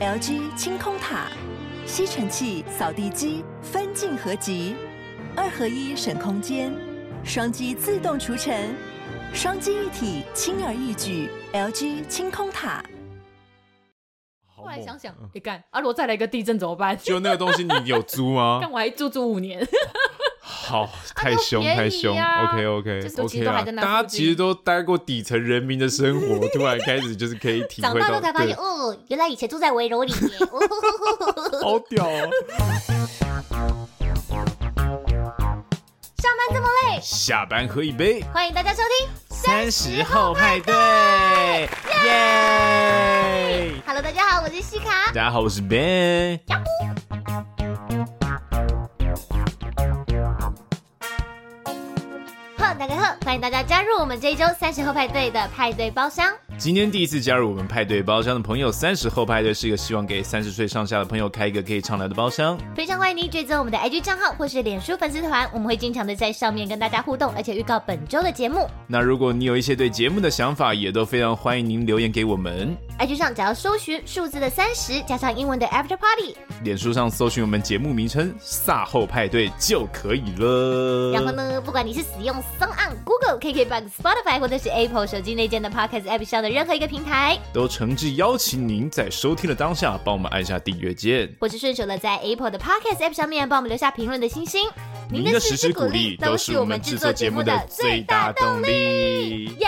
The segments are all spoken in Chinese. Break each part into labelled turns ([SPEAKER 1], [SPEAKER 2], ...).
[SPEAKER 1] LG 清空塔、吸尘器、扫地机分镜合集，二合一省空间，双击自动除尘，双击一体轻而易举。LG 清空塔。
[SPEAKER 2] 后来想想，你、干啊！如果再来一个地震怎么办？
[SPEAKER 3] 就那个东西你有租吗
[SPEAKER 2] 但？我还住住五年，
[SPEAKER 3] 好，
[SPEAKER 2] 那
[SPEAKER 3] 太
[SPEAKER 2] 就
[SPEAKER 3] 凶
[SPEAKER 2] 啊便宜
[SPEAKER 3] 太凶
[SPEAKER 2] 啊
[SPEAKER 3] ，OK
[SPEAKER 2] 就
[SPEAKER 3] OK
[SPEAKER 2] 是我其
[SPEAKER 3] OK
[SPEAKER 2] 实都还
[SPEAKER 3] 啦，
[SPEAKER 2] 跟
[SPEAKER 3] 大
[SPEAKER 2] 他
[SPEAKER 3] 家
[SPEAKER 2] 附近
[SPEAKER 3] 其实都待过底层人民的生活，突然开始就是可以体
[SPEAKER 4] 长
[SPEAKER 3] 会
[SPEAKER 4] 大之
[SPEAKER 3] 到
[SPEAKER 4] 后才发
[SPEAKER 3] 对
[SPEAKER 4] 现，，哦，原来以前住在围楼里面。哦
[SPEAKER 2] 呃
[SPEAKER 3] 好屌哦！
[SPEAKER 4] 上班这么累，
[SPEAKER 3] 下班喝一杯，
[SPEAKER 4] 欢迎大家收听。
[SPEAKER 3] 三十后派对，耶！
[SPEAKER 4] Hello，大家好，我是西卡
[SPEAKER 3] 大。家好，我是 Ben。
[SPEAKER 4] 呵，大家好，欢迎大家加入我们这一周三十后派对的派对包厢。
[SPEAKER 3] 今天第一次加入我们派对包厢的朋友，三十后派对是一个希望给三十岁上下的朋友开一个可以畅聊的包厢。
[SPEAKER 4] 非常欢迎你追踪我们的 IG 账号或是脸书粉丝团，我们会经常的在上面跟大家互动，而且预告本周的节目。
[SPEAKER 3] 那如果你有一些对节目的想法，也都非常欢迎您留言给我们。
[SPEAKER 4] IG 上只要搜寻数字的三十加上英文的 After Party，
[SPEAKER 3] 脸书上搜寻我们节目名称“撒后派对”就可以了。
[SPEAKER 4] 然后？呢，不管你是使用 s o n on Google、KKBox、Spotify 或者是 Apple 手机内建的 Podcast App 上的任何一个平台，
[SPEAKER 3] 都诚挚邀请您在收听的当下，帮我们按下订阅键。
[SPEAKER 4] 或是顺手的在 Apple 的 Podcast App 上面帮我们留下评论的星星。
[SPEAKER 3] 您的实时鼓励都是我们制作节目的最大动力。
[SPEAKER 4] 耶！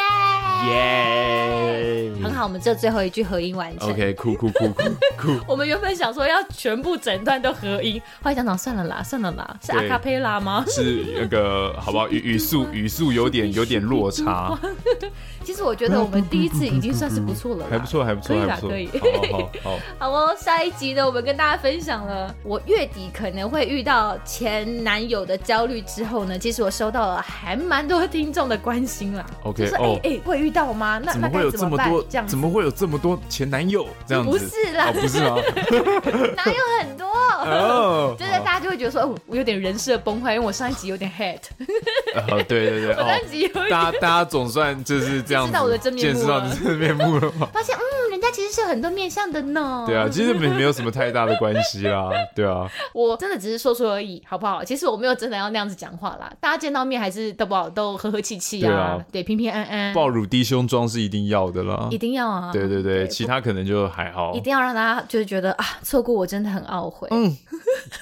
[SPEAKER 3] 耶！
[SPEAKER 2] 很好，我们这最后一句合音完成。
[SPEAKER 3] OK，酷酷酷酷酷。
[SPEAKER 2] 我们原本想说要全部整段都合音，后来想想算了啦，算了啦，是阿
[SPEAKER 3] 对
[SPEAKER 2] 卡贝 拉吗？
[SPEAKER 3] 是那个好不好？语语速语速有点有点落 差，
[SPEAKER 2] 其实我觉得我们第一次已经算是不错了啦，
[SPEAKER 3] 还不错，还不错，
[SPEAKER 2] 可以
[SPEAKER 3] 还
[SPEAKER 2] 啦，
[SPEAKER 3] 不错。
[SPEAKER 2] 可以。
[SPEAKER 3] 好好好好，
[SPEAKER 2] 好哦，下一集呢，我们跟大家分享了我月底可能会遇到前男友的焦虑之后呢，其实我收到了还蛮多听众的关心啦。
[SPEAKER 3] OK，
[SPEAKER 2] 就说哎哎、
[SPEAKER 3] 哦
[SPEAKER 2] 会遇到吗？那
[SPEAKER 3] 怎
[SPEAKER 2] 那
[SPEAKER 3] 么会
[SPEAKER 2] 该
[SPEAKER 3] 有
[SPEAKER 2] 怎
[SPEAKER 3] 这么
[SPEAKER 2] 办
[SPEAKER 3] 多
[SPEAKER 2] 这样？子
[SPEAKER 3] 怎么会有这么多前男友这样子？
[SPEAKER 2] 不是啦
[SPEAKER 3] 哦不是 吗？
[SPEAKER 2] 哪有很多？
[SPEAKER 3] 哦，
[SPEAKER 2] 就是大家就会觉得说，哦，我有点人设崩坏，因为我上一集有点 hate，
[SPEAKER 3] 好哦，对对对，
[SPEAKER 2] 我
[SPEAKER 3] 哦
[SPEAKER 2] 上，一集有一点
[SPEAKER 3] 大家大家总算就是这样子，
[SPEAKER 2] 见识到我的真面目
[SPEAKER 3] 见识到
[SPEAKER 2] 了
[SPEAKER 3] 你真面目了嘛？
[SPEAKER 2] 发现，嗯，人家其实是有很多面向的呢。
[SPEAKER 3] 对啊，其实没没有什么太大的关系啦，对啊，
[SPEAKER 2] 我真的只是说说而已，好不好？其实我没有真的要那样子讲话啦，大家见到面还是都不好，都和和气气
[SPEAKER 3] 对
[SPEAKER 2] 啊
[SPEAKER 3] 啊，
[SPEAKER 2] 对，平平安安，
[SPEAKER 3] 暴乳低胸装是一定要的啦
[SPEAKER 2] 一，定要啊，
[SPEAKER 3] 对对对，其他可能就还好
[SPEAKER 2] 一，定要让大家就是觉得啊，错过我真的很懊悔。
[SPEAKER 3] 嗯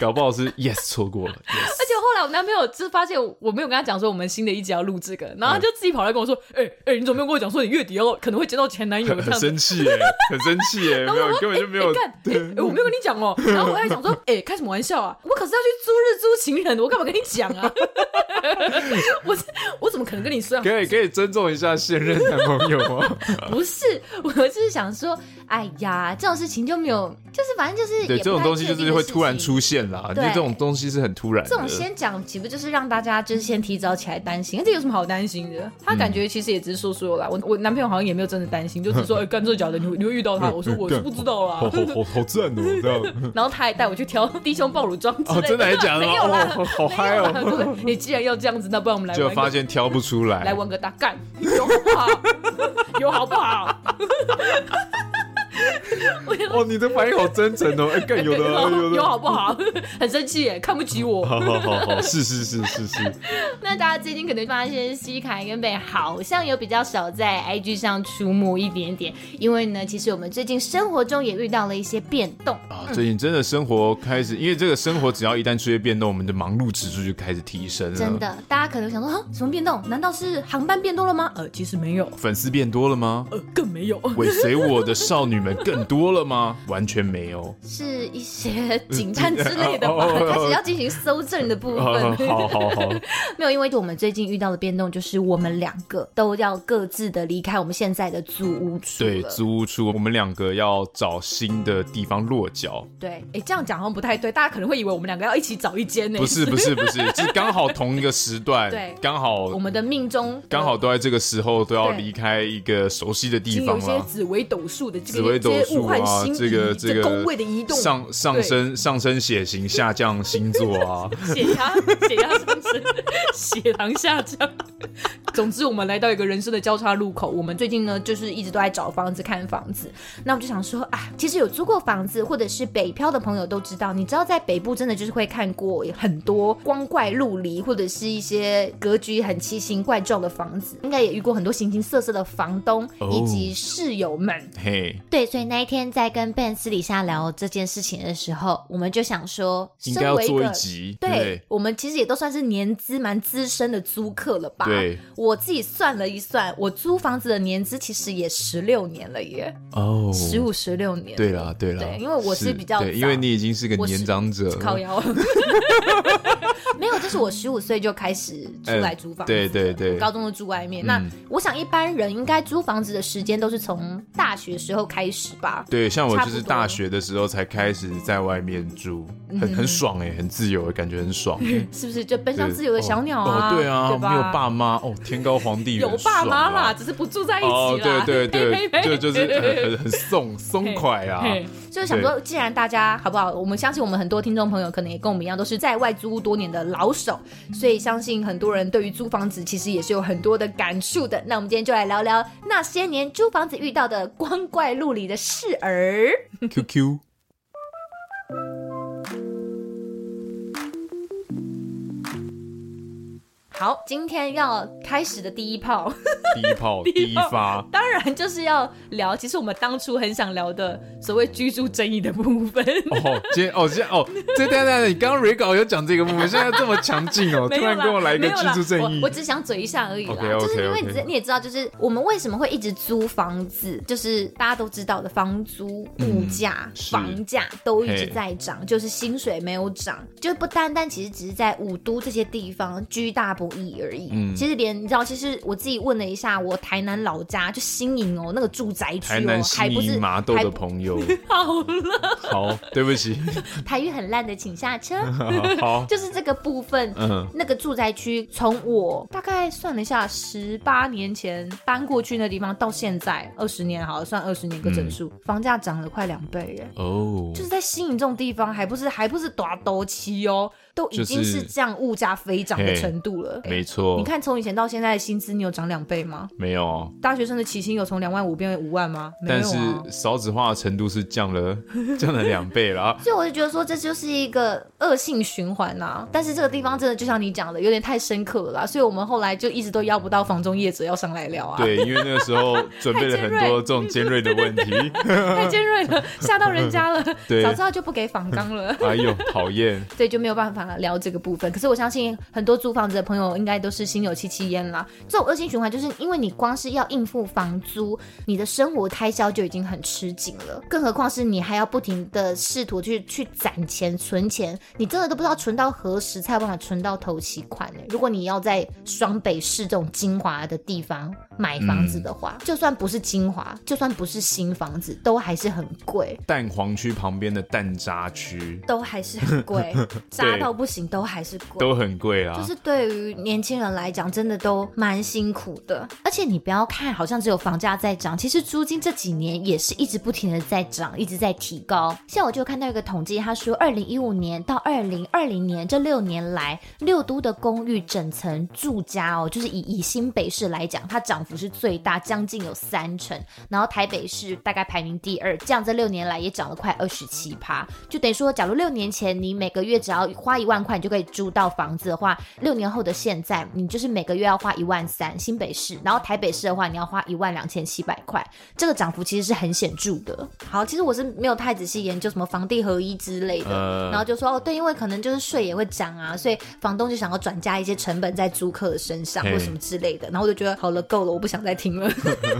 [SPEAKER 3] 搞不好是 yes 错过 了
[SPEAKER 2] 而且后来我男朋友就是发现我没有跟他讲说我们新的一集要录这个，然后他
[SPEAKER 3] 嗯
[SPEAKER 2] 就自己跑来跟我说：“哎哎、你怎么没有跟我讲说你月底要可能会接到前 男友
[SPEAKER 3] ，yes，
[SPEAKER 2] 这
[SPEAKER 3] 很
[SPEAKER 2] 样子
[SPEAKER 3] 生气耶，很生气耶， 没有根本就没有
[SPEAKER 2] 哎干、哎哎我没有跟你讲哦、然后我还想说，哎、开什么玩笑啊！我可是要去租日租情人的，我干嘛跟你讲啊？ 我是我怎么可能跟你说、啊？
[SPEAKER 3] 可以可以尊重一下现任男朋友吗？
[SPEAKER 2] 不是，我就是想说，哎呀，这种事情就没有，就是反正就是
[SPEAKER 3] 对，
[SPEAKER 2] 也不太
[SPEAKER 3] 这种东西就是会突然
[SPEAKER 2] 确定的事情。
[SPEAKER 3] 出现啦，就
[SPEAKER 2] 对
[SPEAKER 3] 这种东西是很突然的。
[SPEAKER 2] 这种先讲，岂不就是让大家就是先提早起来担心？这有什么好担心的？他感觉其实也只是说说
[SPEAKER 3] 嗯
[SPEAKER 2] 啦。我我男朋友好像也没有真的担心，就只是说，哎、干这假的，你会你会遇到他。我说我是不知道
[SPEAKER 3] 好
[SPEAKER 2] 啦。
[SPEAKER 3] 好好好赞哦，这样
[SPEAKER 2] 然后他还带我去挑低胸暴乳装之类
[SPEAKER 3] 哦，真的还假的吗？
[SPEAKER 2] 没有啦，
[SPEAKER 3] 哦，好好嗨
[SPEAKER 2] 没有啦
[SPEAKER 3] 哦！
[SPEAKER 2] 各位你既然要这样子，那不然我们来
[SPEAKER 3] 就
[SPEAKER 2] 玩
[SPEAKER 3] 发
[SPEAKER 2] 个
[SPEAKER 3] 现挑不出来，
[SPEAKER 2] 来玩个大干，有好不好？有好不好？我想说
[SPEAKER 3] 哦，你的反应好真诚哦，哎， 更有的
[SPEAKER 2] 有
[SPEAKER 3] 有的，
[SPEAKER 2] 好不好？ 很生气耶，看不起我。
[SPEAKER 3] 好好好好，是是是是 是，
[SPEAKER 2] 那大家最近可能发现西凯跟北好像有比较少在 IG 上出没一点点，因为呢，其实我们最近生活中也遇到了一些变动。
[SPEAKER 3] 啊，最近真的生活开始，因为这个生活只要一旦出现变动，我们的忙碌指数就开始提升了，
[SPEAKER 2] 真。的，大家可能想说，啊，什么变动？难道是航班变多了吗？呃，其实没有，
[SPEAKER 3] 粉丝变多了吗？
[SPEAKER 2] 呃，更没有，
[SPEAKER 3] 尾随我的少女们更多了吗？完全没有。
[SPEAKER 2] 是一些 警探之类的吧
[SPEAKER 3] 哦哦哦哦，
[SPEAKER 2] 开始要进行搜证的部
[SPEAKER 3] 啊，
[SPEAKER 2] 分。
[SPEAKER 3] 好好好，
[SPEAKER 2] 没有，因为我们最近遇到的变动就是我们两个都要各自的离开我们现在的租屋处
[SPEAKER 3] 对，
[SPEAKER 2] 了
[SPEAKER 3] 租屋处，我们两个要找新的地方落脚。
[SPEAKER 2] 对，哎，这样讲好像不太对，大家可能会以为我们两个要一起找一间呢。
[SPEAKER 3] 不是不是不 是，是刚好同一个时段，
[SPEAKER 2] 对
[SPEAKER 3] 刚好
[SPEAKER 2] 我们的命中
[SPEAKER 3] 刚好都在这个时候都要
[SPEAKER 2] 对
[SPEAKER 3] 离开一个熟悉的
[SPEAKER 2] 已
[SPEAKER 3] 地
[SPEAKER 2] 经有
[SPEAKER 3] 方
[SPEAKER 2] 一些
[SPEAKER 3] 了。
[SPEAKER 2] 紫微斗数的这
[SPEAKER 3] 紫
[SPEAKER 2] 个
[SPEAKER 3] 微
[SPEAKER 2] 这
[SPEAKER 3] 斗
[SPEAKER 2] 些
[SPEAKER 3] 数
[SPEAKER 2] 物换
[SPEAKER 3] 啊
[SPEAKER 2] 星，移
[SPEAKER 3] 这个这个
[SPEAKER 2] 宫位的移动，
[SPEAKER 3] 上上
[SPEAKER 2] 对
[SPEAKER 3] 升上升血型下 降星座啊，
[SPEAKER 2] 血压血压上升，血糖下降，
[SPEAKER 5] 总之，我们来到一个人生的交叉路口。我们最近呢，就是一直都在找房子、看房子。那我就想说啊，其实有租过房子或者是北漂的朋友都知道，你知道在北部真的就是会看过很多光怪陆离或者是一些格局很奇形怪状的房子，应该也遇过很多形形色色的房东
[SPEAKER 3] 哦
[SPEAKER 5] 以及室友们。
[SPEAKER 3] 嘿，
[SPEAKER 2] 对，所以那一天在跟 Ben 私底下聊这件事情的时候，哦我们就想说，
[SPEAKER 3] 应
[SPEAKER 2] 身
[SPEAKER 3] 该要
[SPEAKER 2] 为一
[SPEAKER 3] 做一
[SPEAKER 2] 个。
[SPEAKER 3] 集，对不
[SPEAKER 2] 对
[SPEAKER 3] 对，
[SPEAKER 2] 我们其实也都算是年资蛮资深的租客了吧？
[SPEAKER 3] 对，
[SPEAKER 2] 我自己算了一算，我租房子的年资其实也十六年了耶，
[SPEAKER 3] 哦，
[SPEAKER 2] 十五十六年。
[SPEAKER 3] 对啊啦，对啦，
[SPEAKER 2] 对因为我是比较
[SPEAKER 3] 对，
[SPEAKER 2] 早
[SPEAKER 3] 因为你已经是个
[SPEAKER 2] 我是
[SPEAKER 3] 年长者了，
[SPEAKER 5] 靠腰，
[SPEAKER 2] 没有，就是我十五岁就开始出来租房子、
[SPEAKER 3] 哎对对对嗯
[SPEAKER 2] 我高中就住外面。那我想一般人应该租房子的时间都是从大学时候开始吧？
[SPEAKER 3] 对，像我
[SPEAKER 2] 差
[SPEAKER 3] 就
[SPEAKER 2] 不
[SPEAKER 3] 是
[SPEAKER 2] 多
[SPEAKER 3] 大学的时候才开始在外面住，
[SPEAKER 2] 嗯
[SPEAKER 3] 很很爽哎、很自由、欸，感觉很爽、 欸。
[SPEAKER 2] 是不是？就奔
[SPEAKER 3] 对
[SPEAKER 2] 向自由的小鸟啊，
[SPEAKER 3] 哦，对啊，
[SPEAKER 2] 对吧？
[SPEAKER 3] 没有爸妈哦，天高皇 帝远，
[SPEAKER 5] 有爸妈
[SPEAKER 3] 爽啊
[SPEAKER 5] 啦，只是不住在一起啦。
[SPEAKER 3] 哦，对对对，
[SPEAKER 5] 呸呸
[SPEAKER 3] 就
[SPEAKER 5] 呸
[SPEAKER 3] 就是很很很松松快啊，
[SPEAKER 5] 嘿
[SPEAKER 2] 就是想说，既然大家好不好？我们相信我们很多听众朋友可能也跟我们一样，都是在外租屋多年的老手，所以相信很多人对于租房子其实也是有很多的感触的。那我们今天就来聊聊那些年租房子遇到的光怪陆离的事 儿。
[SPEAKER 3] QQ。
[SPEAKER 2] 好，今天要开始的第一炮，
[SPEAKER 3] 第一 炮，第一发，
[SPEAKER 5] 当然就是要聊，其实我们当初很想聊的所谓居住争议的部 分。
[SPEAKER 3] 哦，今天哦，今天哦，这等一下等一下，你刚刚 re 稿有讲这个部分，现在这么强劲 哦，
[SPEAKER 5] 没
[SPEAKER 3] 突
[SPEAKER 5] 有啦
[SPEAKER 3] 然跟我来一个
[SPEAKER 5] 没有
[SPEAKER 3] 居
[SPEAKER 5] 啦
[SPEAKER 3] 住正义
[SPEAKER 2] 我，只想嘴一下而已啦
[SPEAKER 3] OK，OK，OK
[SPEAKER 2] 就是因为你知你也知道，就是我们为什么会一直租房子，就是大家都知道的，房租、物价、
[SPEAKER 3] 嗯是
[SPEAKER 2] 房价都一直
[SPEAKER 3] 嘿
[SPEAKER 2] 在涨，就是薪水没有涨，就不单单其实只是在五都这些地方居大不易而已。
[SPEAKER 3] 嗯
[SPEAKER 2] 其实连你知道，其实我自己问了一下，我台南老家就新营哦，那个住宅区
[SPEAKER 3] 台
[SPEAKER 2] 哦
[SPEAKER 3] 南，
[SPEAKER 2] 还
[SPEAKER 3] 新
[SPEAKER 2] 不是
[SPEAKER 3] 营麻豆
[SPEAKER 2] 还
[SPEAKER 3] 的
[SPEAKER 2] 不
[SPEAKER 3] 朋友，
[SPEAKER 5] 好了，
[SPEAKER 3] 好，对不起，
[SPEAKER 2] 台语很烂的，请下车。
[SPEAKER 3] 好，
[SPEAKER 2] 就是这个部分，
[SPEAKER 3] 嗯
[SPEAKER 2] 那个住宅区从我大概算了一下，十八年前搬过去那地方到现在二十年，好了，算二十年个整数，
[SPEAKER 3] 嗯
[SPEAKER 2] 房价涨了快两倍耶。
[SPEAKER 3] 哦
[SPEAKER 2] 就是在新营这种地方，还不是还不是短多期哦，都已经
[SPEAKER 3] 就是
[SPEAKER 2] 是这样物价飞涨的
[SPEAKER 3] 嘿
[SPEAKER 2] 程度了。
[SPEAKER 3] 没错，
[SPEAKER 2] 你看从啊以前到现在的薪资，你有涨两倍吗？
[SPEAKER 3] 没有哦，
[SPEAKER 5] 大学生的起薪有从两万五变为五万吗？没
[SPEAKER 3] 但
[SPEAKER 5] 有啊。
[SPEAKER 3] 是少子化的程度是降了 降了两倍了啊。
[SPEAKER 2] 所以我就觉得说，这就是一个恶性循环呐、但是这个地方真的就像你讲的，有点太深刻了啦。所以我们后来就一直都邀不到房中业者要上来聊啊。
[SPEAKER 3] 对，因为那个时候准备了很多这种尖锐的问题，
[SPEAKER 5] 太尖锐了，吓到人家了。
[SPEAKER 3] 对
[SPEAKER 2] 早知道就不给仿
[SPEAKER 3] ，
[SPEAKER 2] 钢了
[SPEAKER 3] 哎呦，讨厌，
[SPEAKER 2] 所以就没有办法聊这个部分。可是我相信很多租房子的朋友应该都是心有戚戚焉 啦。这种恶性循环就是因为你光是要应付房租，你的生活开销就已经很吃紧了，更何况是你还要不停的试图去去攒钱、存钱，你真的都不知道存到何时才有办法存到头期款呢、如果你要在双北市这种精华的地方买房子的话，就算不是精华，就算不是新房子，都还是很贵。
[SPEAKER 3] 蛋黄区旁边的蛋渣区
[SPEAKER 2] 都还是很贵， 渣到不行都还是贵。
[SPEAKER 3] 都很贵啊
[SPEAKER 2] 就。是对于年轻人来讲，真的都蛮辛苦的。而且你不要看，好像只有房价在涨，其实租金这几年也是一直不停的在涨，一直在提高。像我就看到一个统计，他说，二零一五年到二零二零年这六年来，六都的公寓整层住家哦，就是以以新北市来讲，它涨幅是最大，将近有三成。然后台北市大概排名第二，这样这六年来也涨了快二十七趴，就等于说，假如六年前你每个月只要花一万块，你就可以租到房子的话，六年后的现在，你就是每个月要花一万三，新北市，然后台北市的话，你要花一万两千七百块，这个涨幅其实是很显著的。好，其实我是没有太仔细研究什么房地合一之类的，
[SPEAKER 3] 呃
[SPEAKER 2] 然后就说哦，对，因为可能就是税也会涨啊，所以房东就想要转嫁一些成本在租客的身上
[SPEAKER 3] 嘿
[SPEAKER 2] 或什么之类的。然后我就觉得好了，够了，我不想再听了。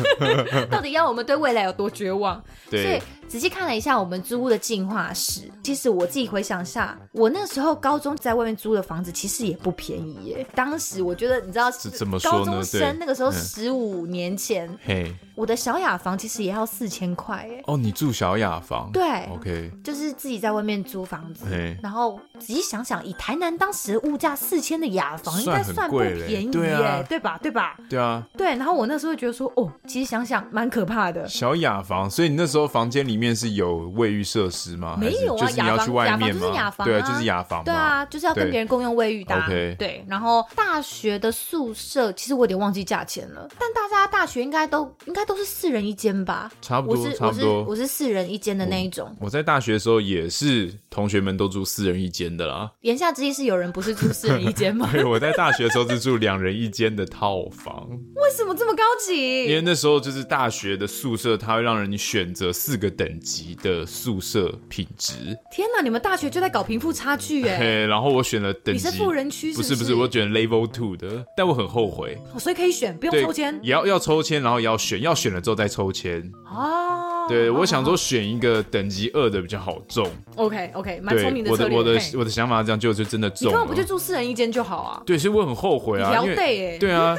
[SPEAKER 2] 到底要我们对未来有多绝望？所以
[SPEAKER 3] 对，
[SPEAKER 2] 仔细看了一下我们租屋的进化史，其实我自己回想下，我那时候高中在外面租的房子其实也不便宜耶。当时我觉得，你知道，
[SPEAKER 3] 怎么说
[SPEAKER 2] 高
[SPEAKER 3] 呢
[SPEAKER 2] 中
[SPEAKER 3] 对
[SPEAKER 2] 生那个时候
[SPEAKER 3] 嗯
[SPEAKER 2] 十五年前，
[SPEAKER 3] 嘿，
[SPEAKER 2] 我的小雅房其实也要四千块哎，
[SPEAKER 3] 哦，你住小雅房？
[SPEAKER 2] 对
[SPEAKER 3] ，OK，
[SPEAKER 2] 就是自己在外面租房子
[SPEAKER 3] 嘿，
[SPEAKER 2] 然后仔细想想，以台南当时的物价四千的雅房，应
[SPEAKER 3] 算
[SPEAKER 2] 该
[SPEAKER 3] 很
[SPEAKER 2] 算不
[SPEAKER 3] 贵嘞
[SPEAKER 2] 便宜
[SPEAKER 3] 对
[SPEAKER 2] 耶、
[SPEAKER 3] 啊
[SPEAKER 2] 对吧？对吧？
[SPEAKER 3] 对啊，
[SPEAKER 2] 对，然后我那时候就觉得说，哦，其实想想蛮可怕的。
[SPEAKER 3] 小雅房，所以你那时候房间里面是有卫浴设施吗？
[SPEAKER 2] 没有啊
[SPEAKER 3] 还是就是你要去外面吗？
[SPEAKER 2] 雅房雅
[SPEAKER 3] 对啊，
[SPEAKER 2] 房就是雅房啊
[SPEAKER 3] 就是雅房嘛。
[SPEAKER 2] 对啊，就是要跟
[SPEAKER 3] 对
[SPEAKER 2] 别人共用卫浴的啊、
[SPEAKER 3] OK
[SPEAKER 2] 对，然后大学的宿舍，其实我有点忘记价钱了，但大家大学应该都应该都是四人一间吧？
[SPEAKER 3] 差不多
[SPEAKER 2] 我是
[SPEAKER 3] 差不多
[SPEAKER 2] 我是我是四人一间的那一种。
[SPEAKER 3] 嗯我在大学的时候也是，同学们都住四人一间的啦。
[SPEAKER 2] 言下之意是有人不是住四人一 间吗？
[SPEAKER 3] 对，我在大学的时候是住两人一间的套房，
[SPEAKER 2] 为什么这么高级？
[SPEAKER 3] 因为那时候就是大学的宿舍，它会让人选择四个等级的宿舍品质。
[SPEAKER 2] 天哪，你们大学就在搞贫富差距哎，
[SPEAKER 3] 嘿，然后我选了等级，
[SPEAKER 2] 你是富人区是
[SPEAKER 3] 不
[SPEAKER 2] 不是
[SPEAKER 3] 不是，我选 Level Two 的，但我很后悔，
[SPEAKER 2] 哦所以可以选，不用
[SPEAKER 3] 对
[SPEAKER 2] 抽签
[SPEAKER 3] 也要要抽签，然后也要选，要选了之后再抽签。
[SPEAKER 2] 哦。
[SPEAKER 3] 对，我想说选一个等级二的比较好中。
[SPEAKER 2] ，OK OK，蛮
[SPEAKER 3] 对
[SPEAKER 2] 聪明，
[SPEAKER 3] 我
[SPEAKER 2] 策
[SPEAKER 3] 的
[SPEAKER 2] 略。
[SPEAKER 3] 我的啊
[SPEAKER 2] 嘿
[SPEAKER 3] 我的想法是这样，就就真的
[SPEAKER 2] 你
[SPEAKER 3] 中
[SPEAKER 2] 干嘛不就
[SPEAKER 3] 了。
[SPEAKER 2] 住四人一间就好啊？
[SPEAKER 3] 对，所以我很后悔
[SPEAKER 2] 你
[SPEAKER 3] 啊，
[SPEAKER 2] 聊
[SPEAKER 3] 因为
[SPEAKER 2] 对耶
[SPEAKER 3] 对啊，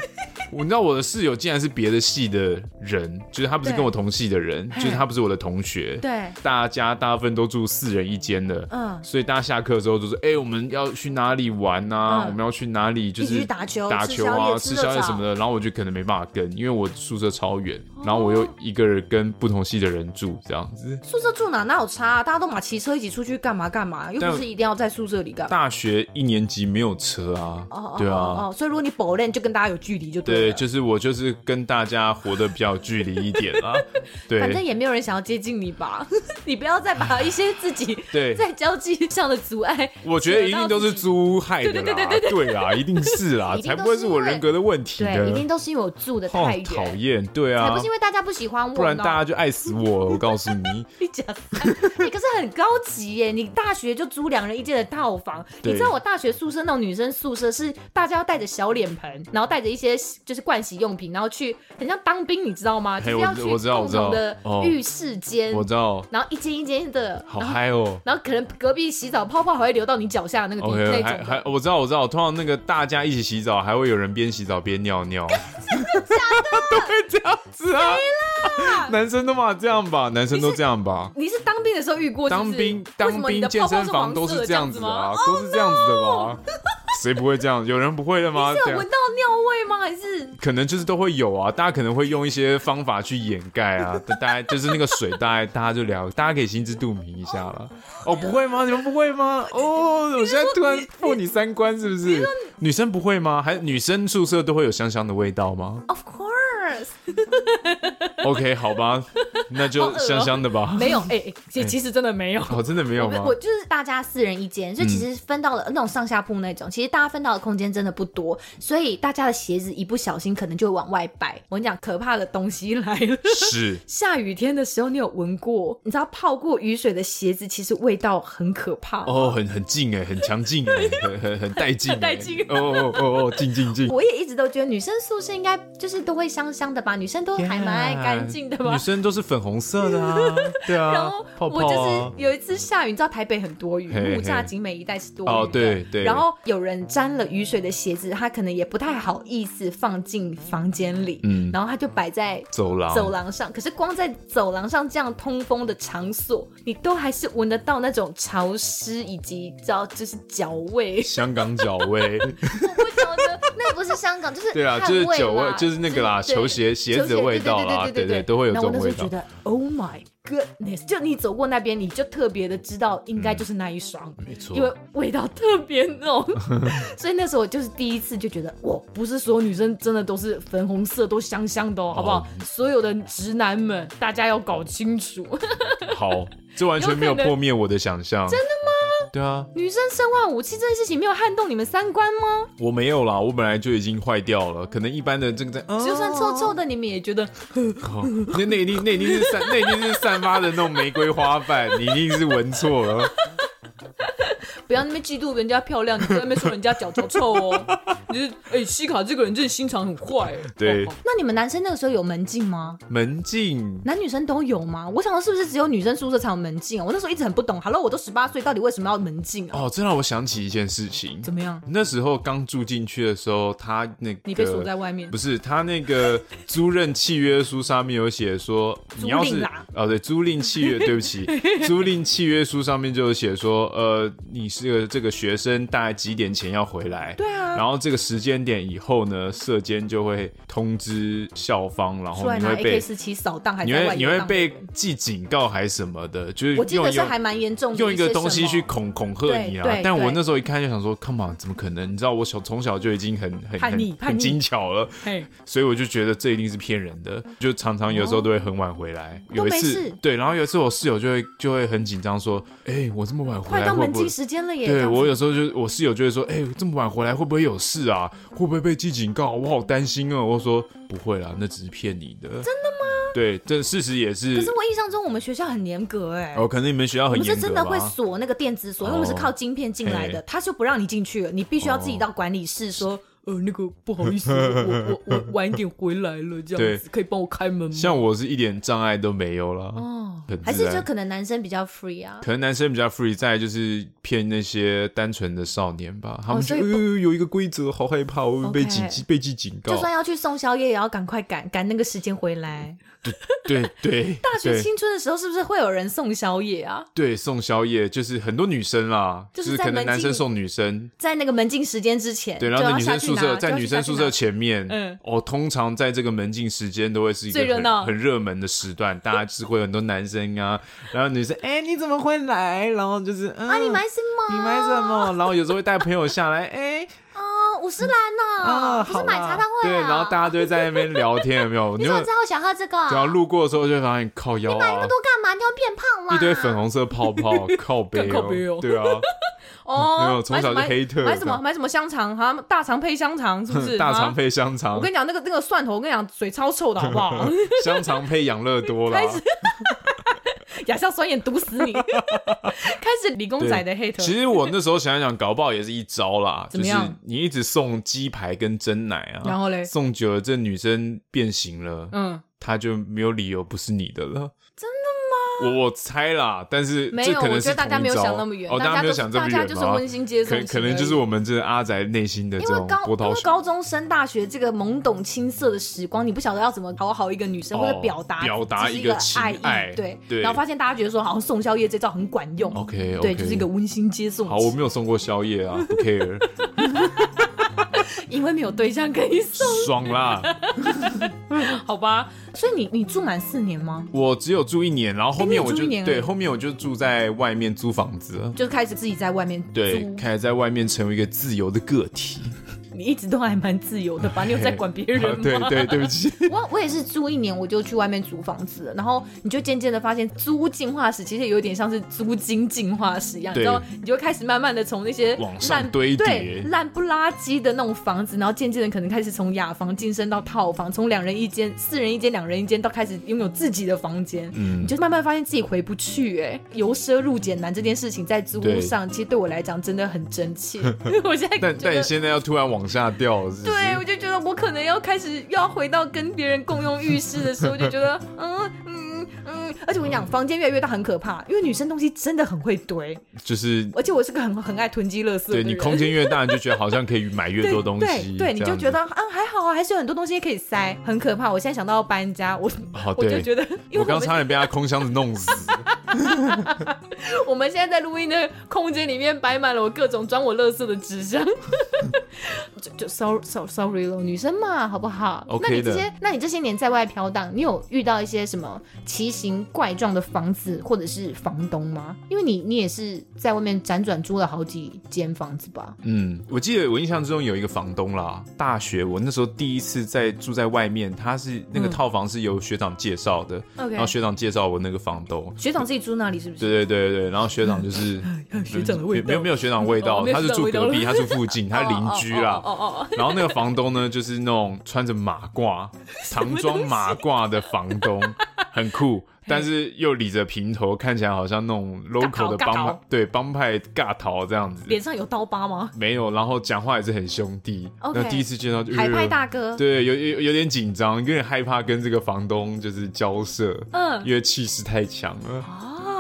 [SPEAKER 3] 我你知道我的室友竟然是别的系的人， 就是他不是
[SPEAKER 2] 对
[SPEAKER 3] 跟我同系的人，就是他不是我的同学。
[SPEAKER 2] 对，
[SPEAKER 3] 大家大部分都住四人一间的，
[SPEAKER 2] 嗯
[SPEAKER 3] 所以大家下课的时候就是，哎、我们要去哪里玩啊？
[SPEAKER 2] 嗯
[SPEAKER 3] 我们要去哪里？就
[SPEAKER 2] 一起
[SPEAKER 3] 是
[SPEAKER 2] 去打球
[SPEAKER 3] 打
[SPEAKER 2] 吃
[SPEAKER 3] 球
[SPEAKER 2] 宵夜
[SPEAKER 3] 啊，
[SPEAKER 2] 吃
[SPEAKER 3] 吃
[SPEAKER 2] 热
[SPEAKER 3] 宵夜
[SPEAKER 2] 炒哦
[SPEAKER 3] 什么的。然后我就可能没办法跟，因为我宿舍超远，然后我又一个人跟不同系的人住，这样子。
[SPEAKER 2] 宿舍住哪哪有差、啊？大家都嘛骑车一起出去干嘛干嘛，又
[SPEAKER 3] 但
[SPEAKER 2] 不是一定要在宿舍里干嘛。
[SPEAKER 3] 大学一年级没有车啊，
[SPEAKER 2] 哦
[SPEAKER 3] 对啊。
[SPEAKER 2] 哦哦，所以如果你否认，就跟大家有距离就对
[SPEAKER 3] 对，
[SPEAKER 2] 了。
[SPEAKER 3] 就是我就是跟大家活得比较有距离一点啦。
[SPEAKER 2] 反正
[SPEAKER 3] 对，
[SPEAKER 2] 也没有人想要接近你吧， 你不要再把一些自己
[SPEAKER 3] 对
[SPEAKER 2] 在交际上的阻碍，
[SPEAKER 3] 我觉得一定都是租害的啦，
[SPEAKER 2] 对对对
[SPEAKER 3] 对啦，一定是啦，
[SPEAKER 4] 一定都是
[SPEAKER 3] 才不会是我人格的问题
[SPEAKER 4] 对，一定
[SPEAKER 3] 的。
[SPEAKER 4] 都是因为我住的
[SPEAKER 3] 好
[SPEAKER 4] 太远，
[SPEAKER 3] 讨厌，对
[SPEAKER 4] 才
[SPEAKER 3] 啊
[SPEAKER 4] 不是，因为大家不喜欢我呢，
[SPEAKER 3] 不然大家就爱死我，我告诉你。
[SPEAKER 2] 你讲、哎可是很高级耶！你大学就租两人一间的套房，
[SPEAKER 3] 对
[SPEAKER 2] 你知道我大学宿舍那种女生宿舍是大家要带着小脸盆，然后带着一些就是盥洗用品，然后去很像当兵，你知道吗？就是
[SPEAKER 3] 我
[SPEAKER 2] 要
[SPEAKER 3] 知
[SPEAKER 2] 去
[SPEAKER 3] 我知道我
[SPEAKER 2] 共
[SPEAKER 3] 知道
[SPEAKER 2] 同的
[SPEAKER 3] 哦
[SPEAKER 2] 浴室间，
[SPEAKER 3] 我知道，
[SPEAKER 2] 然后一间一间的，
[SPEAKER 3] 好
[SPEAKER 2] 然后
[SPEAKER 3] 嗨哦。
[SPEAKER 2] 然后可能隔壁洗澡泡泡还会流到你脚下那个地那
[SPEAKER 3] OK，
[SPEAKER 2] 种
[SPEAKER 3] 还
[SPEAKER 2] 的。
[SPEAKER 3] 还我知道我知道，通常那个大家一起洗澡，还会有人边洗澡边尿尿， 都会这样子啊。男生都嘛这样吧，男生都这样吧。
[SPEAKER 2] 你是当兵的时候遇过是不
[SPEAKER 3] 当
[SPEAKER 2] 是？
[SPEAKER 3] 兵
[SPEAKER 2] 为什
[SPEAKER 3] 当
[SPEAKER 2] 么你
[SPEAKER 3] 兵
[SPEAKER 2] 的
[SPEAKER 3] 健
[SPEAKER 2] 泡泡
[SPEAKER 3] 身
[SPEAKER 2] 是
[SPEAKER 3] 房
[SPEAKER 2] 黄
[SPEAKER 3] 都
[SPEAKER 2] 色
[SPEAKER 3] 是
[SPEAKER 2] 的
[SPEAKER 3] 这
[SPEAKER 2] 这
[SPEAKER 3] 样
[SPEAKER 2] 样
[SPEAKER 3] 子
[SPEAKER 2] 吗？Oh,
[SPEAKER 3] 啊，都是这样子的吧？ 谁不会这样？有人不会的吗？
[SPEAKER 2] 是
[SPEAKER 3] 这样
[SPEAKER 2] 有啊闻到尿味吗？还是
[SPEAKER 3] 可能就是都会有啊，大家可能会用一些方法去掩盖 啊，但大家就是那个水，大家大家就聊，大家可以心知肚明一下 了。
[SPEAKER 2] Oh,
[SPEAKER 3] 哦，不会吗？你们不会吗？哦，我现在突然破你三观是不是？女生不会吗？还女生宿舍都会有香香的味道吗
[SPEAKER 2] Of course。
[SPEAKER 3] ？OK，好吧，那
[SPEAKER 2] 好
[SPEAKER 3] 就
[SPEAKER 2] 恶哦
[SPEAKER 3] 香香的吧。
[SPEAKER 2] 没有，哎、哎其其实真的没有。
[SPEAKER 3] 哦，真的没有吗嗯
[SPEAKER 4] 我我就是大家四人一间，所以其实分到了那种上下铺那种，其实大家分到的空间真的不多，所以大家的鞋子一不小心可能就会往外摆。
[SPEAKER 2] 我跟你讲，可怕的东西来 了。
[SPEAKER 3] 是
[SPEAKER 2] 下雨天的时候，你有闻过？你知道泡过雨水的鞋子，其实味道很可怕。
[SPEAKER 3] 哦，很很近哎，很强劲哎，很很很带劲哎，
[SPEAKER 2] 带劲
[SPEAKER 3] 哦哦哦哦，劲劲劲。
[SPEAKER 4] 我也一直都觉得女生宿舍应该就是都会香香的吧，女生都还蛮爱干净的
[SPEAKER 3] Yeah，
[SPEAKER 4] 吧
[SPEAKER 3] 女。生都是粉红色的啊，对啊，
[SPEAKER 2] 然后
[SPEAKER 3] 泡泡
[SPEAKER 2] 我
[SPEAKER 3] 啊
[SPEAKER 2] 就是有一次下雨，你知道台北很多雨，
[SPEAKER 3] 嘿嘿
[SPEAKER 2] 木栅、景美一带是多雨的
[SPEAKER 3] 哦对对
[SPEAKER 2] 然后有人沾了雨水的鞋子，他可能也不太好意思放进房间里，
[SPEAKER 3] 嗯
[SPEAKER 2] 然后他就摆在
[SPEAKER 3] 走廊。
[SPEAKER 2] 走廊上，可是光在走廊上这样通风的场所，你都还是闻得到那种潮湿以及你知道就是脚味
[SPEAKER 3] 香港脚味，
[SPEAKER 4] 我晓得，那不是香港，就是
[SPEAKER 3] 对啊，
[SPEAKER 4] 汗
[SPEAKER 3] 就是酒
[SPEAKER 4] 味
[SPEAKER 3] 味
[SPEAKER 4] 啦，
[SPEAKER 3] 就是那个 啦，
[SPEAKER 4] 对
[SPEAKER 3] 球鞋鞋子的味道啦，
[SPEAKER 4] 对对对对对
[SPEAKER 3] 对，
[SPEAKER 4] 对
[SPEAKER 3] 都会有这
[SPEAKER 2] 然后
[SPEAKER 3] 种
[SPEAKER 2] 我那时
[SPEAKER 3] 味
[SPEAKER 2] 候觉
[SPEAKER 3] 道。
[SPEAKER 2] 得，Oh my goodness！就你走过那边，你就特别的知道，应
[SPEAKER 3] 嗯
[SPEAKER 2] 该就是那一双，
[SPEAKER 3] 没错
[SPEAKER 2] 因为味道特别浓。 所以那时候我就是第一次就觉得，哇，不是所有女生真的都是粉红色，都香香的哦，好不好？所有的直男们，大家要搞清楚。
[SPEAKER 3] 好，这完全没有
[SPEAKER 2] 有可能
[SPEAKER 3] 破灭我的想象。真的吗？对啊，
[SPEAKER 2] 女生生化武器这件事情没有撼动你们三观吗？
[SPEAKER 3] 我没有啦，我本来就已经坏掉了，可能一般的这个在，嗯
[SPEAKER 2] 就算臭臭的，你们也觉得
[SPEAKER 3] 靠哦那那一定那一定是散那一定是散发的那种玫瑰花瓣，你一定是闻错了。
[SPEAKER 2] 不要那边嫉妒人家漂亮，你在那边说人家脚臭臭哦。
[SPEAKER 5] 你就是哎，西卡这个人真的心肠很坏。
[SPEAKER 3] 对，
[SPEAKER 2] 哦
[SPEAKER 5] 那你们男生那个时候有门禁吗？
[SPEAKER 3] 门禁
[SPEAKER 5] 男女生都有吗？我想的是不是只有女生宿舍才有门禁啊？我那时候一直很不懂。Hello，我都十八岁，到底为什么要门禁啊？
[SPEAKER 3] 哦，这让我想起一件事情。
[SPEAKER 5] 怎么样？
[SPEAKER 3] 那时候刚住进去的时候，他那个
[SPEAKER 5] 你被锁在外面
[SPEAKER 3] 不是他那个租赁契约书上面有写说，你要
[SPEAKER 5] 租赁
[SPEAKER 3] 是
[SPEAKER 5] 啦
[SPEAKER 3] 哦对，租赁契约，对不 起，租赁契约书上面就有写说，呃，你是个这个学生，大概几点前要回来？
[SPEAKER 5] 对啊
[SPEAKER 3] 然后这个时间点以后呢，社监就会通知校方，然
[SPEAKER 5] 出
[SPEAKER 3] 后
[SPEAKER 5] 来
[SPEAKER 3] 哦你
[SPEAKER 5] 拿
[SPEAKER 3] 会被
[SPEAKER 5] AK 四七扫荡，还
[SPEAKER 3] 你
[SPEAKER 5] 在外
[SPEAKER 3] 会
[SPEAKER 5] 面
[SPEAKER 3] 你会
[SPEAKER 5] 荡
[SPEAKER 3] 被记警告还是什么的，就是
[SPEAKER 5] 我记
[SPEAKER 3] 用
[SPEAKER 5] 得
[SPEAKER 3] 一
[SPEAKER 5] 是
[SPEAKER 3] 个
[SPEAKER 5] 还蛮严重的，
[SPEAKER 3] 用一个
[SPEAKER 5] 些
[SPEAKER 3] 东西
[SPEAKER 5] 什
[SPEAKER 3] 去
[SPEAKER 5] 么
[SPEAKER 3] 恐恐吓你啊
[SPEAKER 5] 对对！
[SPEAKER 3] 但我
[SPEAKER 5] 对
[SPEAKER 3] 那时候一看就想说，Come on，怎么可能？你知道我小从小就已经很很
[SPEAKER 5] 叛逆
[SPEAKER 3] 很
[SPEAKER 5] 叛逆
[SPEAKER 3] 很精巧了，
[SPEAKER 5] 嘿，
[SPEAKER 3] 所以我就觉得这一定是骗人的。就常常有时候都会很晚回来，有一
[SPEAKER 5] 没
[SPEAKER 3] 次
[SPEAKER 5] 事
[SPEAKER 3] 对，然后有一次我室友就会就会很紧张说：“哎，我这么晚回
[SPEAKER 5] 快
[SPEAKER 3] 来
[SPEAKER 5] 到
[SPEAKER 3] 会
[SPEAKER 5] 门
[SPEAKER 3] 不会
[SPEAKER 5] 禁？”时间了耶！这
[SPEAKER 3] 对
[SPEAKER 5] 样子
[SPEAKER 3] 我有时候就我室友就会说：“哎，这么晚回来会不会有事啊？会不会被记警告？我好担心哦。”我说：“不会啦，那只是骗你的。”真的吗？对，这事实也
[SPEAKER 5] 可
[SPEAKER 3] 是
[SPEAKER 5] 是。我印象中我们学校很严格哎、
[SPEAKER 3] 哦，可能你们学校
[SPEAKER 5] 我
[SPEAKER 3] 很
[SPEAKER 5] 们
[SPEAKER 3] 严格
[SPEAKER 5] 是
[SPEAKER 3] 吧？
[SPEAKER 5] 真的会锁那个电子锁，因为我们是
[SPEAKER 3] 哦
[SPEAKER 5] 靠晶片进来的，
[SPEAKER 3] 嘿哦
[SPEAKER 5] 他就不让你进去了，你必须要自己到管理室说，呃，那个不好意思，我 我我晚一点回来了，这样子
[SPEAKER 3] 对
[SPEAKER 5] 可以帮我开门吗？
[SPEAKER 3] 像我是一点障碍都没有了，
[SPEAKER 5] 哦，
[SPEAKER 3] 很
[SPEAKER 2] 还
[SPEAKER 3] 自
[SPEAKER 2] 是
[SPEAKER 3] 然
[SPEAKER 2] 就可能男生比较 free 啊？
[SPEAKER 3] 可能男生比较 free，再来就是骗那些单纯的少年吧，他们就、
[SPEAKER 5] 哦所以不
[SPEAKER 3] 呃有一个规则，好害怕，我会被警
[SPEAKER 5] OK
[SPEAKER 3] 被记警告
[SPEAKER 5] 就。算要去送宵夜，也要赶快赶赶那个时间回来。
[SPEAKER 3] 对对，
[SPEAKER 5] 大
[SPEAKER 3] 嗯
[SPEAKER 5] 学
[SPEAKER 3] 对
[SPEAKER 5] 青春的时候，是不是会有人送宵夜啊？
[SPEAKER 3] 对送宵夜就是很多女生啦，
[SPEAKER 5] 就
[SPEAKER 3] 就是是
[SPEAKER 5] 在
[SPEAKER 3] 可能
[SPEAKER 5] 门
[SPEAKER 3] 男生
[SPEAKER 5] 禁
[SPEAKER 3] 送女生。
[SPEAKER 5] 在那个门禁时间之前，
[SPEAKER 3] 对，然
[SPEAKER 5] 就
[SPEAKER 3] 后
[SPEAKER 5] 要
[SPEAKER 3] 在女
[SPEAKER 5] 下
[SPEAKER 3] 生
[SPEAKER 5] 去
[SPEAKER 3] 宿舍，
[SPEAKER 5] 拿
[SPEAKER 3] 在
[SPEAKER 5] 就要
[SPEAKER 3] 女
[SPEAKER 5] 去下
[SPEAKER 3] 生
[SPEAKER 5] 去
[SPEAKER 3] 宿
[SPEAKER 5] 拿
[SPEAKER 3] 舍前面，
[SPEAKER 5] 嗯
[SPEAKER 3] 哦，通常在这个门禁时间都会是一个
[SPEAKER 5] 最热
[SPEAKER 3] 很
[SPEAKER 5] 闹
[SPEAKER 3] 很热门的时段，大家就是会有很多男生啊，然后女生，哎、你怎么会来？然后就是，啊，
[SPEAKER 2] 你买什么？
[SPEAKER 3] 你买什么？然后有时候会带朋友下来，哎、
[SPEAKER 2] 哦，五十兰
[SPEAKER 3] 啊，
[SPEAKER 4] 哦
[SPEAKER 2] 呢？不
[SPEAKER 3] 好
[SPEAKER 2] 是买茶
[SPEAKER 3] 啦
[SPEAKER 2] 汤会
[SPEAKER 3] 对，
[SPEAKER 2] 啊？
[SPEAKER 3] 然后大家都会在那边聊天，有没有？你
[SPEAKER 2] 你怎
[SPEAKER 3] 有
[SPEAKER 2] 么知道我想喝这个？
[SPEAKER 3] 只要路过的时候就会发现靠腰
[SPEAKER 2] 买那么
[SPEAKER 3] 啊，
[SPEAKER 2] 多干嘛？你要变胖
[SPEAKER 4] 啊
[SPEAKER 2] 啦！
[SPEAKER 3] 一堆粉红色泡泡，靠背
[SPEAKER 5] 靠背哦
[SPEAKER 3] 哦，对啊，
[SPEAKER 5] 哦，
[SPEAKER 3] 没有从小就
[SPEAKER 5] 买什么
[SPEAKER 3] 黑特
[SPEAKER 5] 买什么买什么香肠哈，大肠配香肠是不是？
[SPEAKER 3] 大
[SPEAKER 5] 啊
[SPEAKER 3] 肠配香肠
[SPEAKER 5] 我，跟你讲，那个那个蒜头，我跟你讲，水超臭的，好不好？
[SPEAKER 3] 香肠配养乐多啦
[SPEAKER 5] 开。始亚硝酸盐毒死你！ 开始理工仔的黑头
[SPEAKER 3] 其，实我那时候想一想，搞不好也是一招啦，
[SPEAKER 5] 怎
[SPEAKER 3] 就
[SPEAKER 5] 么
[SPEAKER 3] 是
[SPEAKER 5] 样
[SPEAKER 3] 你一直送鸡排跟蒸奶啊，
[SPEAKER 5] 然后嘞
[SPEAKER 3] 送久了这女生变形了，
[SPEAKER 5] 嗯，
[SPEAKER 3] 她就没有理由不是你的了。真的吗？我我猜啦，但是
[SPEAKER 5] 没
[SPEAKER 3] 这
[SPEAKER 5] 有，
[SPEAKER 3] 可
[SPEAKER 5] 我
[SPEAKER 3] 能是
[SPEAKER 5] 觉得大家
[SPEAKER 3] 同一
[SPEAKER 5] 没有
[SPEAKER 3] 招
[SPEAKER 5] 想那么远，
[SPEAKER 3] 哦，大
[SPEAKER 5] 家
[SPEAKER 3] 没
[SPEAKER 5] 都
[SPEAKER 3] 有
[SPEAKER 5] 是
[SPEAKER 3] 想这么
[SPEAKER 5] 大
[SPEAKER 3] 远
[SPEAKER 5] 家
[SPEAKER 3] 吗？
[SPEAKER 5] 就是温馨接
[SPEAKER 3] 可
[SPEAKER 5] 送型而已，
[SPEAKER 3] 可能就是我们这阿宅内心的这
[SPEAKER 5] 因为
[SPEAKER 3] 种
[SPEAKER 5] 高
[SPEAKER 3] 波
[SPEAKER 5] 因
[SPEAKER 3] 涛
[SPEAKER 5] 为
[SPEAKER 3] 汹
[SPEAKER 5] 高中生、大学这个懵懂青涩的时光，你不晓得要怎么讨好一个女生，
[SPEAKER 3] 哦
[SPEAKER 5] 或者表达
[SPEAKER 3] 表达
[SPEAKER 5] 只是一
[SPEAKER 3] 一个情
[SPEAKER 5] 爱意，
[SPEAKER 3] 爱
[SPEAKER 5] 对，
[SPEAKER 3] 对
[SPEAKER 5] 然后发现大家觉得说好像送宵夜这招很管用
[SPEAKER 3] OK，OK
[SPEAKER 5] 对，就是一个温馨接送。
[SPEAKER 3] 好，我没有送过宵夜 啊，不 care，
[SPEAKER 5] 因为没有对象可以送，
[SPEAKER 3] 爽啦！
[SPEAKER 5] 好吧？所以你你住满四年吗？
[SPEAKER 3] 我只有住一年，然后后面我
[SPEAKER 5] 哎你
[SPEAKER 3] 就
[SPEAKER 5] 有住一年而已
[SPEAKER 3] 对，后面我就住在外面租房子了，
[SPEAKER 5] 就开始自己在外面
[SPEAKER 3] 对，
[SPEAKER 5] 租，
[SPEAKER 3] 开始在外面成为一个自由的个体。
[SPEAKER 5] 你一直都还蛮自由的 吧？你有在管别人吗？
[SPEAKER 3] 对啊对，对不起，
[SPEAKER 5] 我我也是租一年，我就去外面租房子了，然后你就渐渐的发现租进化史其实有点像是租金进化史一样，
[SPEAKER 3] 对
[SPEAKER 5] 然后你就开始慢慢的从那些
[SPEAKER 3] 往上
[SPEAKER 5] 烂
[SPEAKER 3] 堆叠
[SPEAKER 5] 对烂不拉几的那种房子，然后渐渐的可能开始从雅房晋升到套房，从两人一间、四人一间、两人一间到开始拥有自己的房间，
[SPEAKER 3] 嗯
[SPEAKER 5] 你就慢慢发现自己回不去哎、由奢入俭难这件事情在租屋
[SPEAKER 3] 对
[SPEAKER 5] 上，其实对我来讲真的很真切， 我现在
[SPEAKER 3] 但
[SPEAKER 5] 觉
[SPEAKER 3] 但
[SPEAKER 5] 得
[SPEAKER 3] 你现在要突然往下掉，是不是？
[SPEAKER 5] 对，我就觉得我可能要开始要回到跟别人共用浴室的时候，就觉得 嗯嗯嗯，而且我跟你讲，房间越来越大很可怕，因为女生东西真的很会堆，
[SPEAKER 3] 就是
[SPEAKER 5] 而且我是个很很爱囤积垃圾的
[SPEAKER 3] 对
[SPEAKER 5] 人。
[SPEAKER 3] 你空间越大，你就觉得好像可以买越多东西，
[SPEAKER 5] 对对，你
[SPEAKER 3] 这
[SPEAKER 5] 就
[SPEAKER 3] 样子
[SPEAKER 5] 觉得啊还好啊，还是有很多东西可以塞，很可怕。我现在想到要搬家，我、
[SPEAKER 3] 哦，
[SPEAKER 5] 我就
[SPEAKER 3] 对，
[SPEAKER 5] 觉得，因为
[SPEAKER 3] 我
[SPEAKER 5] 我
[SPEAKER 3] 刚
[SPEAKER 5] 们
[SPEAKER 3] 差点被他空箱子弄 死。
[SPEAKER 5] 我们现在在录音的空间里面摆满了我各种装我垃圾的纸箱， 就就 sorry sorry sorry 咯，女生嘛，好不好
[SPEAKER 3] OK
[SPEAKER 5] 那你这
[SPEAKER 3] 的
[SPEAKER 5] 些，那你这些年在外飘荡，你有遇到一些什么奇形怪状的房子或者是房东吗？因为你你也是在外面辗转租了好几间房子吧？
[SPEAKER 3] 嗯，我记得我印象之中有一个房东啦，大学我那时候第一次在住在外面，他是那个套房是由学长介绍的
[SPEAKER 5] 嗯 OK
[SPEAKER 3] 然后学长介绍我那个房东。
[SPEAKER 5] 学长自己住那里是不是？
[SPEAKER 3] 对对对对，然后学长就是
[SPEAKER 5] 学长的味道
[SPEAKER 3] 没有没有学长味道，
[SPEAKER 5] 哦没有
[SPEAKER 3] 他是
[SPEAKER 5] 学长
[SPEAKER 3] 住
[SPEAKER 5] 味道
[SPEAKER 3] 隔壁，他住附近，他邻居啦。
[SPEAKER 5] 哦哦
[SPEAKER 3] 然后那个房东呢，就是那种穿着马褂、唐装马褂的房 东，很酷，但是又理着平头，看起来好像那种 local 的
[SPEAKER 5] 尬
[SPEAKER 3] 帮派
[SPEAKER 5] 逃尬逃，
[SPEAKER 3] 对帮派尬逃这样子。
[SPEAKER 5] 脸上有刀疤吗？
[SPEAKER 3] 没有，然后讲话也是很兄弟。
[SPEAKER 5] OK
[SPEAKER 3] 那第一次见到就
[SPEAKER 5] 海派大哥，
[SPEAKER 3] 呃对，有有有点紧张，有点害怕跟这个房东就是交涉，
[SPEAKER 5] 嗯
[SPEAKER 3] 因为气势太强了。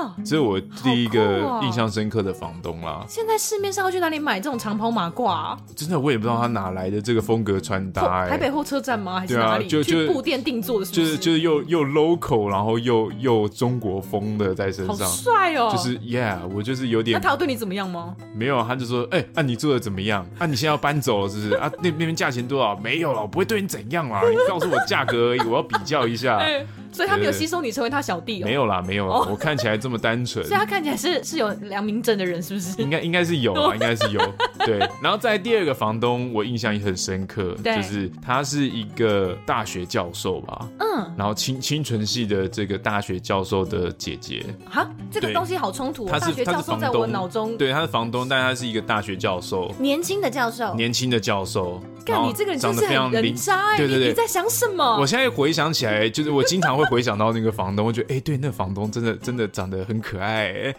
[SPEAKER 5] 哦，
[SPEAKER 3] 这是我第一
[SPEAKER 5] 好
[SPEAKER 3] 个
[SPEAKER 5] 酷哦
[SPEAKER 3] 印象深刻的房东啦，
[SPEAKER 5] 现在市面上要去哪里买这种长袍马褂啊？
[SPEAKER 3] 真的我也不知道他哪来的这个风格穿
[SPEAKER 5] 后
[SPEAKER 3] 搭、欸，
[SPEAKER 5] 台北后车站吗？还是
[SPEAKER 3] 对啊
[SPEAKER 5] 哪里？
[SPEAKER 3] 就
[SPEAKER 5] 去
[SPEAKER 3] 就
[SPEAKER 5] 布店定做的，是
[SPEAKER 3] 就
[SPEAKER 5] 不
[SPEAKER 3] 是
[SPEAKER 5] 是？
[SPEAKER 3] 就是又又 local，然后又又中国风的在身
[SPEAKER 5] 好
[SPEAKER 3] 上，
[SPEAKER 5] 帅哦！
[SPEAKER 3] 就是 yeah，我就是有
[SPEAKER 5] 那
[SPEAKER 3] 点
[SPEAKER 5] 他要对你怎么样吗？
[SPEAKER 3] 没有，他就说，哎、那、你做的怎么样？啊，你现在要搬走了是不是？啊，那那边价钱多少？没有了，我不会对你怎样啦，你告诉我价格而已，我要比较一 下。
[SPEAKER 5] 哎，所以他没有
[SPEAKER 3] 对
[SPEAKER 5] 吸收你成为他小弟哦。
[SPEAKER 3] 没有啦，没有啦，
[SPEAKER 5] 哦
[SPEAKER 3] 我看起来这么单 纯
[SPEAKER 5] 所，以他看起来是是有良民证的人，是不 是？
[SPEAKER 3] 应该应该是有啊，应该是有。 对，然后在第二个房东，我印象也很深刻，
[SPEAKER 5] 对
[SPEAKER 3] 就是他是一个大学教授吧，
[SPEAKER 5] 嗯，
[SPEAKER 3] 然后清清纯系的这个大学教授的姐姐，
[SPEAKER 5] 哈，这个
[SPEAKER 3] 对
[SPEAKER 5] 东西好冲突、哦。
[SPEAKER 3] 他
[SPEAKER 5] 大
[SPEAKER 3] 是
[SPEAKER 5] 学
[SPEAKER 3] 他
[SPEAKER 5] 教
[SPEAKER 3] 是
[SPEAKER 5] 授
[SPEAKER 3] 房
[SPEAKER 5] 在我
[SPEAKER 3] 东，
[SPEAKER 5] 脑中，
[SPEAKER 3] 对，他是房东，但他是一个大学教授，
[SPEAKER 2] 年轻的教授，
[SPEAKER 3] 年轻的教授，然
[SPEAKER 5] 干
[SPEAKER 3] 后
[SPEAKER 5] 你这个人真
[SPEAKER 3] 长得
[SPEAKER 5] 是
[SPEAKER 3] 非常
[SPEAKER 5] 很人
[SPEAKER 3] 灵
[SPEAKER 5] 渣哎、
[SPEAKER 3] 对
[SPEAKER 5] 你
[SPEAKER 3] 对
[SPEAKER 5] 你在
[SPEAKER 3] 对。
[SPEAKER 5] 想什么？
[SPEAKER 3] 我现在回想起来，就是我经常会回想到那个房东，我 觉得哎、对，那房东真的真的长得很可爱、哎
[SPEAKER 5] 哦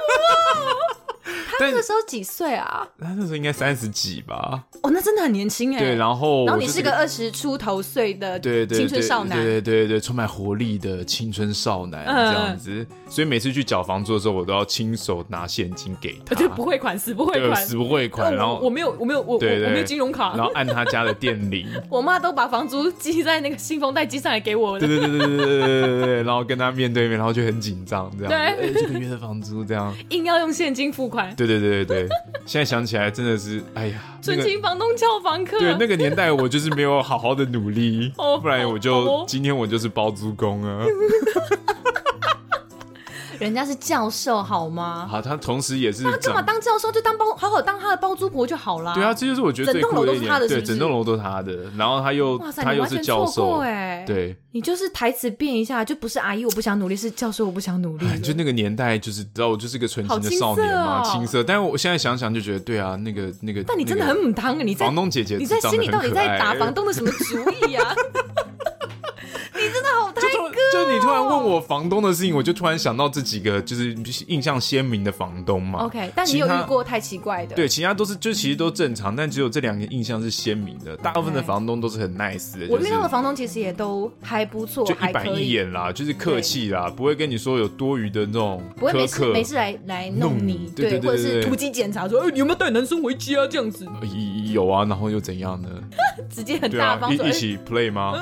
[SPEAKER 2] 那个时候几岁啊？
[SPEAKER 3] 他那时候应该三十几吧，
[SPEAKER 5] 哦，那真的很年轻哎、
[SPEAKER 3] 对，然后
[SPEAKER 5] 然
[SPEAKER 3] 我
[SPEAKER 5] 后你
[SPEAKER 3] 就是
[SPEAKER 5] 个二十出头岁的
[SPEAKER 3] 对对
[SPEAKER 5] 青春
[SPEAKER 3] 对
[SPEAKER 5] 少男，嗯
[SPEAKER 3] 对对对对，充满活力的青春少男这样子，所以每次去缴房租的时候，我都要亲手拿现金给他，
[SPEAKER 5] 呃对不汇款死不汇
[SPEAKER 3] 对，
[SPEAKER 5] 款，
[SPEAKER 3] 死不汇款，
[SPEAKER 5] 哦
[SPEAKER 3] 然
[SPEAKER 5] 我我
[SPEAKER 3] 后
[SPEAKER 5] 没有我没有我
[SPEAKER 3] 对
[SPEAKER 5] 我
[SPEAKER 3] 对
[SPEAKER 5] 我没有金融卡
[SPEAKER 3] 然，后按他家的电铃，
[SPEAKER 5] 我妈都把房租寄在那个信封袋寄上来给我
[SPEAKER 3] 对
[SPEAKER 5] 了。
[SPEAKER 3] 对对对对对对对对对，然后跟他面对面，然后就很紧张这样，
[SPEAKER 5] 对
[SPEAKER 3] 哎这个月的房租这样，
[SPEAKER 5] 硬要用现金付款，
[SPEAKER 3] 对对对对对，现在想起来真的是，哎 呀，那
[SPEAKER 5] 纯
[SPEAKER 3] 个
[SPEAKER 5] 情房东叫房客。
[SPEAKER 3] 对那个年代我就是没有好好的努力
[SPEAKER 5] 哦，
[SPEAKER 3] 不然我
[SPEAKER 5] 好好
[SPEAKER 3] 就
[SPEAKER 5] 哦
[SPEAKER 3] 今天我就是包租公啊。
[SPEAKER 2] 人家是教授好吗？
[SPEAKER 3] 好，他同时也是
[SPEAKER 5] 他干嘛
[SPEAKER 3] 长
[SPEAKER 5] 当教授就当包，好好当他的包租婆就好啦。
[SPEAKER 3] 对啊，，这就是我觉得最
[SPEAKER 5] 整栋
[SPEAKER 3] 酷
[SPEAKER 5] 楼都
[SPEAKER 3] 的
[SPEAKER 5] 是
[SPEAKER 3] 一点
[SPEAKER 5] 他的，是
[SPEAKER 3] 对，
[SPEAKER 5] 不是
[SPEAKER 3] 整栋楼都是他的，然后他又
[SPEAKER 5] 哇塞，
[SPEAKER 3] 他
[SPEAKER 5] 你
[SPEAKER 3] 又
[SPEAKER 5] 完
[SPEAKER 3] 是
[SPEAKER 5] 全
[SPEAKER 3] 教
[SPEAKER 5] 错
[SPEAKER 3] 授
[SPEAKER 5] 过，哎，，
[SPEAKER 3] 对，
[SPEAKER 5] 你就是台词变一下，就不是阿姨我不想努力，是教授我不想努力
[SPEAKER 3] 哎
[SPEAKER 5] 了。
[SPEAKER 3] 就那个年代，就是知道我就是个纯情
[SPEAKER 5] 好
[SPEAKER 3] 的
[SPEAKER 5] 青
[SPEAKER 3] 少年
[SPEAKER 5] 涩
[SPEAKER 3] 嘛，
[SPEAKER 5] 哦
[SPEAKER 3] 青涩。但是我现在想想就觉得，对啊，那个那个，
[SPEAKER 5] 但你真的
[SPEAKER 3] 那
[SPEAKER 5] 很
[SPEAKER 3] 个
[SPEAKER 5] 母汤啊！你在
[SPEAKER 3] 房东姐姐
[SPEAKER 5] 你在
[SPEAKER 3] 长
[SPEAKER 5] 心
[SPEAKER 3] 得
[SPEAKER 5] 里
[SPEAKER 3] 很
[SPEAKER 5] 到底
[SPEAKER 3] 可
[SPEAKER 5] 在打
[SPEAKER 3] 爱
[SPEAKER 5] 房东的什么主意啊？
[SPEAKER 3] 就突
[SPEAKER 5] 哎
[SPEAKER 3] 然就你突然问我房东的事情，我就突然想到这几个就是印象鲜明的房东嘛。
[SPEAKER 5] OK，但你
[SPEAKER 3] 其
[SPEAKER 5] 有遇
[SPEAKER 3] 他
[SPEAKER 5] 过太奇怪的？
[SPEAKER 3] 对，其他都是就其实都正常，但只有这两个印象是鲜明的。大部分的
[SPEAKER 5] OK
[SPEAKER 3] 房东都是很 nice 的，
[SPEAKER 5] 嗯我
[SPEAKER 3] 就是
[SPEAKER 5] 遇到的房东其实也都还不错，
[SPEAKER 3] 就
[SPEAKER 5] 还
[SPEAKER 3] 一板
[SPEAKER 5] 可
[SPEAKER 3] 一
[SPEAKER 5] 以，
[SPEAKER 3] 眼啦，就是客气啦，不会跟你说有多余的那种
[SPEAKER 5] 不会没
[SPEAKER 3] 苛
[SPEAKER 5] 事
[SPEAKER 3] 刻。
[SPEAKER 5] 没事来来
[SPEAKER 3] 弄
[SPEAKER 5] 弄你
[SPEAKER 3] 你，对对
[SPEAKER 5] 或
[SPEAKER 3] 对
[SPEAKER 5] 者是
[SPEAKER 3] 对
[SPEAKER 5] 突击检查说，哎，你有没有带男生回家这样子，
[SPEAKER 3] 呃有啊，然后又怎样呢？
[SPEAKER 5] 直接很
[SPEAKER 3] 对
[SPEAKER 5] 大
[SPEAKER 3] 啊，
[SPEAKER 5] 方说，
[SPEAKER 3] 一
[SPEAKER 5] 哎
[SPEAKER 3] 一起 play 吗？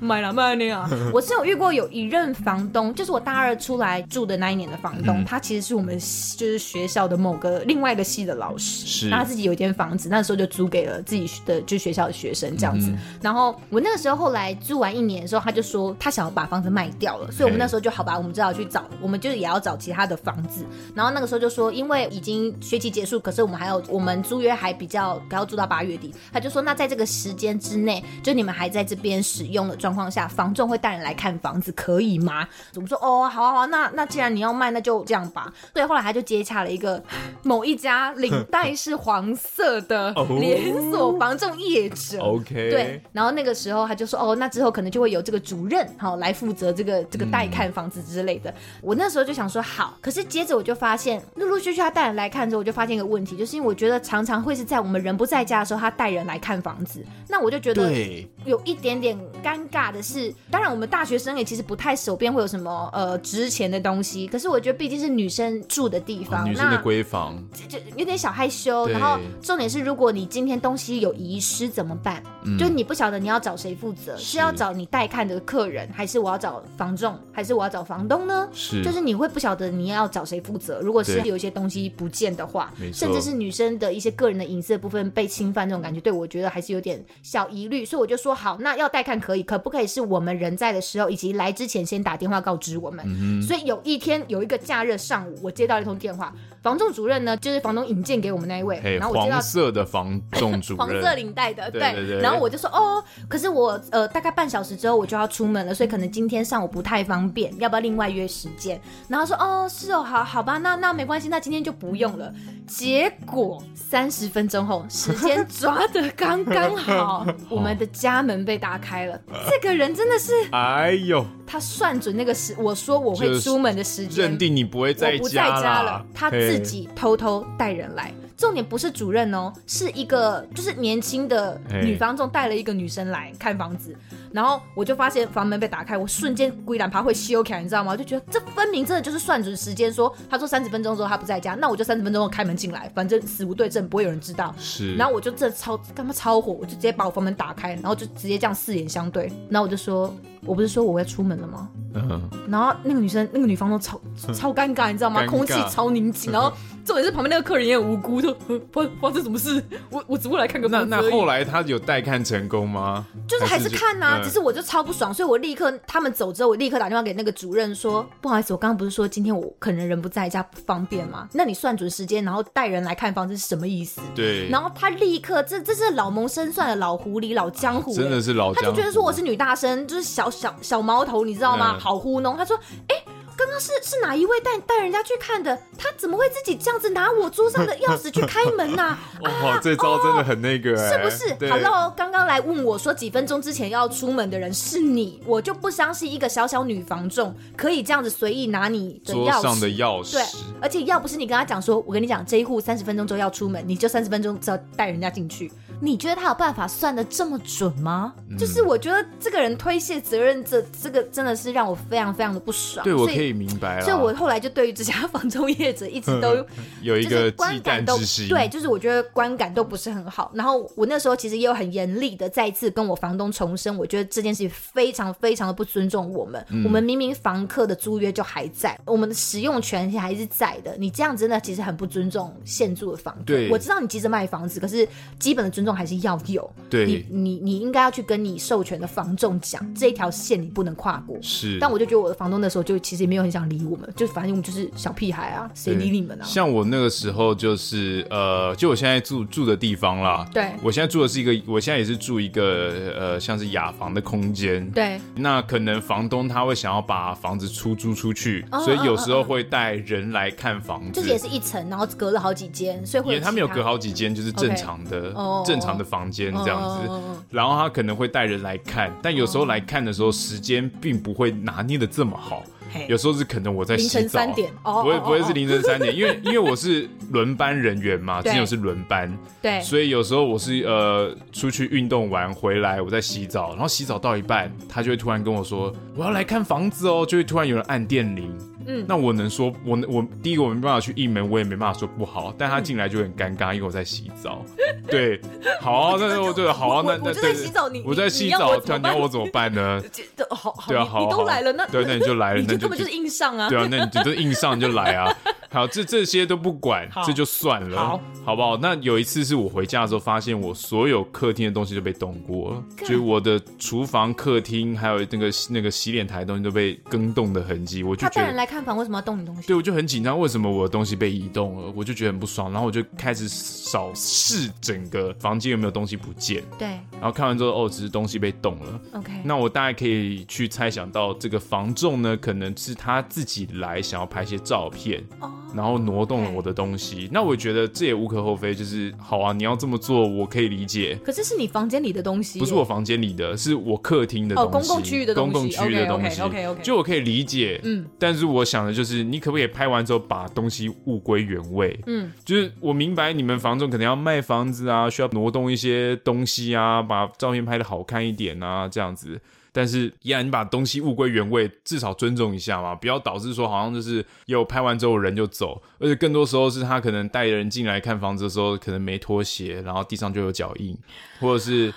[SPEAKER 5] 买了买了啊！ 我是有遇过有一任房东，就是我大二出来住的那一年的房东，
[SPEAKER 3] 嗯
[SPEAKER 5] 他其实是我们系就是学校的某个另外一个系的老师，
[SPEAKER 3] 是
[SPEAKER 5] 那他自己有一间房子，那时候就租给了自己的就学校的学生这样
[SPEAKER 3] 嗯
[SPEAKER 5] 子。然后我那个时候后来住完一年的时候，他就说他想要把房子卖掉了，所以我们
[SPEAKER 3] 嘿
[SPEAKER 5] 那时候就好吧，我们只好去找，我们就也要找其他的房子。然后那个时候就说，因为已经学期结束，可是我们还有我们租约还比较还要租到八月底，他就说那在这个时间之内，就你们还在这边使用的状况下，房仲会带人来看房子，可以吗？我们说哦，好啊好啊，那那既然你要卖，那就这样吧。所以后来他就接洽了一个 某一家领带是黄色的
[SPEAKER 3] 哦
[SPEAKER 5] 连锁房仲业者。
[SPEAKER 3] OK，
[SPEAKER 5] 呃对，，然后那个时候他就说，哦，那之后可能就会有这个主任好、来负责这个这个带看房子之类的。我那时候就想说好，可是接着我就发现，陆陆续续他带人来看之后，我就发现一个问题，就是因为我觉得常常会是在我们人不在家的时候，他带人来看房子，那我就觉得
[SPEAKER 3] 对，
[SPEAKER 5] 有一点点尴尬的是，当然我们大学生也其实不太手边会有什么呃值钱的东西，可是我觉得毕竟是女生住的地
[SPEAKER 3] 哦
[SPEAKER 5] 方，
[SPEAKER 3] 女生的
[SPEAKER 5] 那。
[SPEAKER 3] 闺房，
[SPEAKER 5] 就有点小害羞，
[SPEAKER 3] 对
[SPEAKER 5] 然后重点是，如果你今天东西有遗失怎么办？就你不晓得你要找谁负责，是
[SPEAKER 3] 嗯是
[SPEAKER 5] 要找你带看的客人，还是我要找房仲，还是我要找房东呢？
[SPEAKER 3] 是
[SPEAKER 5] 就是你会不晓得你要找谁负责。如果是
[SPEAKER 3] 对
[SPEAKER 5] 有一些东西不见的话
[SPEAKER 3] 没，错
[SPEAKER 5] 甚至是女生的一些个人的隐私的部分被侵犯，这种感觉对我觉得还是有点小疑虑。所以我就说好，那要带看可以，可不可以是我们们人在的时候，以及来之前先打电话告知我们。
[SPEAKER 3] 嗯
[SPEAKER 5] 所以有一天有一个假日上午，我接到一通电话，房仲主任呢，就是房东引荐给我们那一位，
[SPEAKER 3] 嘿，
[SPEAKER 5] 然后我接到
[SPEAKER 3] 黄色的房仲主任，
[SPEAKER 5] 黄色领带的，
[SPEAKER 3] 对
[SPEAKER 5] 对。
[SPEAKER 3] 对对
[SPEAKER 5] 然后我就说哦，可是我呃大概半小时之后我就要出门了，所以可能今天上午不太方便，要不要另外约时间？然后说哦是哦，好好吧，那那没关系，那今天就不用了。结果三十分钟后，时间抓的刚刚好，我们的家门被打开了。这个人真的是
[SPEAKER 3] 哎呦，
[SPEAKER 5] 他算准那个时，我说我
[SPEAKER 3] 就
[SPEAKER 5] 会
[SPEAKER 3] 是
[SPEAKER 5] 出门的时间，
[SPEAKER 3] 认定你不会在
[SPEAKER 5] 我不在
[SPEAKER 3] 家啦
[SPEAKER 5] 家了，他自己偷偷带人来。重点不是主任哦，是一个就是年轻的女房仲带了一个女生来看房子，然后我就发现房门被打开，我瞬间龟胆爬会修起来，你知道吗？我就觉得这分明真的就是算准时间说，他说三十分钟之后他不在家，那我就三十分钟后开门进来，反正死无对证，不会有人知道。
[SPEAKER 3] 嘿是，
[SPEAKER 5] 然后我就真的超干嘛超火，我就直接把我房门打开，然后就直接这样四眼相对，然后我就说，我不是说我要出门了吗？
[SPEAKER 3] 嗯，
[SPEAKER 5] 然后那个女生，那个女房东超超尴尬，你知道吗
[SPEAKER 3] 尴？尬
[SPEAKER 5] 空气超凝结。然后重点是旁边那个客人也很无辜，就呃发发生什么事？我我只不过来看个
[SPEAKER 3] 那
[SPEAKER 5] 房子而
[SPEAKER 3] 那
[SPEAKER 5] 已
[SPEAKER 3] 后来他有带看成功吗？
[SPEAKER 5] 就是还是看呐、
[SPEAKER 3] 嗯
[SPEAKER 5] 只是我就超不爽，所以我立刻他们走之后，我立刻打电话给那个主任说，不好意思，我刚刚不是说今天我可能人不在家不方便
[SPEAKER 3] 嗯
[SPEAKER 5] 吗？那你算准时间，然后带人来看房子是什么意思？
[SPEAKER 3] 对，
[SPEAKER 5] 然后他立刻，这这是老谋深算的老狐狸、老江湖、
[SPEAKER 3] 啊真的是老
[SPEAKER 5] 他就
[SPEAKER 3] 江
[SPEAKER 5] 觉得
[SPEAKER 3] 湖，
[SPEAKER 5] 说我是女大生，就是小小小毛头，你知道吗？
[SPEAKER 3] 嗯
[SPEAKER 5] 好糊弄。他说，哎、刚刚是是哪一位带带人家去看的？他怎么会自己这样子拿我桌上的钥匙去开门呐、
[SPEAKER 3] 哦，这招真的很那个、
[SPEAKER 5] 啊是
[SPEAKER 3] 哎
[SPEAKER 5] 不是
[SPEAKER 3] 对
[SPEAKER 5] ？Hello，刚刚来问我说几分钟之前要出门的人是你，我就不相信一个小小女房仲可以这样子随意拿你的
[SPEAKER 3] 桌
[SPEAKER 5] 钥
[SPEAKER 3] 上的
[SPEAKER 5] 匙。
[SPEAKER 3] 钥匙，
[SPEAKER 5] 对，而且要不是你跟他讲说，我跟你讲，这一户三十分钟之后要出门，你就三十分钟之后带人家进去，
[SPEAKER 2] 你觉得他有办法算的这么准吗？
[SPEAKER 3] 嗯
[SPEAKER 5] 就是我觉得这个人推卸责任这这个真的是让我非常非常的不爽。
[SPEAKER 3] 对我
[SPEAKER 5] 所
[SPEAKER 3] 可以明白了。
[SPEAKER 5] 所以我后来就对于这家房中业者一直都
[SPEAKER 3] 有一
[SPEAKER 5] 就
[SPEAKER 3] 个
[SPEAKER 5] 是
[SPEAKER 3] 忌
[SPEAKER 5] 观
[SPEAKER 3] 惮
[SPEAKER 5] 感都
[SPEAKER 3] 之心，
[SPEAKER 5] 对，，就是我觉得观感都不是很好。然后我那时候其实也有很严厉的再次跟我房东重申，我觉得这件事情非常非常的不尊重我们。
[SPEAKER 3] 嗯
[SPEAKER 5] 我们明明房客的租约就还在，我们的使用权还是在的，你这样真的其实很不尊重现住的房客。
[SPEAKER 3] 对
[SPEAKER 5] 我知道你急着卖房子，可是基本的尊重还是要有。
[SPEAKER 3] 对
[SPEAKER 5] 你你你应该要去跟你授权的房仲讲，这一条线你不能跨过。
[SPEAKER 3] 是。
[SPEAKER 5] 但我就觉得我的房东那时候就其实也没有很想理我们，就反正我们就是小屁孩啊，谁
[SPEAKER 3] 对
[SPEAKER 5] 理你们啊？
[SPEAKER 3] 像我那个时候就是呃，就我现在住住的地方啦，
[SPEAKER 5] 对
[SPEAKER 3] 我现在住的是一个，我现在也是住一个呃，像是雅房的空间。
[SPEAKER 5] 对，
[SPEAKER 3] 那可能房东他会想要把房子出租出去，
[SPEAKER 5] 哦
[SPEAKER 3] 所以有
[SPEAKER 5] 哦
[SPEAKER 3] 时候会带人来看房子，
[SPEAKER 5] 就是也是一层，然后隔了好几间，所以
[SPEAKER 3] 因
[SPEAKER 5] 会
[SPEAKER 3] 为
[SPEAKER 5] 有
[SPEAKER 3] 他
[SPEAKER 5] 其
[SPEAKER 3] 们有隔好几间，就是正常的、
[SPEAKER 5] 哦
[SPEAKER 3] 正常的房间这样子。
[SPEAKER 5] 哦哦哦哦
[SPEAKER 3] 然后他可能会带人来看，但有时候来看的时候，时间并不会拿捏的这么好。
[SPEAKER 5] 嘿
[SPEAKER 3] 有时候是可能我在
[SPEAKER 5] 凌晨
[SPEAKER 3] 洗澡
[SPEAKER 5] 三点哦
[SPEAKER 3] 不会
[SPEAKER 5] 哦哦
[SPEAKER 3] 不会是凌晨三点，因为因为我是轮班人员嘛，之
[SPEAKER 5] 对
[SPEAKER 3] 前我是轮班，
[SPEAKER 5] 对
[SPEAKER 3] 所以有时候我是呃出去运动完回来，我在洗澡，然后洗澡到一半，他就会突然跟我说我要来看房子哦，就会突然有人按电铃。嗯，那我能说，我我第一个我没办法去应门，我也没办法说不好，但他进来就很尴尬，因为我在洗 澡。对，好、啊，那那我就好、啊，
[SPEAKER 5] 我
[SPEAKER 3] 那
[SPEAKER 5] 我
[SPEAKER 3] 那
[SPEAKER 5] 就
[SPEAKER 3] 对
[SPEAKER 5] 在洗澡你
[SPEAKER 3] 我在
[SPEAKER 5] 你
[SPEAKER 3] 洗
[SPEAKER 5] 你要
[SPEAKER 3] 澡，
[SPEAKER 5] 我怎
[SPEAKER 3] 对
[SPEAKER 5] 么
[SPEAKER 3] 啊你要
[SPEAKER 5] 办
[SPEAKER 3] 我怎么办呢？
[SPEAKER 5] 这这好 好，
[SPEAKER 3] 对啊，
[SPEAKER 5] 你
[SPEAKER 3] 好，
[SPEAKER 5] 你
[SPEAKER 3] 好
[SPEAKER 5] 都来了，那
[SPEAKER 3] 对，那你就来了，
[SPEAKER 5] 你
[SPEAKER 3] 那
[SPEAKER 5] 就根本就是硬上 啊。
[SPEAKER 3] 对啊，那你就硬上就来啊。好，这这些都不管，
[SPEAKER 5] 好
[SPEAKER 3] 这就算了，
[SPEAKER 5] 好，
[SPEAKER 3] 不好？那有一次是我回家的时候，发现我所有客厅的东西都被动过了，就是我的厨房、客厅，还有那个那个洗脸台的东西都被更动的痕迹，我就
[SPEAKER 5] 他
[SPEAKER 3] 觉
[SPEAKER 5] 带人
[SPEAKER 3] 得。
[SPEAKER 5] 来看房，为什么要动你东西？
[SPEAKER 3] 对，我就很紧张，为什么我的东西被移动了？我就觉得很不爽，然后我就开始扫视整个房间有没有东西不见，
[SPEAKER 5] 对
[SPEAKER 3] 然后看完之后，哦，只是东西被动了，
[SPEAKER 5] ，OK，
[SPEAKER 3] 那我大概可以去猜想到，这个房仲呢，可能是他自己来想要拍一些照片，
[SPEAKER 5] 哦
[SPEAKER 3] 然后挪动了我的东西。那我觉得这也无可厚非，就是好啊，你要这么做，我可以理解。
[SPEAKER 5] 可是是你房间里的东西耶，
[SPEAKER 3] 不是我房间里的，是我客厅的
[SPEAKER 5] 哦
[SPEAKER 3] 东西，
[SPEAKER 5] 公共区域的东
[SPEAKER 3] 公
[SPEAKER 5] 西
[SPEAKER 3] 共区域的东西
[SPEAKER 5] OK，OK，OK，OK
[SPEAKER 3] 就我可以理解，嗯
[SPEAKER 5] 嗯，
[SPEAKER 3] 但是我想的就是，你可不可以拍完之后把东西物归原位？嗯
[SPEAKER 5] 嗯，
[SPEAKER 3] 就是我明白你们房仲可能要卖房子啊，需要挪动一些东西啊，把照片拍的好看一点啊，这样子。但是，依然你把东西物归原位，至少尊重一下嘛，不要导致说好像就是有拍完之后人就走，而且更多时候是他可能带人进来看房子的时候，可能没脱鞋，然后地上就有脚印，或者是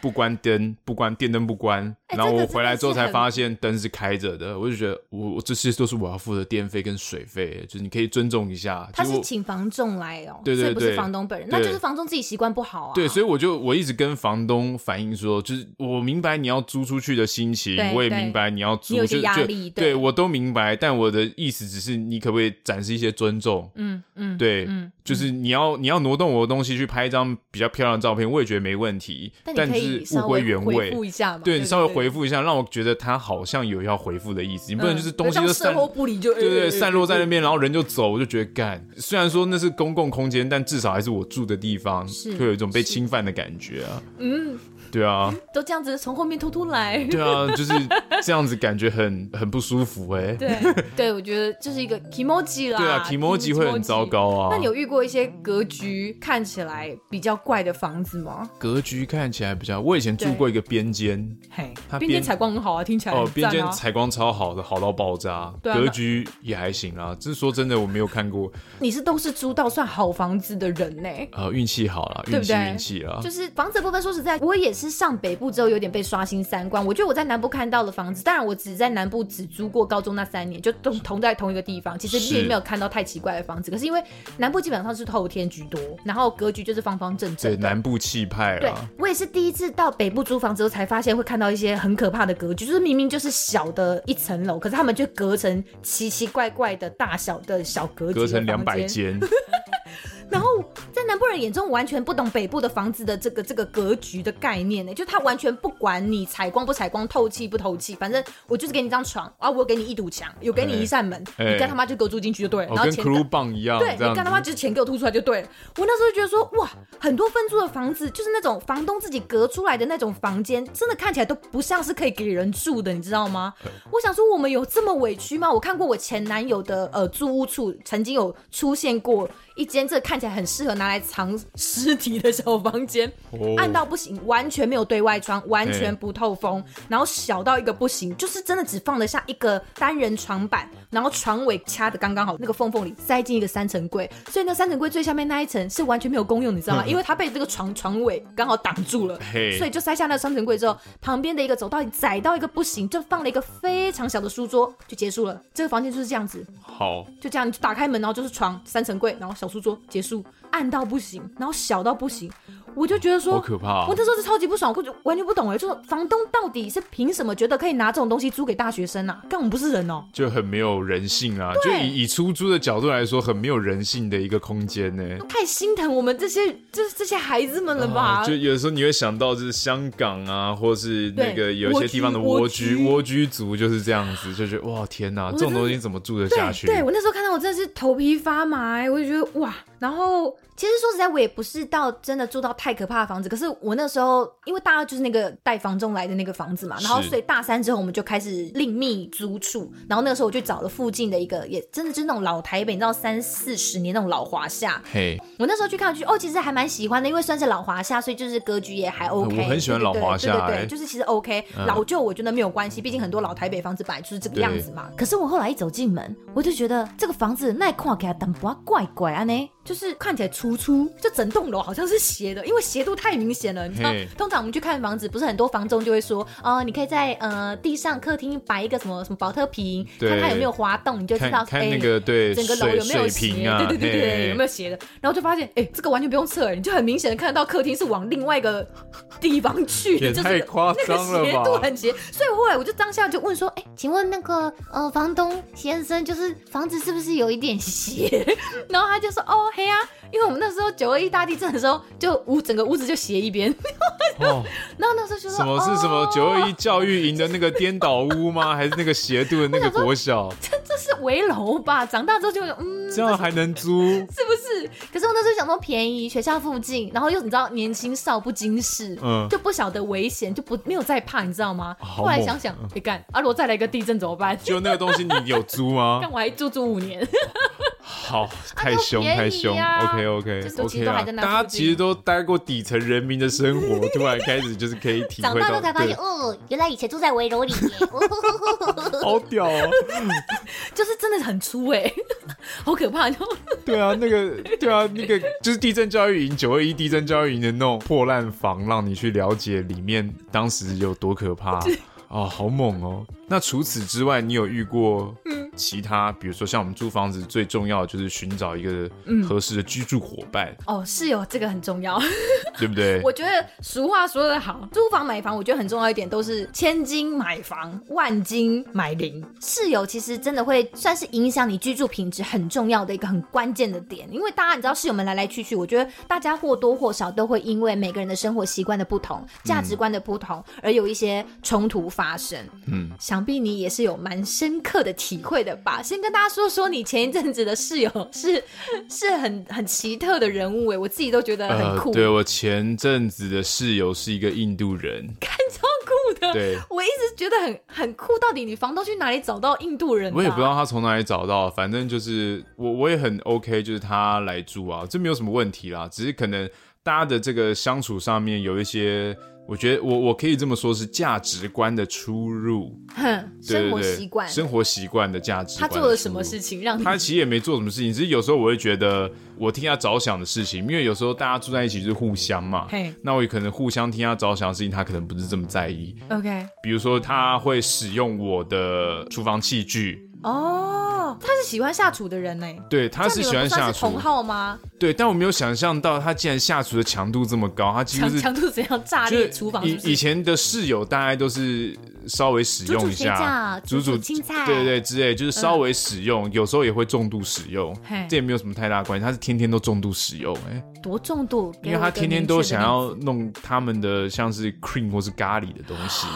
[SPEAKER 3] 不关灯， 不关电灯不关，
[SPEAKER 5] 哎
[SPEAKER 3] 然后
[SPEAKER 5] 这个
[SPEAKER 3] 我回来之后
[SPEAKER 5] 真的
[SPEAKER 3] 才
[SPEAKER 5] 是很
[SPEAKER 3] 发现灯是开着的，我就觉得我我这些都是我要付的电费跟水费，就是你可以尊重一下。
[SPEAKER 5] 他
[SPEAKER 3] 结
[SPEAKER 5] 是
[SPEAKER 3] 果
[SPEAKER 5] 请房仲来哦，
[SPEAKER 3] 对对
[SPEAKER 5] 所以不是
[SPEAKER 3] 对
[SPEAKER 5] 房东本人，那
[SPEAKER 3] 对
[SPEAKER 5] 就是房东自己习惯不好啊。
[SPEAKER 3] 对，所以我就我一直跟房东反映说，就是我明白你要租出去的心情
[SPEAKER 5] 对，
[SPEAKER 3] 我也
[SPEAKER 5] 对
[SPEAKER 3] 明白你要租，
[SPEAKER 5] 你有一些
[SPEAKER 3] 就
[SPEAKER 5] 压
[SPEAKER 3] 就
[SPEAKER 5] 力对
[SPEAKER 3] 对我都明白，但我的意思只是你可不可以展示一些尊重？
[SPEAKER 5] 嗯嗯，
[SPEAKER 3] 对，
[SPEAKER 5] 嗯，
[SPEAKER 3] 就是你要你要挪动我的东西去拍一张比较漂亮的照片，我也觉得没问题，
[SPEAKER 5] 但
[SPEAKER 3] 但
[SPEAKER 5] 你可
[SPEAKER 3] 就
[SPEAKER 5] 以
[SPEAKER 3] 是
[SPEAKER 5] 稍
[SPEAKER 3] 物归
[SPEAKER 5] 微
[SPEAKER 3] 原
[SPEAKER 5] 回
[SPEAKER 3] 位。
[SPEAKER 5] 复一下嘛，
[SPEAKER 3] 对你稍微
[SPEAKER 5] 对
[SPEAKER 3] 回复一下，让我觉得他好像有要回复的意思，你
[SPEAKER 5] 嗯
[SPEAKER 3] 不能就是东西
[SPEAKER 5] 对
[SPEAKER 3] 就
[SPEAKER 5] 当
[SPEAKER 3] 散
[SPEAKER 5] 售后不理就
[SPEAKER 3] 对对
[SPEAKER 5] 哎哎
[SPEAKER 3] 对，
[SPEAKER 5] 哎
[SPEAKER 3] 散落在
[SPEAKER 5] 哎
[SPEAKER 3] 那边，然后人就走，我就觉得干。虽然说那是公共空间，但至少还是我住的地方，
[SPEAKER 5] 是
[SPEAKER 3] 会有一种被侵犯的感觉啊。
[SPEAKER 5] 嗯，
[SPEAKER 3] 对啊，
[SPEAKER 5] 都这样子从后面偷偷来。
[SPEAKER 3] 对啊，就是这样子，感觉很很不舒服哎、
[SPEAKER 5] 对啊对，我觉得就是一个 emoji 啦，
[SPEAKER 3] 嗯对啊 k i m o j i 会很糟。糕啊。
[SPEAKER 5] 那你有遇过一些格局看起来比较怪的房子吗？
[SPEAKER 3] 格局看起来比较，我以前住
[SPEAKER 5] 对
[SPEAKER 3] 过一个边间，
[SPEAKER 5] 嘿，
[SPEAKER 3] 它
[SPEAKER 5] 边间
[SPEAKER 3] 边
[SPEAKER 5] 采光很好啊，听起来很
[SPEAKER 3] 哦，边
[SPEAKER 5] 赞
[SPEAKER 3] 间
[SPEAKER 5] 啊
[SPEAKER 3] 采光超好的，好到爆炸，
[SPEAKER 5] 对啊
[SPEAKER 3] 格
[SPEAKER 5] 那
[SPEAKER 3] 局也还行啦。这说真的，我没有看过，
[SPEAKER 5] 你是都是租到算好房子的人呢、
[SPEAKER 3] 呃，运气好啦，
[SPEAKER 5] 对
[SPEAKER 3] 运
[SPEAKER 5] 不
[SPEAKER 3] 气
[SPEAKER 5] 对
[SPEAKER 3] 运气啊啦
[SPEAKER 5] 就。是房子的部分，说实在，我也是上北部之后有点被刷新三观。我觉得我在南部看到的房子，当然我只在南部只租过高中那三年，就同同在同一个地方，其实
[SPEAKER 3] 是
[SPEAKER 5] 并没有看到太奇怪的房子。可是因为南部基本上是透天居多，然后格局就是方方正正
[SPEAKER 3] 对
[SPEAKER 5] 的。
[SPEAKER 3] 南部气派
[SPEAKER 5] 对
[SPEAKER 3] 啦，
[SPEAKER 5] 我也是第一次到北部租房之后，才发现会看到一些很可怕的格局，就是明明就是小的一层楼，可是他们就隔成奇奇怪怪的大小的小格局，
[SPEAKER 3] 隔成两百。间，
[SPEAKER 5] 然后在南部人眼中，完全不懂北部的房子的这个这个格局的概念呢，就他完全不管你采光不采光、透气不透气，反正我就是给你一张床啊，我给你一堵墙，有给你一扇门，
[SPEAKER 3] 哎
[SPEAKER 5] 你干他妈就给我住进去就对了，
[SPEAKER 3] 哦，
[SPEAKER 5] 然后
[SPEAKER 3] 跟
[SPEAKER 5] 钱
[SPEAKER 3] crew 棒一样，
[SPEAKER 5] 对
[SPEAKER 3] 这
[SPEAKER 5] 你
[SPEAKER 3] 样
[SPEAKER 5] 干他妈
[SPEAKER 3] 子。
[SPEAKER 5] 就是钱给我吐出来就对了。我那时候就觉得说，哇，很多分租的房子就是那种房东自己隔出来的那种房间，真的看起来都不像是可以给人住的，你知道吗？我想说，我们有这么委屈吗？我看过我前男友的呃租屋处，曾经有出现过一间这看起来很适合拿来藏尸体的小房间，
[SPEAKER 3] 哦
[SPEAKER 5] 暗到不行，完全没有对外窗，完全不透风，然后小到一个不行，就是真的只放得下一个单人床板，然后床尾掐的刚刚好，那个缝缝里塞进一个三层柜，所以那三层柜最下面那一层是完全没有功用，你知道吗？因为它被这个床床尾刚好挡住了，
[SPEAKER 3] 嘿
[SPEAKER 5] 所以就塞下那三层柜之后，旁边的一个走道窄到一个不行，就放了一个非常小的书桌，就结束了。这个房间就是这样子，
[SPEAKER 3] 好，
[SPEAKER 5] 就这样，你就打开门，然后就是床、三层柜，然后小书桌，结束，暗到不行，然后小到不行，我就觉得说，
[SPEAKER 3] 好可怕哦
[SPEAKER 5] 我那时候是超级不爽，我就完全不懂哎，就是房东到底是凭什么觉得可以拿这种东西租给大学生啊？干我们不是人哦、
[SPEAKER 3] 就很没有人性啊！就
[SPEAKER 5] 对
[SPEAKER 3] 以以出租的角度来说，很没有人性的一个空间呢、
[SPEAKER 5] 太心疼我们这些就是这些孩子们了吧？
[SPEAKER 3] 啊就有时候你会想到，就是香港啊，或是那个
[SPEAKER 5] 对
[SPEAKER 3] 有一些地方的
[SPEAKER 5] 蜗
[SPEAKER 3] 蜗
[SPEAKER 5] 居
[SPEAKER 3] 居
[SPEAKER 5] 蜗
[SPEAKER 3] 蜗居族就是这样子，就觉得哇天哪，
[SPEAKER 5] 我
[SPEAKER 3] 这种
[SPEAKER 5] 真的
[SPEAKER 3] 东西怎么住得下去
[SPEAKER 5] 对，？对我那时候看到我真的是头皮发麻、欸，我就觉得哇。然后其实说实在，我也不是到真的住到太可怕的房子，可是我那时候因为大二就是那个带房仲来的那个房子嘛，然后
[SPEAKER 3] 是
[SPEAKER 5] 所以大三之后我们就开始另觅租处，然后那个时候我就找了附近的一个，也真的就是那种老台北，你知道三四十年那种老华夏，
[SPEAKER 3] 嘿
[SPEAKER 5] 我那时候去看，去哦，其实还蛮喜欢的，因为算是老华夏，所以就是格局也还 OK 对。
[SPEAKER 3] 嗯我很喜欢老华夏
[SPEAKER 5] 对对对
[SPEAKER 3] 哎
[SPEAKER 5] 就是其实 OK，、老旧我觉得没有关系，毕竟很多老台北房子本来就是这个样子嘛。
[SPEAKER 2] 可是我后来一走进门，我就觉得这个房子耐看起来淡薄怪怪啊呢。
[SPEAKER 5] 就是看起来粗粗，就整栋楼好像是斜的，因为斜度太明显了。你知道
[SPEAKER 3] 嘿，
[SPEAKER 5] 通常我们去看房子，不是很多房东就会说，哦，你可以在呃地上客厅摆一个什么什么保特瓶，
[SPEAKER 3] 对
[SPEAKER 5] 看它有没有滑动，你就知道
[SPEAKER 3] 看看
[SPEAKER 5] 哎
[SPEAKER 3] 那个对
[SPEAKER 5] 整个楼
[SPEAKER 3] 水
[SPEAKER 5] 有没有
[SPEAKER 3] 水
[SPEAKER 5] 斜，
[SPEAKER 3] 平啊
[SPEAKER 5] 对对对对对，
[SPEAKER 3] 嘿
[SPEAKER 5] 有没有斜的？然后就发现，哎，这个完全不用测，哎你就很明显的看得到客厅是往另外一个地方去的，
[SPEAKER 3] 也
[SPEAKER 5] 就是
[SPEAKER 3] 太夸
[SPEAKER 5] 那个
[SPEAKER 3] 张了
[SPEAKER 5] 斜
[SPEAKER 3] 吧
[SPEAKER 5] 度很斜。所以后来我就当下就问说，哎，
[SPEAKER 2] 请问那个呃房东先生，就是房子是不是有一点斜？
[SPEAKER 5] 然后他就说，哦嘿啊，因为我们那时候九二一大地震的时候，就屋整个屋子就斜一边。
[SPEAKER 3] 哦，
[SPEAKER 5] 然后那时候就说，
[SPEAKER 3] 什么是什么
[SPEAKER 5] 哦
[SPEAKER 3] 九二一教育营的那个颠倒屋吗？还是那个斜度的那个国小？
[SPEAKER 5] 这是围楼吧？长大之后就有嗯，
[SPEAKER 3] 这样还能租？
[SPEAKER 5] 是不是？
[SPEAKER 2] 可是我那时候想说便宜，学校附近，然
[SPEAKER 5] 然后又你知道年轻少不经事，
[SPEAKER 3] 嗯
[SPEAKER 5] 就不晓得危险，就不没有再怕，你知道吗？
[SPEAKER 3] 好
[SPEAKER 5] 后来
[SPEAKER 3] 猛嗯
[SPEAKER 5] 想想，你干啊，如果再来一个地震怎么办？
[SPEAKER 3] 就那个东西，你有租吗
[SPEAKER 5] 但？我还住住五年，
[SPEAKER 3] 好，太凶
[SPEAKER 5] 啊便宜
[SPEAKER 3] 太凶
[SPEAKER 5] 啊
[SPEAKER 3] ，OK OK
[SPEAKER 5] 就是都其
[SPEAKER 3] OK
[SPEAKER 5] 实都
[SPEAKER 3] 啊
[SPEAKER 5] 还在，那附
[SPEAKER 3] 大家
[SPEAKER 5] 近
[SPEAKER 3] 其实都待过底层人民的生活，突然开始就是可以体
[SPEAKER 2] 长
[SPEAKER 3] 会
[SPEAKER 2] 大之后才
[SPEAKER 3] 到，
[SPEAKER 2] 发
[SPEAKER 3] 对
[SPEAKER 2] 现，，哦，原来以前住在围楼里 面。哦
[SPEAKER 5] 呃
[SPEAKER 3] 好屌哦，
[SPEAKER 5] 就是真的很粗哎、 好可怕！就
[SPEAKER 3] 对啊，那个对啊，那个就是地震教育营九二一地震教育营的那种破烂房，让你去了解里面当时有多可 怕。哦，好猛哦！那除此之外，你有遇过
[SPEAKER 5] 嗯
[SPEAKER 3] 其他，比如说像我们租房子最重要的就是寻找一个
[SPEAKER 5] 嗯
[SPEAKER 3] 合适的居住伙伴，
[SPEAKER 5] 哦，室友这个很重要。
[SPEAKER 3] 对不对？
[SPEAKER 5] 我觉得俗话说得好，租房买房，我觉得很重要一点都是千金买房，万金买邻。室友其实真的会算是影响你居住品质很重要的一个很关键的点，因为大家你知道室友们来来去去，我觉得大家或多或少都会因为每个人的生活习惯的不
[SPEAKER 3] 嗯
[SPEAKER 5] 同、价值观的不同，而有一些冲突发生。
[SPEAKER 3] 嗯，
[SPEAKER 5] 想必你也是有蛮深刻的体会的吧？先跟大家说说，你前一阵子的室友是是很很奇特的人物哎，我自己都觉得很酷，
[SPEAKER 3] 呃对我前阵子的室友是一个印度 人，
[SPEAKER 5] 看超酷的。
[SPEAKER 3] 对
[SPEAKER 5] 我一直觉得很很酷，到底你房东去哪里找到印度人、啊？
[SPEAKER 3] 我也不知道他从哪里找到，反正就是我我也很 OK，就是他来住啊，这没有什么问题啦，只是可能大家的这个相处上面有一些，我觉得我我可以这么说是价值观的出入，
[SPEAKER 5] 哼，
[SPEAKER 3] 对
[SPEAKER 5] 生活
[SPEAKER 3] 对对
[SPEAKER 5] 习惯，
[SPEAKER 3] 生活习惯的价值
[SPEAKER 5] 他
[SPEAKER 3] 观的
[SPEAKER 5] 做了
[SPEAKER 3] 出
[SPEAKER 5] 什么
[SPEAKER 3] 入
[SPEAKER 5] 事情让你？
[SPEAKER 3] 他其实也没做什么事情，只是有时候我会觉得我替他着想的事情，因为有时候大家住在一起就是互相嘛
[SPEAKER 5] 嘿，
[SPEAKER 3] 那我也可能互相替他着想的事情，他可能不是这么在意。
[SPEAKER 5] OK，
[SPEAKER 3] 比如说他会使用我的厨房器具，
[SPEAKER 5] 哦，他是喜欢下厨的人呢、
[SPEAKER 3] 对，他是
[SPEAKER 5] 这
[SPEAKER 3] 喜
[SPEAKER 5] 样你们
[SPEAKER 3] 欢
[SPEAKER 5] 不算
[SPEAKER 3] 下
[SPEAKER 5] 是
[SPEAKER 3] 厨
[SPEAKER 5] 同，号吗？
[SPEAKER 3] 对，但我没有想象到他竟然下厨的强度这么高，他几乎
[SPEAKER 5] 强
[SPEAKER 3] 是
[SPEAKER 5] 强度怎样炸
[SPEAKER 3] 就是
[SPEAKER 5] 裂厨房是
[SPEAKER 3] 以
[SPEAKER 5] 不
[SPEAKER 3] 以
[SPEAKER 5] 是？
[SPEAKER 3] 前的室友大概都是稍微使用一下，
[SPEAKER 2] 煮
[SPEAKER 5] 啊
[SPEAKER 2] 煮水饺煮煮青菜
[SPEAKER 3] 对对之类，就是稍微使用，有时候也会重度使用
[SPEAKER 5] 嗯嘿，
[SPEAKER 3] 这也没有什么太大关系，他是天天都重度使用、哎。
[SPEAKER 5] 多重度？
[SPEAKER 3] 因为他天天都想要弄他们的像是 cream 或是咖喱的东 西，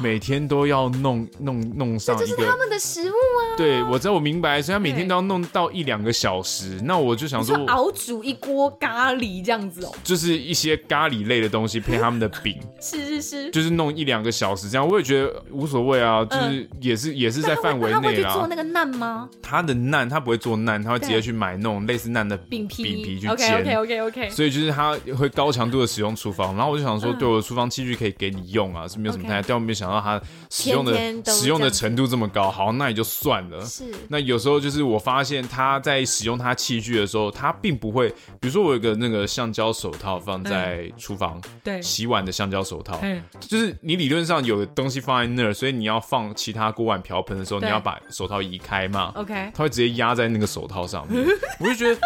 [SPEAKER 3] 每天都要弄弄弄上一
[SPEAKER 5] 他
[SPEAKER 3] 个。
[SPEAKER 5] 们的食物啊，
[SPEAKER 3] 对，我知道我明白，所以他每
[SPEAKER 5] 对
[SPEAKER 3] 天都要弄到一两个小时。那我就想
[SPEAKER 5] 就
[SPEAKER 3] 说，
[SPEAKER 5] 熬煮一锅咖喱这样子哦。
[SPEAKER 3] 就是一些咖喱类的东西配他们的 饼，
[SPEAKER 5] 是是是，
[SPEAKER 3] 就是弄一两个小时这样，我也觉得无所谓啊，就是也是也是在范围
[SPEAKER 5] 嗯那他会
[SPEAKER 3] 内
[SPEAKER 5] 去做
[SPEAKER 3] 啦。
[SPEAKER 5] 那个难吗？
[SPEAKER 3] 他的难他不会做难，他会直接
[SPEAKER 5] 对
[SPEAKER 3] 去买那种类似难的饼
[SPEAKER 5] 饼皮
[SPEAKER 3] 皮去
[SPEAKER 5] OK
[SPEAKER 3] 煎。
[SPEAKER 5] OK OK OK。
[SPEAKER 3] 所以就是他会高强度的使用厨房，然后我就想说，对我的厨房器具可以给你用啊，是没有什么
[SPEAKER 5] 嗯 OK
[SPEAKER 3] 太大，但我没有想到他使用的
[SPEAKER 5] 天天都
[SPEAKER 3] 使用的
[SPEAKER 5] 这样子
[SPEAKER 3] 程度这么高。好，那也就算了。
[SPEAKER 5] 是
[SPEAKER 3] 那有时候就是我发现他在使用他器具的时候，他并不会，比如说我有个那个橡胶手套放在厨房，
[SPEAKER 5] 嗯对
[SPEAKER 3] 洗碗的橡胶手套，
[SPEAKER 5] 嗯，
[SPEAKER 3] 就是你理论上有东西放在那儿，所以你要放其他锅碗瓢盆的时候，你
[SPEAKER 5] 对哦
[SPEAKER 3] 要把手套移开嘛，
[SPEAKER 5] OK
[SPEAKER 3] 他会直接压在那个手套上 面，我就觉得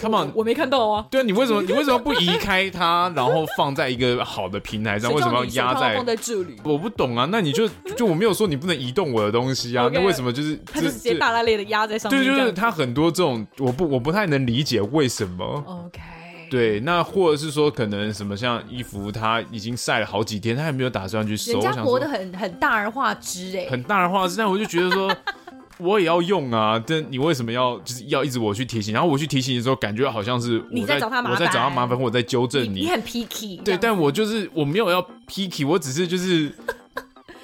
[SPEAKER 3] ，Come on，
[SPEAKER 5] 我没看到啊。
[SPEAKER 3] 对啊，你为什么你为什么不移开它，然后放在一个好的平台上？为什么要压
[SPEAKER 5] 谁叫你手套
[SPEAKER 3] 在
[SPEAKER 5] 放？在这里？
[SPEAKER 3] 我不懂啊，那你就就我没有说你不能移动我的东西啊
[SPEAKER 5] OK
[SPEAKER 3] 那为什么就是
[SPEAKER 5] 他就
[SPEAKER 3] 这
[SPEAKER 5] 直接
[SPEAKER 3] 这
[SPEAKER 5] 大拉咧的压在上面
[SPEAKER 3] 对，
[SPEAKER 5] 这
[SPEAKER 3] 就
[SPEAKER 5] 样。
[SPEAKER 3] 是它很多这种，我不我不太能理解为什么。
[SPEAKER 5] OK。
[SPEAKER 3] 对，那或者是说可能什么像衣服，它已经晒了好几天，它也没有打算去收。
[SPEAKER 5] 人
[SPEAKER 3] 我
[SPEAKER 5] 家
[SPEAKER 3] 想
[SPEAKER 5] 活
[SPEAKER 3] 说
[SPEAKER 5] 得很很大而化之哎、
[SPEAKER 3] 很大的话，但我就觉得说。 我也要用啊，但你为什么要就是要一直我去提醒？然后我去提醒的时候，感觉好像是
[SPEAKER 5] 你
[SPEAKER 3] 我
[SPEAKER 5] 在找他麻
[SPEAKER 3] 我在找他
[SPEAKER 5] 烦
[SPEAKER 3] 麻烦，或我在纠正
[SPEAKER 5] 你很 picky 这
[SPEAKER 3] 对，
[SPEAKER 5] 样
[SPEAKER 3] 但我就是我没有要 picky，我只是就是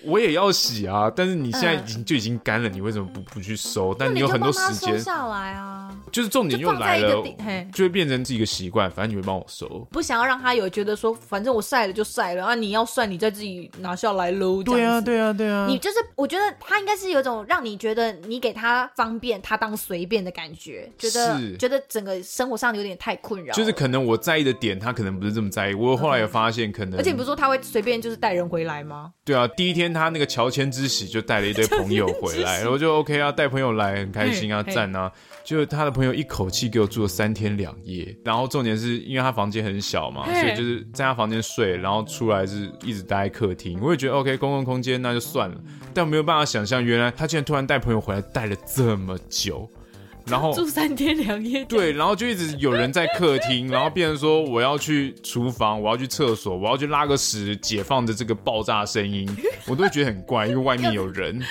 [SPEAKER 3] 我也要洗啊，但是你现在已经、就已经干了，你为什么不不去收？但你有很多时
[SPEAKER 5] 那你就帮他
[SPEAKER 3] 间
[SPEAKER 5] 收，下来啊，
[SPEAKER 3] 就是重点
[SPEAKER 5] 就
[SPEAKER 3] 又
[SPEAKER 5] 放在
[SPEAKER 3] 来
[SPEAKER 5] 一个
[SPEAKER 3] 了
[SPEAKER 5] 地，嘿，
[SPEAKER 3] 就会变成是一个习惯，反正你会帮我收。
[SPEAKER 5] 不想要让他有觉得说，反正我晒了就晒了啊，你要算你再自己拿下来喽。这
[SPEAKER 3] 对
[SPEAKER 5] 样
[SPEAKER 3] 啊，
[SPEAKER 5] 子，
[SPEAKER 3] 对啊，对啊。
[SPEAKER 5] 你就是我觉得他应该是有种让你觉得你给他方便，他当随便的感觉，觉
[SPEAKER 3] 是
[SPEAKER 5] 得觉得整个生活上有点太困扰了，
[SPEAKER 3] 就是可能我在意的点，他可能不是这么在意。我后来有发现，可能
[SPEAKER 5] 而且你不是说他会随便就是带人回来吗？
[SPEAKER 3] 对啊，第一天他那个乔迁之喜就带了一堆朋友 回来，然后就 OK 啊，带朋友来很开心啊，
[SPEAKER 5] 嘿
[SPEAKER 3] 赞啊。就他的朋友一口气给我住了三天两夜，然后重点是因为他房间很小嘛，
[SPEAKER 5] 嘿
[SPEAKER 3] 所以就是在他房间睡，然后出来是一直待在客厅。我也觉得 OK，公共空间那就算了，但我没有办法想象，原来他竟然突然带朋友回来待了这么久，然
[SPEAKER 2] 哦
[SPEAKER 3] 后
[SPEAKER 5] 住三天两夜，
[SPEAKER 3] 对，然后就一直有人在客厅，然后变成说我要去厨房，我要去厕所，我要去 拉个屎，解放的这个爆炸声音，我都觉得很怪，因为外面有人。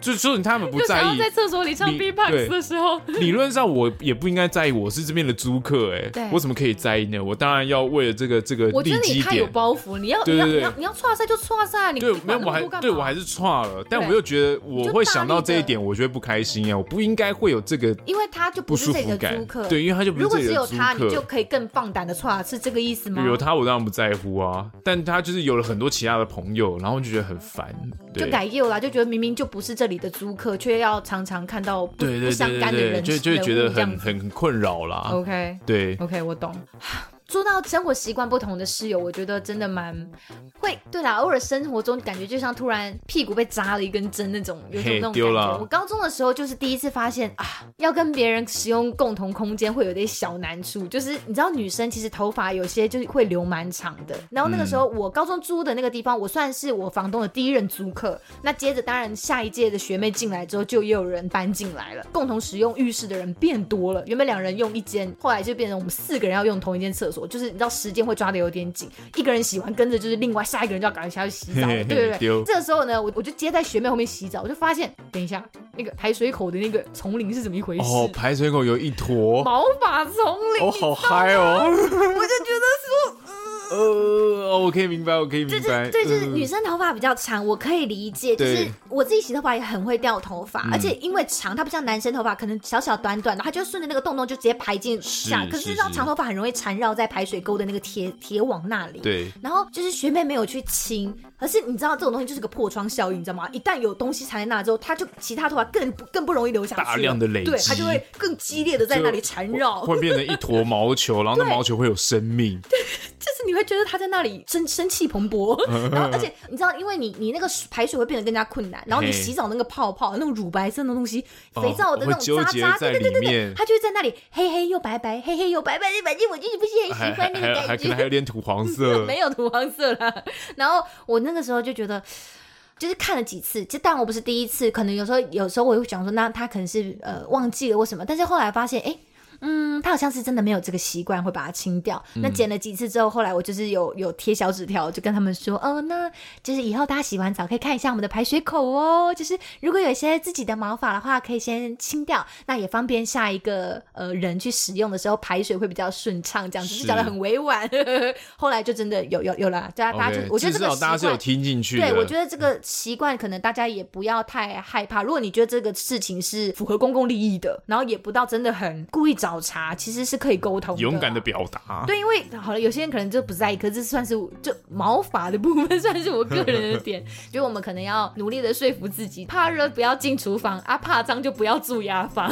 [SPEAKER 3] 就是说他们不
[SPEAKER 2] 就
[SPEAKER 3] 在
[SPEAKER 2] 想要
[SPEAKER 3] 意
[SPEAKER 2] 在。厕所里唱
[SPEAKER 3] 你
[SPEAKER 2] B-box
[SPEAKER 3] 对
[SPEAKER 2] 的时 候，
[SPEAKER 3] 理论上我也不应该在意，我是这边的租客、
[SPEAKER 2] 对
[SPEAKER 3] 哎，我怎么可以在意呢？我当然要为了这个这个
[SPEAKER 2] 我觉
[SPEAKER 3] 利
[SPEAKER 2] 得你
[SPEAKER 3] 基
[SPEAKER 2] 太有
[SPEAKER 3] 点，
[SPEAKER 2] 包袱，你要
[SPEAKER 3] 对对
[SPEAKER 2] 你
[SPEAKER 3] 对
[SPEAKER 2] 要你要你要错赛就错赛，啊你
[SPEAKER 3] 对，
[SPEAKER 2] 你
[SPEAKER 3] 没
[SPEAKER 2] 管
[SPEAKER 3] 有我
[SPEAKER 2] 那么
[SPEAKER 3] 还
[SPEAKER 2] 多干嘛
[SPEAKER 3] 对我还是差了，但
[SPEAKER 2] 对
[SPEAKER 3] 我又觉得我会想到这一
[SPEAKER 2] 就大力
[SPEAKER 3] 点，我觉得不开心啊，我不应该会有这个
[SPEAKER 2] 因为他就
[SPEAKER 3] 不
[SPEAKER 2] 是
[SPEAKER 3] 舒
[SPEAKER 2] 这
[SPEAKER 3] 服
[SPEAKER 2] 个
[SPEAKER 3] 感
[SPEAKER 2] 租客，，
[SPEAKER 3] 对，因为他就不
[SPEAKER 2] 如
[SPEAKER 3] 是
[SPEAKER 2] 果
[SPEAKER 3] 这里
[SPEAKER 2] 只
[SPEAKER 3] 的
[SPEAKER 2] 有
[SPEAKER 3] 租
[SPEAKER 2] 他，你就
[SPEAKER 3] 客。
[SPEAKER 2] 可以更放胆的错，啊是这个意思吗？
[SPEAKER 3] 有他我当然不在乎啊，但他就是有了很多其他的朋友，然后就觉得很烦，对
[SPEAKER 2] 就改业务啦，就觉得明明就不是这里的租客，却要常常看到不
[SPEAKER 3] 对对
[SPEAKER 2] 不相
[SPEAKER 3] 对
[SPEAKER 2] 干的
[SPEAKER 3] 对对，
[SPEAKER 2] 人，
[SPEAKER 3] 就就会觉
[SPEAKER 2] 人
[SPEAKER 3] 得
[SPEAKER 2] 物这样
[SPEAKER 3] 很
[SPEAKER 2] 子
[SPEAKER 3] 很很困扰啦。
[SPEAKER 2] OK
[SPEAKER 3] 对，
[SPEAKER 2] OK，我懂。说到生活习惯不同的室友，我觉得真的蛮会。对啦，偶尔生活中感觉就像突然屁股被扎了一根针那种，有种
[SPEAKER 3] 嘿
[SPEAKER 2] 那种感
[SPEAKER 3] 丢
[SPEAKER 2] 觉。
[SPEAKER 3] 了
[SPEAKER 2] 我高中的时候就是第一次发现啊，要跟别人使用共同空间会有点小难处，就是你知道女生其实头发有些就是会留蛮长的。然后那个时
[SPEAKER 3] 嗯
[SPEAKER 2] 候我高中租的那个地方，我算是我房东的第一任租客。那接着当然下一届的学妹进来之后，就也有人搬进来了，共同使用浴室的人变多了。原本两人用一间，后来就变成我们四个人要用同一间厕所，就是你知道时间会抓的有点紧，一个人洗完跟着就是另外下一个人就要赶快下去洗 澡了，
[SPEAKER 3] 嘿嘿
[SPEAKER 2] 对对对。
[SPEAKER 3] 丢
[SPEAKER 2] 这个时候呢，我我就接在学妹后面洗澡，我就发现，等一下那个排水口的那个丛林是怎么一回事？
[SPEAKER 3] 哦，排水口有一坨，
[SPEAKER 2] 毛发丛林，
[SPEAKER 3] 哦，好嗨哦，
[SPEAKER 2] 我就觉得
[SPEAKER 3] 呃，哦我可以明白，我可以
[SPEAKER 5] 就
[SPEAKER 3] 明白，
[SPEAKER 5] 是对，就是
[SPEAKER 3] 嗯
[SPEAKER 5] 女生头发比较长，我可以理解。就
[SPEAKER 3] 对嗯
[SPEAKER 5] 是我自己洗头发也很会掉头发，而且因为长，它不像男生头发可能小小短短的，它就顺着那个洞洞就直接排进下。
[SPEAKER 3] 是
[SPEAKER 5] 可是
[SPEAKER 3] 是
[SPEAKER 5] 这种
[SPEAKER 3] 是
[SPEAKER 5] 长头发很容易缠绕在排水沟的那个铁铁网那里。。
[SPEAKER 3] 对，
[SPEAKER 5] 然后就是学妹没有去清，可是你知道这种东西就是个破窗效应，你知道吗？一旦有东西缠在那之后，它就其他头发更不更不容易流下去了，
[SPEAKER 3] 大量的累积
[SPEAKER 5] 对，它就会更激烈的在那里缠绕。
[SPEAKER 3] 会变成一坨毛球，然后那
[SPEAKER 5] 对
[SPEAKER 3] 毛球会有生命，
[SPEAKER 2] 就是你会觉得他在那里
[SPEAKER 5] 生生气 蓬勃，然后而且你知道，因为你你那个水排水会变得更加困难，然后你
[SPEAKER 3] 嘿
[SPEAKER 5] 洗澡那个泡泡，那种乳白色的东西，
[SPEAKER 3] 哦
[SPEAKER 5] 肥皂的那
[SPEAKER 3] 会
[SPEAKER 5] 种
[SPEAKER 3] 纠
[SPEAKER 5] 渣
[SPEAKER 3] 结
[SPEAKER 5] 渣，
[SPEAKER 3] 在
[SPEAKER 5] 对对对
[SPEAKER 3] 里
[SPEAKER 5] 对，
[SPEAKER 3] 面
[SPEAKER 5] 它就会在那里黑黑又白白，黑黑又白白，反正我就是不是很
[SPEAKER 3] 还
[SPEAKER 5] 喜欢
[SPEAKER 3] 还
[SPEAKER 5] 那
[SPEAKER 3] 还
[SPEAKER 5] 个
[SPEAKER 3] 还
[SPEAKER 5] 感
[SPEAKER 3] 可能还有
[SPEAKER 5] 觉，
[SPEAKER 3] 点土黄色，
[SPEAKER 5] 没有土黄色啦。然后我那个时候就觉得。就是看了几次，就但我不是第一次，可能有时候有时候我会想说，那他可能是呃忘记了或什么，但是后来发现，哎、嗯，他好像是真的没有这个习惯，会把它清掉。
[SPEAKER 3] 嗯
[SPEAKER 5] 那剪了几次之后，后来我就是有有贴小纸条，就跟他们说，哦，那就是以后大家洗完澡可以看一下我们的排水口哦，就是如果有一些自己的毛发的话，可以先清掉，那也方便下一个呃人去使用的时候排水会比较顺畅，这样子
[SPEAKER 3] 是
[SPEAKER 5] 就讲的很委婉。 后来就真的有有有啦，大家大家就
[SPEAKER 3] OK，
[SPEAKER 5] 我觉得
[SPEAKER 3] 至
[SPEAKER 5] 这个
[SPEAKER 3] 少
[SPEAKER 5] 习
[SPEAKER 3] 大家是有
[SPEAKER 5] 惯。
[SPEAKER 3] 听进去的。
[SPEAKER 5] 对，我觉得这个习惯可能大家也不要太害怕。如果你觉得这个事情是符合公共利益的，然后也不到真的很故意找茬，其实是可以沟通的。
[SPEAKER 3] 勇敢的。表达，
[SPEAKER 2] 啊对，因为好了，有些人可能就不在意，可是这算是我就毛发的部分， 算是我个人的点，
[SPEAKER 5] 就我们可能要努力的说服自己，
[SPEAKER 2] 怕热不要进厨房啊，怕脏就不要住牙房。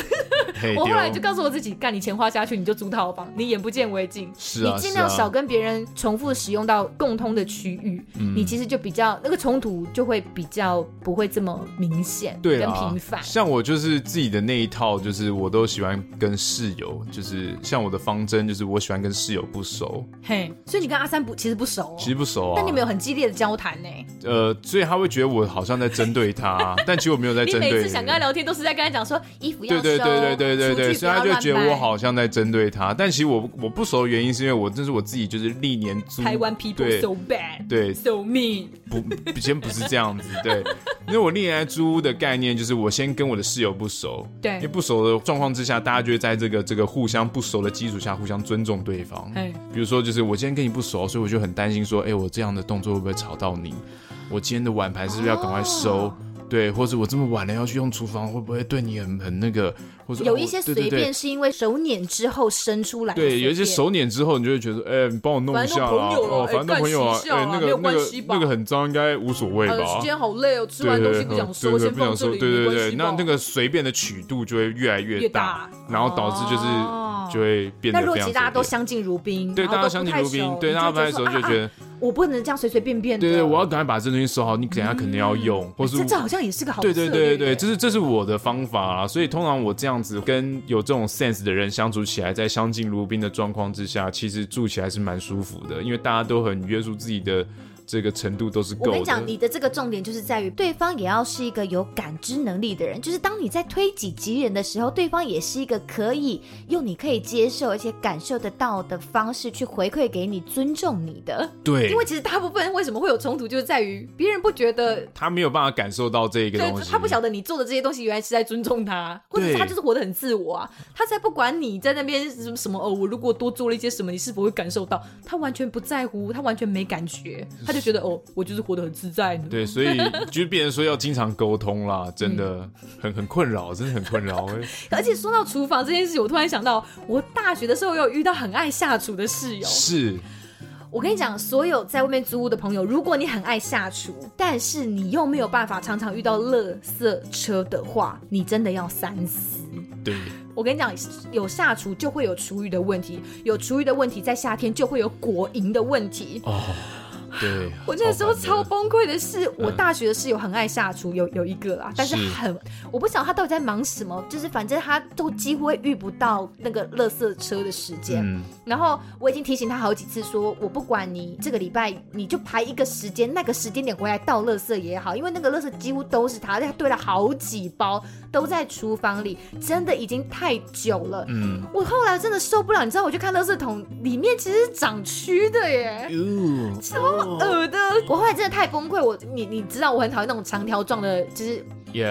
[SPEAKER 3] 嘿
[SPEAKER 2] 我后来
[SPEAKER 3] 丢
[SPEAKER 2] 就告诉我自己，干你钱花下去，你就租套房，你眼不见为净。
[SPEAKER 3] 是啊
[SPEAKER 2] 你尽量
[SPEAKER 3] 是啊
[SPEAKER 2] 少跟别人重复使用到共通的区域，
[SPEAKER 3] 嗯
[SPEAKER 2] 你其实就比较那个冲突就会比较不会这么明显，
[SPEAKER 3] 对
[SPEAKER 2] 跟
[SPEAKER 3] 啦
[SPEAKER 2] 频繁。
[SPEAKER 3] 像我就是自己的那一套，就是我都喜欢跟室友，就是像我的方针，就是我喜欢跟室友不熟，
[SPEAKER 2] 嘿，所以你跟阿三不其实不熟、哦，
[SPEAKER 3] 其实不熟啊。
[SPEAKER 2] 哦但你们有很激烈的交谈呢、
[SPEAKER 3] 呃，所以他会觉得我好像在针对他，但其实我没有在
[SPEAKER 2] 你
[SPEAKER 3] 针
[SPEAKER 2] 每
[SPEAKER 3] 对
[SPEAKER 2] 次想跟他聊天，都是在跟他讲说，
[SPEAKER 5] 衣服要
[SPEAKER 3] 对
[SPEAKER 5] 收，
[SPEAKER 3] 对对对对对对，
[SPEAKER 2] 出去不
[SPEAKER 3] 所以
[SPEAKER 2] 要
[SPEAKER 3] 他就觉
[SPEAKER 2] 乱
[SPEAKER 3] 得
[SPEAKER 2] 买
[SPEAKER 3] 我好像在针对他，但其实我我不熟的原因是因为我这是我自己就是历年租
[SPEAKER 2] 台湾 people
[SPEAKER 3] 对
[SPEAKER 2] so bad。
[SPEAKER 3] 对
[SPEAKER 2] So mean，
[SPEAKER 3] 不，先不是这样子，对，因为我历来租屋的概念就是我先跟我的室友不熟，
[SPEAKER 2] 对
[SPEAKER 3] 因为不熟的状况之下，大家就会在这个这个互相不熟的基础下互相尊重对方
[SPEAKER 2] 哎。
[SPEAKER 3] 比如说，就是我今天跟你不熟，所以我就很担心说，哎、我这样的动作会不会吵到你？我今天的碗盘是不是要赶快收？对，或者我这么晚了要去用厨房，会不会对你很很那个？或者
[SPEAKER 5] 有
[SPEAKER 3] 哦
[SPEAKER 5] 一些随
[SPEAKER 3] 对对对
[SPEAKER 5] 便是因为手捻之后生出来的
[SPEAKER 3] 对，有一些
[SPEAKER 5] 随便
[SPEAKER 3] 手捻之后，你就会觉得，哎、你帮我弄一下啦，
[SPEAKER 2] 反正都朋友了
[SPEAKER 3] 哦，反正都朋友啊
[SPEAKER 2] 哎干，洗一下
[SPEAKER 3] 哎、
[SPEAKER 2] 啦
[SPEAKER 3] 那
[SPEAKER 2] 没有
[SPEAKER 3] 个那
[SPEAKER 2] 关
[SPEAKER 3] 个
[SPEAKER 2] 系吧
[SPEAKER 3] 那个很脏，应该无所谓
[SPEAKER 2] 呃，
[SPEAKER 3] 吧
[SPEAKER 2] 今？天好累哦，吃
[SPEAKER 3] 对
[SPEAKER 2] 完东
[SPEAKER 3] 对
[SPEAKER 2] 西
[SPEAKER 3] 对，
[SPEAKER 2] 不想收，
[SPEAKER 3] 对对
[SPEAKER 2] 先
[SPEAKER 3] 不想
[SPEAKER 2] 放这
[SPEAKER 3] 收
[SPEAKER 2] 里，
[SPEAKER 3] 对对
[SPEAKER 2] 没关
[SPEAKER 3] 对，
[SPEAKER 2] 系
[SPEAKER 3] 那
[SPEAKER 2] 吧
[SPEAKER 3] 那个随便的曲度就会越来越
[SPEAKER 2] 越大
[SPEAKER 3] 然后导致就是、
[SPEAKER 2] 哦
[SPEAKER 3] 就会变
[SPEAKER 5] 那
[SPEAKER 3] 得
[SPEAKER 5] 如果
[SPEAKER 3] 非
[SPEAKER 5] 其
[SPEAKER 3] 常
[SPEAKER 5] 实大家都
[SPEAKER 3] 随便
[SPEAKER 5] 相敬如宾，
[SPEAKER 3] 对
[SPEAKER 5] 然后
[SPEAKER 3] 大家
[SPEAKER 5] 都不
[SPEAKER 3] 相敬
[SPEAKER 5] 太
[SPEAKER 3] 如宾
[SPEAKER 5] 熟，
[SPEAKER 3] 对
[SPEAKER 5] 你
[SPEAKER 3] 大家
[SPEAKER 5] 就
[SPEAKER 3] 拍的时候
[SPEAKER 5] 说
[SPEAKER 3] 就觉
[SPEAKER 5] 啊啊
[SPEAKER 3] 得，
[SPEAKER 5] 我不能这样随随便便的。
[SPEAKER 3] 对对，我要赶快把这东西收好，你等一下可能要用，或是
[SPEAKER 2] 这这好像也是个好
[SPEAKER 3] 对对
[SPEAKER 2] 策略
[SPEAKER 3] 对对，这是这是我的方法啦。所以通常我这样子跟有这种 sense 的人相处起来，在相敬如宾的状况之下，其实住起来是蛮舒服的，因为大家都很约束自己的这个程度都是
[SPEAKER 2] 我跟
[SPEAKER 3] 够
[SPEAKER 2] 你讲，你
[SPEAKER 3] 的。
[SPEAKER 2] 的这个重点就是在于对方也要是一个有感知能力的人，就是当你在推己及人的时候，对方也是一个可以用你可以接受而且感受得到的方式去回馈给你、尊重你的。
[SPEAKER 3] 对
[SPEAKER 5] 因，为其实大部分为什么会有冲突，就是在于别人不觉得。
[SPEAKER 3] 他没有办法感受到这个
[SPEAKER 5] 对
[SPEAKER 3] 东西，
[SPEAKER 5] 他不晓得你做的这些东西原来是在尊重他，或者是
[SPEAKER 3] 对
[SPEAKER 5] 他就是活得很自我啊，他才不管你在那边什么什么哦，我如果多做了一些什么，你是否会感受到？他完全不在乎，他完全没感觉，他就觉得哦，我就是活得很自在呢。
[SPEAKER 3] 对， 所以就变成说要经常沟通啦，
[SPEAKER 5] 嗯
[SPEAKER 3] 真的很很困扰，真的很困 扰。哎
[SPEAKER 5] 而且说到厨房这件事情，我突然想到，我大学的时候有遇到很爱下厨的室友。
[SPEAKER 3] 是，
[SPEAKER 5] 我跟你讲，所有在外面租屋的朋友，如果你很爱下厨，但是你又没有办法常常遇到垃圾车的话，你真的要三思。
[SPEAKER 3] 对，
[SPEAKER 5] 我跟你讲，有下厨就会有厨余的问题，有厨余的问题，在夏天就会有果蝇的问题。
[SPEAKER 3] 哦，对。
[SPEAKER 5] 我那时候
[SPEAKER 3] 超烦
[SPEAKER 5] 超
[SPEAKER 3] 的嗯
[SPEAKER 5] 崩溃的是，我大学的室友很爱下厨，有有一个啦，但是
[SPEAKER 3] 是
[SPEAKER 5] 很我不晓得他到底在忙什么，就是反正他都几乎会遇不到那个垃圾车的时间。
[SPEAKER 3] 嗯，
[SPEAKER 5] 然后我已经提醒他好几次说，我不管你这个礼拜，你就排一个时间，那个时间点回来倒垃圾也好，因为那个垃圾几乎都是他，而且他堆了好几包，都在厨房里，真的已经太久了。
[SPEAKER 3] 嗯，
[SPEAKER 5] 我后来真的受不了，你知道，我去看垃圾桶里面其实是长蛆的耶。
[SPEAKER 3] 哟，
[SPEAKER 5] 超恶的！我后来真的太崩溃，我你你知道我很讨厌那种长条状的，就是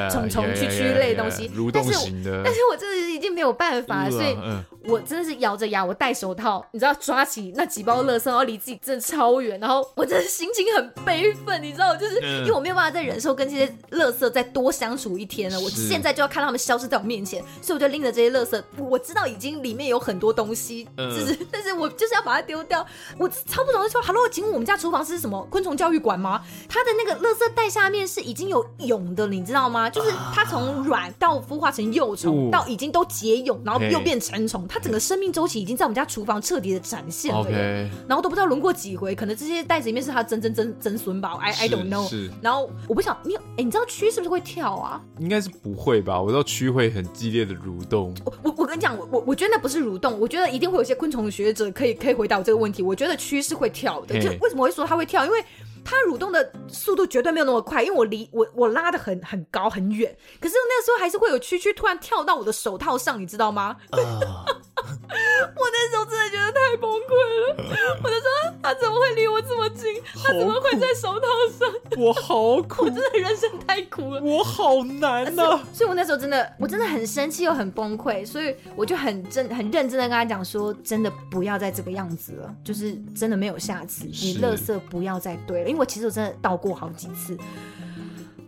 [SPEAKER 5] 虫虫蛆蛆类的东西
[SPEAKER 3] 蠕
[SPEAKER 5] 但
[SPEAKER 3] 动
[SPEAKER 5] 是我
[SPEAKER 3] 型的
[SPEAKER 5] 但，是我真的是已经没有办法了，所以
[SPEAKER 3] 嗯
[SPEAKER 5] 我真的是咬着牙，我戴手套，你知道抓起那几包垃圾，然后离自己真的超远，然后我真的心情很悲愤，你知道，就是
[SPEAKER 3] 嗯
[SPEAKER 5] 因为我没有办法再忍受跟这些垃圾再多相处一天了，我
[SPEAKER 3] 是
[SPEAKER 5] 现在就要看到他们消失在我面前，所以我就拎着这些垃圾，我知道已经里面有很多东西，
[SPEAKER 3] 嗯
[SPEAKER 5] 就是但是我就是要把它丢掉，我超不懂的说，Hello，请问我们家厨房是什么昆虫教育馆吗？它的那个垃圾袋下面是已经有蛹的，你知道吗？就是它从卵到孵化成幼
[SPEAKER 3] 啊哦
[SPEAKER 5] 虫，到已经都结蛹，然后
[SPEAKER 3] 嘿
[SPEAKER 5] 又变成虫，它整个生命周期已经在我们家厨房彻底的展现了耶。
[SPEAKER 3] ，OK，
[SPEAKER 5] 然后都不知道轮过几回，可能这些袋子里面是它曾曾曾曾孙吧，I I
[SPEAKER 3] 是
[SPEAKER 5] don't know
[SPEAKER 3] 是。
[SPEAKER 5] 然后我不想你，哎，你知道蛆是不是会跳啊？
[SPEAKER 3] 应该是不会吧？我知道蛆会很激烈的蠕动，
[SPEAKER 5] 我我我跟你讲，我我我觉得那不是蠕动，我觉得一定会有一些昆虫学者可以可以回答我这个问题。我觉得蛆是会跳的，
[SPEAKER 3] 嘿
[SPEAKER 5] 就为什么会说它会跳？因为它蠕动的速度绝对没有那么快，因为我离我我拉的很很高很远，可是那时候还是会有蛆蛆突然跳到我的手套上，你知道吗？
[SPEAKER 3] 啊
[SPEAKER 5] 我那时候真的觉得太崩溃了，我就说它怎么会离我这么近？它怎么会在手套上？
[SPEAKER 3] 我好苦，
[SPEAKER 5] 真的人生太苦了。
[SPEAKER 3] 我好难啊呐、
[SPEAKER 5] 所以我那时候真的，我真的很生气又很崩溃，所以我就很真很认真的跟他讲说，真的不要再这个样子了，就是真的没有下次，你
[SPEAKER 3] 是
[SPEAKER 5] 垃圾不要再堆了，因为我其实我真的倒过好几 次。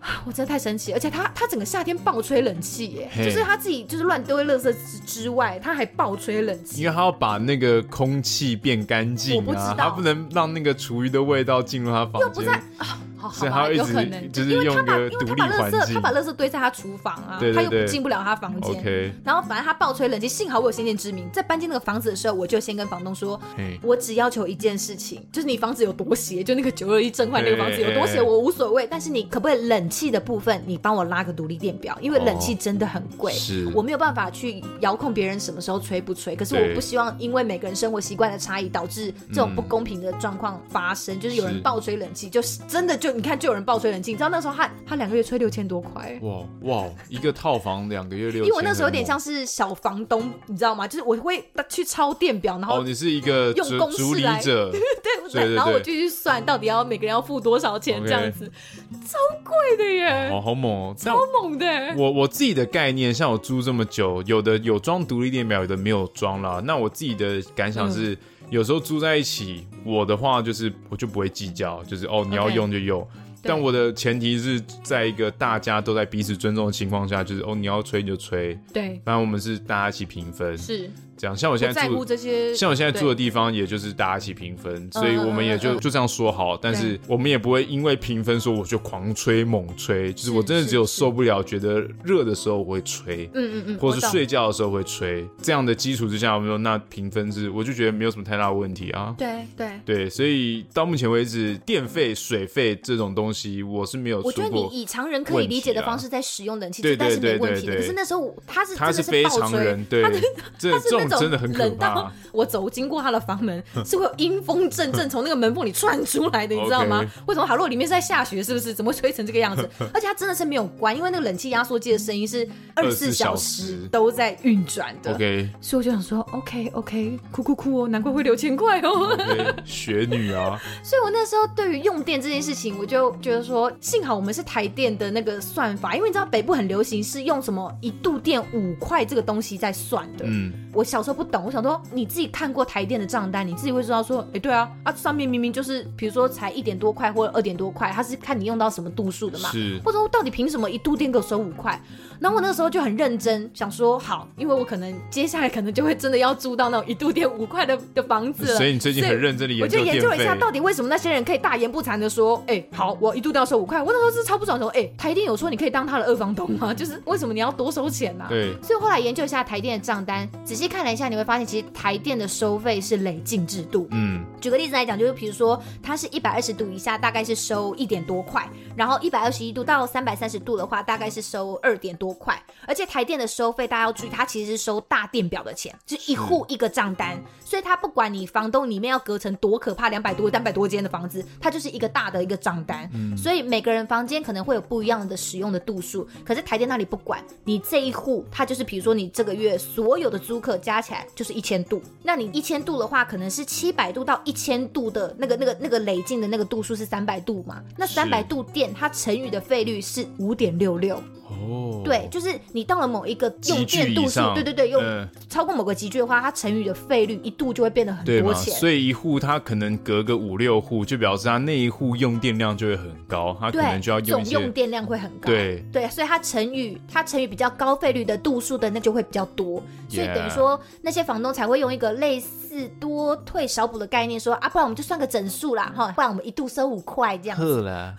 [SPEAKER 5] 啊我真的太生气了，而且他他整个夏天暴吹冷气耶，
[SPEAKER 3] 嘿
[SPEAKER 5] 就是他自己就是乱丢垃圾之之外，他还暴吹冷气
[SPEAKER 3] 因。为它要把那个空气变干净
[SPEAKER 5] 我不知
[SPEAKER 3] 啊
[SPEAKER 5] 道，
[SPEAKER 3] 它不能让那个厨余的味道进入它房
[SPEAKER 5] 不
[SPEAKER 3] 间
[SPEAKER 5] 在。啊，好
[SPEAKER 3] 所以
[SPEAKER 5] 好
[SPEAKER 3] 他
[SPEAKER 5] 吧，
[SPEAKER 3] 会一
[SPEAKER 5] 有
[SPEAKER 3] 直
[SPEAKER 5] 可能
[SPEAKER 3] 就是
[SPEAKER 5] 因为
[SPEAKER 3] 用
[SPEAKER 5] 他
[SPEAKER 3] 一
[SPEAKER 5] 把
[SPEAKER 3] 个
[SPEAKER 5] 因
[SPEAKER 3] 独
[SPEAKER 5] 为他
[SPEAKER 3] 立
[SPEAKER 5] 把垃
[SPEAKER 3] 环
[SPEAKER 5] 圾
[SPEAKER 3] 境
[SPEAKER 5] 他把垃圾堆在他厨房啊，
[SPEAKER 3] 对对
[SPEAKER 5] 他又
[SPEAKER 3] 对
[SPEAKER 5] 进不了他房间。
[SPEAKER 3] OK，
[SPEAKER 5] 然后反正他暴吹冷气，幸好我有先见之明，在搬进那个房子的时候，我就先跟房东说，
[SPEAKER 3] 嘿
[SPEAKER 5] 我只要求一件事情，就是你房子有多邪，就那个九二一震坏那个房子有多
[SPEAKER 3] 哎哎
[SPEAKER 5] 邪，
[SPEAKER 3] 哎
[SPEAKER 5] 我无所谓，但是你可不可以冷气的部分，你帮我拉个独立电表，因为冷气真的很贵，
[SPEAKER 3] 哦是
[SPEAKER 5] 我没有办法去遥控别人什么时候吹不吹，可是
[SPEAKER 3] 对
[SPEAKER 5] 我不希望因为每个人生活习惯的差异导致这种不公平的状况发生，就是有人
[SPEAKER 3] 是
[SPEAKER 5] 暴吹冷气，就是真的就你看就有人暴吹冷气，你知道那时候他他两个月吹六千多块。
[SPEAKER 3] 哇哇，一个套房两个月六，
[SPEAKER 5] 因为我那时候有点像是小房东，你知道吗？就是我会去抄电表，然后、
[SPEAKER 3] 哦，你是一个
[SPEAKER 5] 用
[SPEAKER 3] 主
[SPEAKER 5] 公式
[SPEAKER 3] 主理
[SPEAKER 5] 来
[SPEAKER 3] 者，
[SPEAKER 5] 对不
[SPEAKER 3] 对对
[SPEAKER 5] 然后我
[SPEAKER 3] 对
[SPEAKER 5] 就去算到底要每个人要付多少钱
[SPEAKER 3] OK
[SPEAKER 5] 这样子，超贵的耶，
[SPEAKER 3] 哦，好猛哦！但
[SPEAKER 5] 超猛的耶。
[SPEAKER 3] 我我自己的概念，像我租这么久，有的有装独立电表，有的没有装啦。那我自己的感想
[SPEAKER 5] 嗯
[SPEAKER 3] 是，有时候住在一起，我的话就是我就不会计较，就是哦你要
[SPEAKER 5] OK
[SPEAKER 3] 用就用。
[SPEAKER 5] 对
[SPEAKER 3] 但我的前提是在一个大家都在彼此尊重的情况下，就是哦你要吹你就吹，
[SPEAKER 5] 对，
[SPEAKER 3] 反正我们是大家一起平分。
[SPEAKER 5] 是
[SPEAKER 3] 这样，像我
[SPEAKER 5] 不
[SPEAKER 3] 现在
[SPEAKER 5] 在乎
[SPEAKER 3] 住。
[SPEAKER 5] 这些，
[SPEAKER 3] 像我现在住的地方，也就是大家一起平分，所以我们也
[SPEAKER 5] 嗯嗯
[SPEAKER 3] 就
[SPEAKER 5] 嗯
[SPEAKER 3] 就这样说好。但是我们也不会因为平分说我就狂吹猛吹，就是我真的只有受不了，觉得热的时候我会吹，
[SPEAKER 5] 嗯嗯嗯，
[SPEAKER 3] 或者是
[SPEAKER 5] 我懂
[SPEAKER 3] 睡觉的时候会吹。这样的基础之下，我们说那平分是，我就觉得没有什么太大的问题啊。
[SPEAKER 5] 对对。
[SPEAKER 3] 对，所以到目前为止，电费、水费这种东西，我是没有
[SPEAKER 5] 我
[SPEAKER 3] 出
[SPEAKER 5] 觉得你
[SPEAKER 3] 过。
[SPEAKER 5] 以常人可以理解的方式在使用冷气，
[SPEAKER 3] 问
[SPEAKER 5] 这
[SPEAKER 3] 题啊
[SPEAKER 5] 但是没问题的。
[SPEAKER 3] 对对对对对
[SPEAKER 5] 可是那时候我他是
[SPEAKER 3] 它
[SPEAKER 5] 真的
[SPEAKER 3] 非
[SPEAKER 5] 暴
[SPEAKER 3] 常
[SPEAKER 5] 吹，
[SPEAKER 3] 人，对
[SPEAKER 5] 他的，
[SPEAKER 3] 这
[SPEAKER 5] 他是
[SPEAKER 3] 重
[SPEAKER 5] 那种
[SPEAKER 2] 种
[SPEAKER 3] 真的很可
[SPEAKER 2] 冷到
[SPEAKER 3] 怕。
[SPEAKER 2] 我走经过他的房门，是会有阴风阵阵从那个门缝里窜出来的，你知道吗
[SPEAKER 3] OK
[SPEAKER 2] 为什么好？如果里面是在下雪，是不是？怎么会吹成这个样子？而且它真的是没有关，因为那个冷气压缩机的声音是二十四小
[SPEAKER 3] 24小
[SPEAKER 2] 时
[SPEAKER 3] 时
[SPEAKER 2] 都在运转的。
[SPEAKER 3] OK
[SPEAKER 2] 所以我就想说，OK OK，哭哭哭哦，难怪会六千块哦。
[SPEAKER 3] OK，雪女 啊，
[SPEAKER 2] 所以我那时候对于用电这件事情，我就觉得说，幸好我们是台电的那个算法，因为你知道北部很流行是用什么一度电五块这个东西在算的。
[SPEAKER 3] 嗯，
[SPEAKER 2] 我小时候不懂，我想说你自己看过台电的账单，你自己会知道说，哎，对啊，啊上面明明就是比如说才一点多块或者二点多块，它是看你用到什么度数的嘛。
[SPEAKER 3] 是
[SPEAKER 2] 或者我到底凭什么一度电给我收五块？然后我那时候就很认真想说，好，因为我可能接下来可能就会真的要住到那种一度电五块的的房子了。
[SPEAKER 3] 所以你最近很认真地研
[SPEAKER 2] 我就
[SPEAKER 3] 究
[SPEAKER 2] 研究了一下，
[SPEAKER 3] 电费
[SPEAKER 2] 到底为什么那些人可以大言不惭的说，哎、好，我一度都要收五块。我那时候是超不爽的说，哎、台电有说你可以当他的二房东吗？就是为什么你要多收钱呢、啊？
[SPEAKER 3] 对，
[SPEAKER 5] 所以后来研究一下台电的账单，仔细看了一下，你会发现其实台电的收费是累进制度。
[SPEAKER 3] 嗯，
[SPEAKER 5] 举个例子来讲，就是比如说它是一百二十度以下，大概是收一点多块；然后一百二十一度到三百三十度的话，大概是收二点多块。而且台电的收费大家要注意，它其实是收大电表的钱，就是一户一个账单，所以它不管你房东里面要隔成多可怕，两百多、三百多间的房子，它就是一个大的一个账单。
[SPEAKER 3] 嗯
[SPEAKER 5] 所以每个人房间可能会有不一样的使用的度数，可是台电那里不管，你这一户它就是，比如说你这个月所有的租客加起来就是一千度，那你一千度的话，可能是七百度到一千度的那个那个那个累进的那个度数是三百度嘛，那
[SPEAKER 3] 是
[SPEAKER 5] 三百度电它乘以的费率是五点六六，
[SPEAKER 3] 哦，
[SPEAKER 5] 对，就是你到了某一个用
[SPEAKER 3] 集聚
[SPEAKER 5] 电
[SPEAKER 3] 以
[SPEAKER 5] 度数
[SPEAKER 3] 上，
[SPEAKER 5] 对对对，用
[SPEAKER 3] 嗯
[SPEAKER 5] 超过某个集聚的话，它乘以的费率一度就会变得很
[SPEAKER 3] 对
[SPEAKER 5] 多
[SPEAKER 3] 嘛？
[SPEAKER 5] 钱。
[SPEAKER 3] 所以一户它可能隔个五六户，就表示它那一户用电量就会很高，它可
[SPEAKER 5] 对，
[SPEAKER 3] 能就要用一
[SPEAKER 5] 总用
[SPEAKER 3] 些。
[SPEAKER 5] 电量会很高。
[SPEAKER 3] 对
[SPEAKER 5] 所以它乘以它乘以比较高费率的度数的，那就会比较多。所以
[SPEAKER 3] Yeah
[SPEAKER 5] 等于说那些房东才会用一个类似多退少补的概念说啊，不然我们就算个整数啦，哈，不然我们一度收五块这样子。
[SPEAKER 3] 了，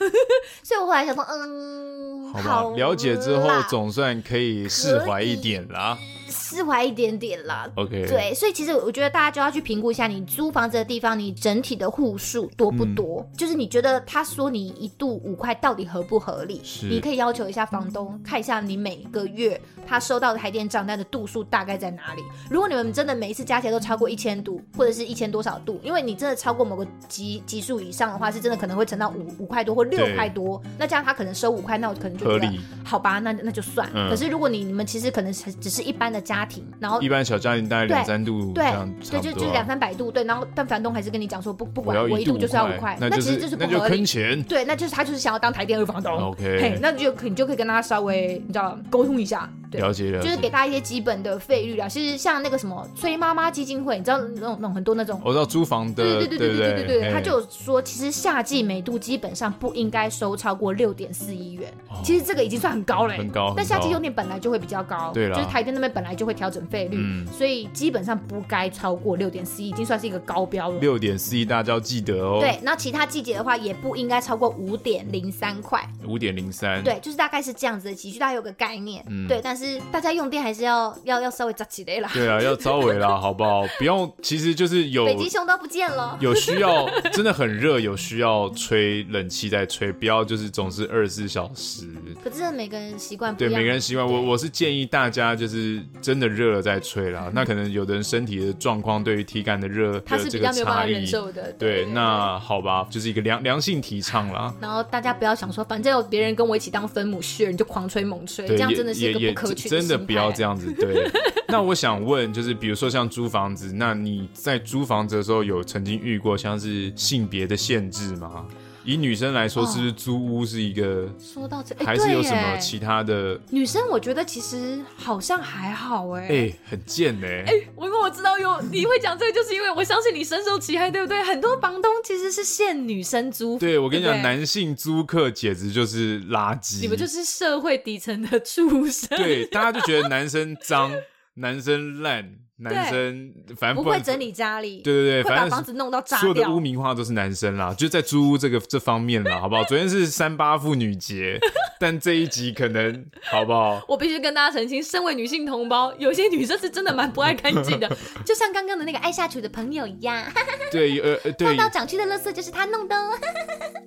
[SPEAKER 5] 所以我后来想说，嗯，
[SPEAKER 3] 好
[SPEAKER 5] 好
[SPEAKER 3] 吧，了解之后
[SPEAKER 5] 啦
[SPEAKER 3] 总算可以释怀一点啦。
[SPEAKER 5] 释怀一点点啦。
[SPEAKER 3] OK，，
[SPEAKER 5] 对，所以其实我觉得大家就要去评估一下你租房子的地方，你整体的户数多不多？
[SPEAKER 3] 嗯
[SPEAKER 5] 就是你觉得他说你一度五块到底合不合理？
[SPEAKER 3] 是
[SPEAKER 5] 你可以要求一下房东看一下你每个月他收到的台电账单的度数大概在哪里。如果你们真的每一次加起来都超过一千度，或者是一千多少度，因为你真的超过某个级级数以上的话，是真的可能会乘到五五块多或六
[SPEAKER 3] 对
[SPEAKER 5] 块多。那这样他可能收五块，那我可能就
[SPEAKER 3] 合
[SPEAKER 5] 觉得
[SPEAKER 3] 理
[SPEAKER 5] 好吧，那那就算。
[SPEAKER 3] 嗯
[SPEAKER 5] 可是如果你你们其实可能只只是一般的家庭，然后
[SPEAKER 3] 一般小家庭大概两三度这
[SPEAKER 5] 对
[SPEAKER 3] 样，差
[SPEAKER 5] 对，
[SPEAKER 3] 不
[SPEAKER 5] 就
[SPEAKER 3] 多
[SPEAKER 5] 就两
[SPEAKER 3] 啊。
[SPEAKER 5] 三百度，对，然后但房东还是跟你讲说不不
[SPEAKER 3] 我
[SPEAKER 5] 管，
[SPEAKER 3] 要
[SPEAKER 5] 我一
[SPEAKER 3] 度
[SPEAKER 5] 度就是要五块，
[SPEAKER 3] 那
[SPEAKER 5] 其实就是是
[SPEAKER 3] 那
[SPEAKER 5] 不
[SPEAKER 3] 就
[SPEAKER 5] 合理
[SPEAKER 3] 坑。钱。
[SPEAKER 5] 对，那就是他就是想要当台电二房东
[SPEAKER 3] OK
[SPEAKER 2] 嘿，那你就可你就可以跟他稍微你知道沟通一下，对，
[SPEAKER 3] 了解了
[SPEAKER 5] 就是给
[SPEAKER 3] 解，
[SPEAKER 5] 大家一些基本的费率啦，啊其实像那个什么崔妈妈基金会，你知道那种那种很多那种，
[SPEAKER 3] 我知道租房的，
[SPEAKER 5] 对对对
[SPEAKER 3] 不
[SPEAKER 5] 对对对，
[SPEAKER 3] 嘿
[SPEAKER 5] 他就有说，其实夏季每度基本上不应该收超过六点四一元，
[SPEAKER 3] 哦
[SPEAKER 5] 其实这个已经算很高嘞、
[SPEAKER 3] 很高很
[SPEAKER 5] 但夏季
[SPEAKER 3] 高
[SPEAKER 5] 用电本来就会比较高，
[SPEAKER 3] 对啦
[SPEAKER 5] 就是台电那边本来就会调整费率，
[SPEAKER 3] 嗯
[SPEAKER 5] 所以基本上不该超过六点四一，已经算是一个高标了。
[SPEAKER 3] 六点四亿，大家要记得哦。
[SPEAKER 5] 对，那其他季节的话，也不应该超过五点零三块。
[SPEAKER 3] 五点零三，
[SPEAKER 5] 对，就是大概是这样子的集聚，大家有个概念。
[SPEAKER 3] 嗯
[SPEAKER 5] 对，但是大家用电还是要要要稍微扎起来啦。
[SPEAKER 3] 对啊，要稍微啦，好不好？不用，其实就是有
[SPEAKER 5] 北极熊都不见了。
[SPEAKER 3] 有需要，真的很热，有需要吹冷气再吹，不要就是总是二十四小时。
[SPEAKER 5] 可真的每个人习惯不一
[SPEAKER 3] 对，
[SPEAKER 5] 样。
[SPEAKER 3] 每个人习惯。我我是建议大家就是真的热了再吹啦。那可能有的人身体的状况对于体感的热
[SPEAKER 2] 他
[SPEAKER 3] 的
[SPEAKER 2] 嗯是
[SPEAKER 3] 这
[SPEAKER 2] 比
[SPEAKER 3] 个
[SPEAKER 2] 较没有办法
[SPEAKER 3] 差
[SPEAKER 2] 忍
[SPEAKER 3] 异，
[SPEAKER 2] 受的。
[SPEAKER 3] 对，那好吧，就是一个良良性提倡啦。
[SPEAKER 2] 然后大家不要想说，反正有别人跟我一起当分母 share，你就狂吹猛吹，
[SPEAKER 3] 对，
[SPEAKER 2] 这样
[SPEAKER 3] 也
[SPEAKER 2] 真的是一个
[SPEAKER 3] 也
[SPEAKER 2] 不可取
[SPEAKER 3] 真的
[SPEAKER 2] 心
[SPEAKER 3] 不要
[SPEAKER 2] 态
[SPEAKER 3] 这样子。 对，那我想问，就是比如说像租房子，那你在租房子的时候有曾经遇过像是性别的限制吗？以女生来说，是不是租屋是一个
[SPEAKER 2] 说到哦这，哎
[SPEAKER 3] 还是有
[SPEAKER 2] 对
[SPEAKER 3] 什么
[SPEAKER 2] 耶
[SPEAKER 3] 其他的？
[SPEAKER 2] 女生我觉得其实好像还好哎、
[SPEAKER 3] 哎、很贱呢、
[SPEAKER 2] 我因为我知道有 你会讲这个，就是因为我相信你深受其害，对不对？很多房东其实是限女生租，
[SPEAKER 3] 对，我跟你
[SPEAKER 2] 对
[SPEAKER 3] 讲，
[SPEAKER 2] 不对
[SPEAKER 3] 男性租客简直就是垃圾。
[SPEAKER 2] 你们就是社会底层的畜生，
[SPEAKER 3] 对，大家就觉得男生脏， 男生烂，男生反正
[SPEAKER 5] 不
[SPEAKER 3] 管
[SPEAKER 5] 会整理家里，
[SPEAKER 3] 对对对，
[SPEAKER 2] 会
[SPEAKER 3] 反
[SPEAKER 2] 把
[SPEAKER 3] 正
[SPEAKER 2] 房子弄到炸
[SPEAKER 3] 所有的
[SPEAKER 2] 掉
[SPEAKER 3] 污。名化都是男生啦，就在租屋这个这方面啦，好不好？昨天是三八妇女 节，但这一集可能好不好？
[SPEAKER 2] 我必须跟大家澄清，身为女性同胞，有些女生是真的蛮不爱干净 的，
[SPEAKER 5] 就像刚刚的那个爱下厨的朋友一样，
[SPEAKER 3] 对，呃，呃对
[SPEAKER 5] 放，到长区的垃圾就是他弄的哦。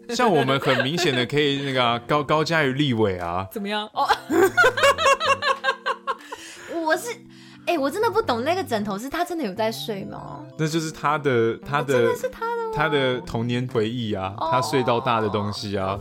[SPEAKER 3] 像我们很明显的可以那个啊、高高嘉瑜立伟啊，
[SPEAKER 2] 怎么样？哦，
[SPEAKER 5] 我是哎、我真的不懂那个枕头是他真的有在睡吗？
[SPEAKER 3] 那就是他的他的、
[SPEAKER 5] 是他哦的吗？
[SPEAKER 3] 他的童年回忆啊，他睡到大的东西啊。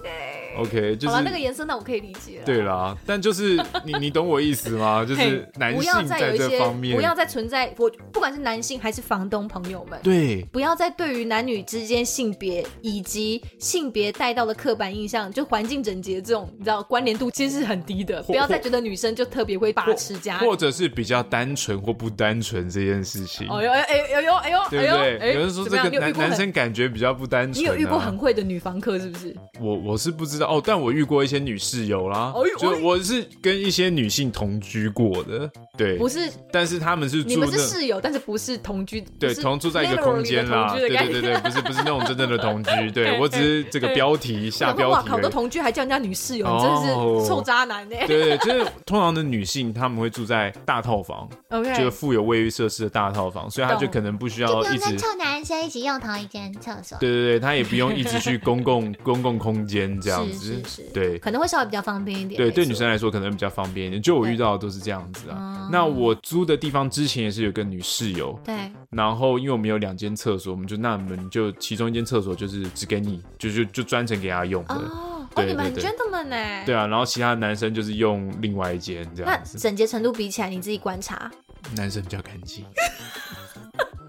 [SPEAKER 3] OK，就
[SPEAKER 5] 哦好了，
[SPEAKER 3] 是
[SPEAKER 5] 那个延伸那我可以理解了。
[SPEAKER 3] 对啦，但就是你你懂我意思 吗？就是男
[SPEAKER 5] 哎不要
[SPEAKER 3] 性
[SPEAKER 5] 再有
[SPEAKER 3] 在
[SPEAKER 5] 一
[SPEAKER 3] 这
[SPEAKER 5] 些，
[SPEAKER 3] 方面
[SPEAKER 5] 不，要再存在我，不管是男性还是房东朋友们，
[SPEAKER 3] 对
[SPEAKER 5] 不要再对于男女之间性别以及性别带到的刻板印象，就环境整洁这种，你知道关联度其实是很低的。
[SPEAKER 3] 或
[SPEAKER 5] 不要再觉得女生就特别会把持家里
[SPEAKER 3] 或者是比较单纯或不单纯这件事情，
[SPEAKER 5] 哦呦哎哎呦哎呦哎呦，
[SPEAKER 3] 对不对？
[SPEAKER 5] 哎
[SPEAKER 3] 有人说
[SPEAKER 5] 怎么
[SPEAKER 3] 这
[SPEAKER 5] 样
[SPEAKER 3] 个
[SPEAKER 5] 你有遇
[SPEAKER 3] 男
[SPEAKER 5] 过很
[SPEAKER 3] 男生感觉比较不单
[SPEAKER 5] 你
[SPEAKER 3] 纯啊。
[SPEAKER 5] 有遇过很会的女房客是不是？
[SPEAKER 3] 我我是不知道哦，但我遇过一些女室友啦
[SPEAKER 5] 哎呦，
[SPEAKER 3] 就我是跟一些女性同居过的，对
[SPEAKER 5] 不，是，
[SPEAKER 3] 但是他们是
[SPEAKER 5] 你
[SPEAKER 3] 住
[SPEAKER 5] 们是
[SPEAKER 3] 那。
[SPEAKER 5] 室友，但是不是同居？
[SPEAKER 3] 对，
[SPEAKER 5] 不是
[SPEAKER 3] 同住在一个空间啦，对
[SPEAKER 5] literally 的同居的概
[SPEAKER 3] 对对
[SPEAKER 5] 念
[SPEAKER 3] 对，不是不是那 种真正的同居，对我只是这个标题下
[SPEAKER 5] 然后
[SPEAKER 3] 标
[SPEAKER 5] 哇
[SPEAKER 3] 题
[SPEAKER 5] 靠，
[SPEAKER 3] 而
[SPEAKER 5] 都
[SPEAKER 3] 已。
[SPEAKER 5] 同居还叫人家女室友，你真的
[SPEAKER 3] 哦
[SPEAKER 5] 是臭渣男哎。
[SPEAKER 3] 对对，就是通常的女性，她们会住在大套房，就是
[SPEAKER 5] OK，
[SPEAKER 3] 附有卫浴设施的大套房，所以她就
[SPEAKER 5] 懂
[SPEAKER 3] 可能不需
[SPEAKER 4] 就
[SPEAKER 3] 要
[SPEAKER 4] 不
[SPEAKER 3] 一
[SPEAKER 4] 用
[SPEAKER 3] 直
[SPEAKER 4] 跟，臭男生一起用同一间厕所。
[SPEAKER 3] 对对对，她也不用一直去公共公共空间这样子
[SPEAKER 5] 是是是，
[SPEAKER 3] 对。
[SPEAKER 5] 可能会稍微比较方便一点。
[SPEAKER 3] 对，
[SPEAKER 5] 没错
[SPEAKER 3] 对女生来说可能比较方便一点。就我遇到的都是这样子啊。那
[SPEAKER 5] 嗯
[SPEAKER 3] 我租的地方之前也是有个女室友，
[SPEAKER 5] 对，
[SPEAKER 3] 然后因为我们有两间厕所，我们就那我们就其中一间厕所就是只给你，就就就专程给她用的。
[SPEAKER 5] 哦，哦，
[SPEAKER 3] 对
[SPEAKER 5] 你们很
[SPEAKER 3] 对对
[SPEAKER 5] gentleman 呢？
[SPEAKER 3] 对。啊，然后啊其他的男生就是用另外一间这
[SPEAKER 5] 那
[SPEAKER 3] 样子，
[SPEAKER 5] 整洁程度比起来，你自己观察，
[SPEAKER 3] 男生比较干 净。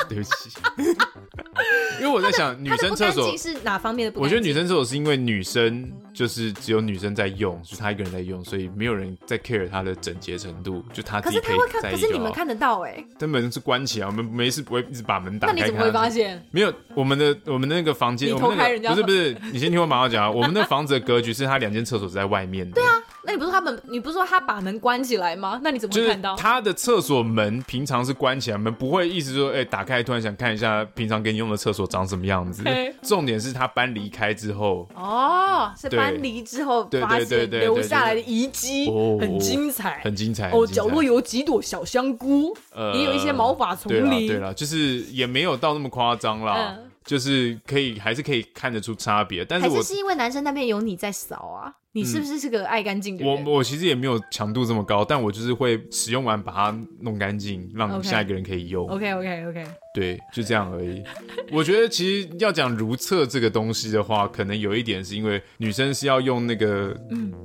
[SPEAKER 3] 对不起， 因为我在想女
[SPEAKER 5] 它的
[SPEAKER 3] 生
[SPEAKER 5] 不
[SPEAKER 3] 厕
[SPEAKER 5] 干
[SPEAKER 3] 所
[SPEAKER 5] 净，是哪方面的不
[SPEAKER 3] 我
[SPEAKER 5] 干
[SPEAKER 3] 觉
[SPEAKER 5] 净？
[SPEAKER 3] 得女生厕所是因为女生就是只有女生在用，就她一个人在用，所以没有人在 care 她的整洁程度，就她
[SPEAKER 5] 可
[SPEAKER 3] 自己
[SPEAKER 5] 是
[SPEAKER 3] 可
[SPEAKER 5] 他
[SPEAKER 3] 以
[SPEAKER 5] 会看，
[SPEAKER 3] 在
[SPEAKER 5] 可
[SPEAKER 3] 意
[SPEAKER 5] 是你
[SPEAKER 3] 就
[SPEAKER 5] 们
[SPEAKER 3] 好。
[SPEAKER 5] 看得到哎，
[SPEAKER 3] 但门是关起来，我们没事不会一直把门打
[SPEAKER 5] 那
[SPEAKER 3] 开。
[SPEAKER 5] 你怎么会发
[SPEAKER 3] 看她
[SPEAKER 5] 现？
[SPEAKER 3] 没有，我们的我们那个房间，
[SPEAKER 5] 你
[SPEAKER 3] 我
[SPEAKER 5] 偷
[SPEAKER 3] 们那
[SPEAKER 5] 开
[SPEAKER 3] 个
[SPEAKER 5] 人家
[SPEAKER 3] 不是
[SPEAKER 5] 房
[SPEAKER 3] 不是， 你先听我马上讲啊。我们的房子的格局是它两间厕所是在外面的，对啊，
[SPEAKER 5] 那你不是说他们，你不是说他把门关起来吗？那你怎么
[SPEAKER 3] 就
[SPEAKER 5] 会
[SPEAKER 3] 是
[SPEAKER 5] 看到？
[SPEAKER 3] 他的厕所门平常是关起来，门不会一直说，哎、打开突然想看一下平常给你用的厕所长什么样子
[SPEAKER 5] 嘿。
[SPEAKER 3] 重点是他搬离开之后，
[SPEAKER 5] 哦，是
[SPEAKER 3] 对
[SPEAKER 5] 搬离之后
[SPEAKER 3] 对对
[SPEAKER 5] 发
[SPEAKER 3] 对
[SPEAKER 5] 现
[SPEAKER 3] 对对
[SPEAKER 5] 留
[SPEAKER 3] 对
[SPEAKER 5] 下来的
[SPEAKER 3] 对
[SPEAKER 5] 遗迹
[SPEAKER 3] 哦，
[SPEAKER 5] 很精彩，
[SPEAKER 3] 很精彩。
[SPEAKER 5] 哦，
[SPEAKER 3] 很精彩
[SPEAKER 5] 角落有几朵小香菇，
[SPEAKER 3] 呃
[SPEAKER 5] 也有一些毛发丛
[SPEAKER 3] 对啦
[SPEAKER 5] 林
[SPEAKER 3] 对啦，就是也没有到那么夸张啦，
[SPEAKER 5] 嗯
[SPEAKER 3] 就是可以还是可以看得出差别。但
[SPEAKER 5] 还
[SPEAKER 3] 我嗯
[SPEAKER 5] 是是因为男生那边有你在扫啊？你是不是是个爱干净的
[SPEAKER 3] 我
[SPEAKER 5] 人？
[SPEAKER 3] 我其实也没有强度这么高，但我就是会使用完把它弄干净，让
[SPEAKER 5] OK
[SPEAKER 3] 下一个人可以用。
[SPEAKER 5] OK OK OK，
[SPEAKER 3] 对，就这样而已。 我觉得其实要讲如厕这个东西的话，可能有一点是因为女生是要用那个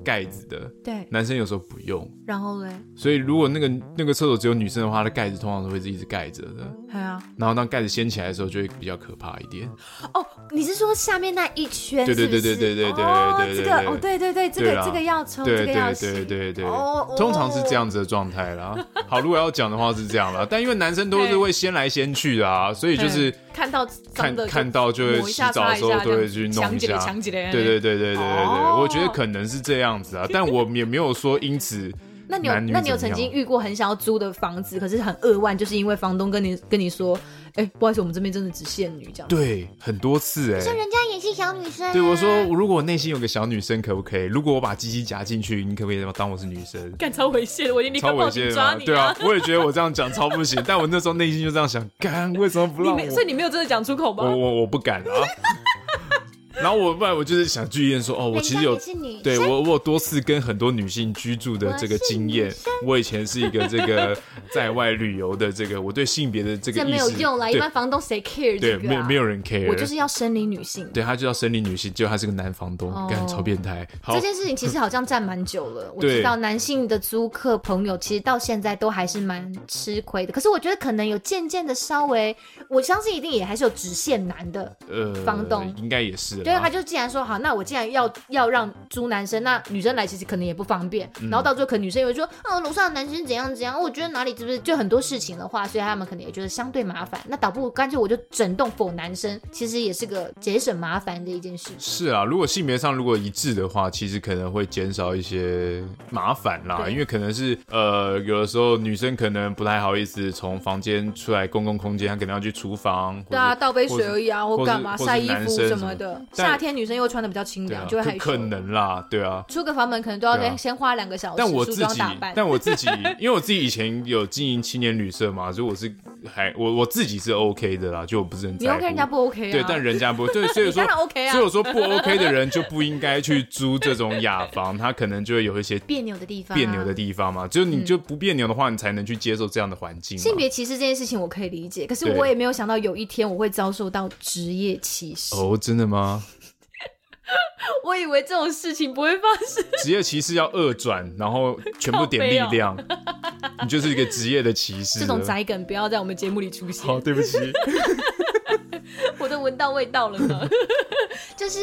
[SPEAKER 3] 盖子的，
[SPEAKER 5] 嗯对，
[SPEAKER 3] 男生有时候不用，
[SPEAKER 5] 然后嘞，
[SPEAKER 3] 所以如果那个那个厕所只有女生的话，它的盖子通常都会是一直盖着的。
[SPEAKER 5] 还有啊
[SPEAKER 3] 然后当盖子掀起来的时候，就会比较可怕一点。
[SPEAKER 5] 哦，你是说下面那一圈
[SPEAKER 3] 对对
[SPEAKER 5] 是不是？
[SPEAKER 3] 对对对对对
[SPEAKER 5] 哦
[SPEAKER 3] 对对
[SPEAKER 5] 这
[SPEAKER 3] 对
[SPEAKER 5] 个哦，对对对，这
[SPEAKER 3] 对
[SPEAKER 5] 个
[SPEAKER 3] 啦
[SPEAKER 5] 这个要抽，这
[SPEAKER 3] 对
[SPEAKER 5] 个
[SPEAKER 3] 对
[SPEAKER 5] 要
[SPEAKER 3] 对
[SPEAKER 5] 洗
[SPEAKER 3] 对对
[SPEAKER 5] 哦哦，
[SPEAKER 3] 通常是这样子的状态啦。好，如果要讲的话是这样啦，但因为男生都是会掀来掀去的啊，所以就是
[SPEAKER 5] 看到
[SPEAKER 3] 看
[SPEAKER 5] 脏的就
[SPEAKER 3] 看到就会
[SPEAKER 5] 抹
[SPEAKER 3] 洗
[SPEAKER 5] 一下
[SPEAKER 3] 澡的时候
[SPEAKER 5] 擦一下
[SPEAKER 3] 都会去弄一下
[SPEAKER 5] 这样，抢起来抢起来
[SPEAKER 3] 对对对对对对对，
[SPEAKER 5] 哦
[SPEAKER 3] 我觉得可能是这样子啊，但我也没有说因此
[SPEAKER 5] 那你有
[SPEAKER 3] 男女
[SPEAKER 5] 那你有
[SPEAKER 3] 怎
[SPEAKER 5] 曾
[SPEAKER 3] 么样
[SPEAKER 5] 经遇过很想要租的房子，可是很扼腕，就是因为房东跟你跟你说，哎、不好意思，我们这边真的只限女这样。
[SPEAKER 3] 对很多次哎、
[SPEAKER 4] 说人家也是小女生、啊。
[SPEAKER 3] 对我说，如果我内心有个小女生，可不可以？如果我把鸡鸡夹进去，你可不可以当我是女生？
[SPEAKER 2] 干超猥亵的，我已经立刻
[SPEAKER 3] 超
[SPEAKER 2] 报
[SPEAKER 3] 猥亵
[SPEAKER 2] 警
[SPEAKER 3] 的
[SPEAKER 2] 抓
[SPEAKER 3] 嘛
[SPEAKER 2] 你
[SPEAKER 3] 对啊，我也觉得我这样讲超不行，但我那时候内心就这样想，干为什么不
[SPEAKER 2] 你
[SPEAKER 3] 让
[SPEAKER 2] 没，
[SPEAKER 3] 我？
[SPEAKER 2] 所以你没有真的讲出口吗
[SPEAKER 3] 我？我我不敢啊。然后我不然我就是想剧院说，哦，我
[SPEAKER 4] 人
[SPEAKER 3] 其
[SPEAKER 4] 家
[SPEAKER 3] 实有
[SPEAKER 4] 也是女生，
[SPEAKER 3] 对我我有多次跟很多女性居住的这个经验，我以前是一个这个在外旅游的这个，我对性别的这个
[SPEAKER 5] 这
[SPEAKER 3] 意识
[SPEAKER 5] 没有用啦，一般房东谁
[SPEAKER 3] 对
[SPEAKER 5] care
[SPEAKER 3] 对
[SPEAKER 5] 这个、啊？
[SPEAKER 3] 没有没有人
[SPEAKER 5] 我就是
[SPEAKER 3] care。
[SPEAKER 5] 要生理女性。
[SPEAKER 3] 对他就叫生理女性，结果他是个男房东，
[SPEAKER 5] 哦
[SPEAKER 3] 干超变态。好
[SPEAKER 5] 这，件事情其实好像站蛮久 了，我
[SPEAKER 3] 对
[SPEAKER 5] 知道男性的租客朋友其实到现在都还是蛮吃亏的，可是我觉得可能有渐渐的稍微，我相信一定也还是有直线男的，
[SPEAKER 3] 呃，
[SPEAKER 5] 房东
[SPEAKER 3] 应该也是啦。
[SPEAKER 5] 对，他就既然说好，那我既然要要让租男生，那女生来其实可能也不方便，
[SPEAKER 3] 嗯
[SPEAKER 5] 然后到最后可能女生也会说，啊，楼上的男生怎样怎样，我觉得哪里是不是就很多事情的话，所以他们可能也觉得相对麻烦，那倒不如干脆我就整栋否男生，其实也是个节省麻烦的一件事情。
[SPEAKER 3] 是啊，如果性别上如果一致的话，其实可能会减少一些麻烦啦，
[SPEAKER 5] 对
[SPEAKER 3] 因为可能是呃，有的时候女生可能不太好意思从房间出来公共空间，她可能要去厨房，或
[SPEAKER 5] 对啊，
[SPEAKER 3] 是
[SPEAKER 5] 倒杯
[SPEAKER 3] 或是
[SPEAKER 5] 水而已啊，
[SPEAKER 3] 或
[SPEAKER 5] 或
[SPEAKER 3] 是
[SPEAKER 5] 干嘛
[SPEAKER 3] 或是
[SPEAKER 5] 晒衣
[SPEAKER 3] 男
[SPEAKER 5] 服
[SPEAKER 3] 生
[SPEAKER 5] 什
[SPEAKER 3] 么
[SPEAKER 5] 么的。
[SPEAKER 3] 但
[SPEAKER 5] 夏天女生又穿的比较清
[SPEAKER 3] 对啊
[SPEAKER 5] 凉，，就会害
[SPEAKER 3] 可
[SPEAKER 5] 羞。
[SPEAKER 3] 可能啦，对啊。
[SPEAKER 5] 出个房门可能都要
[SPEAKER 3] 对啊
[SPEAKER 5] 先先花两个小时
[SPEAKER 3] 但我
[SPEAKER 5] 梳
[SPEAKER 3] 自
[SPEAKER 5] 妆
[SPEAKER 3] 己
[SPEAKER 5] 打扮，。
[SPEAKER 3] 但我自己，因为我自己以前有经营青年旅社嘛，所以我是还我我自己是 OK 的啦，就我不是很
[SPEAKER 5] 你
[SPEAKER 3] 在乎。
[SPEAKER 5] OK 人家不 OK 啊？
[SPEAKER 3] 对，但人家不 对，所以说
[SPEAKER 5] 当然 OK 啊
[SPEAKER 3] 所以我说不 OK 的人就不应该去租这种雅房，他可能就会有一些
[SPEAKER 5] 别扭的地方啊，
[SPEAKER 3] 别扭的地方嘛。就你就不别扭的话，你才能去接受这样的环境嘛。
[SPEAKER 5] 嗯性别歧视这件事情我可以理解，可是
[SPEAKER 3] 对
[SPEAKER 5] 我也没有想到有一天我会遭受到职业歧视。
[SPEAKER 3] 哦，真的吗？
[SPEAKER 5] 我以为这种事情不会发生，
[SPEAKER 3] 职业歧视要二转，然后全部点力量，你就是一个职业的歧视了。
[SPEAKER 5] 哦这种宅梗不要在我们节目里出现。
[SPEAKER 3] 好，对不起，
[SPEAKER 5] 我都闻到味道了呢。 就是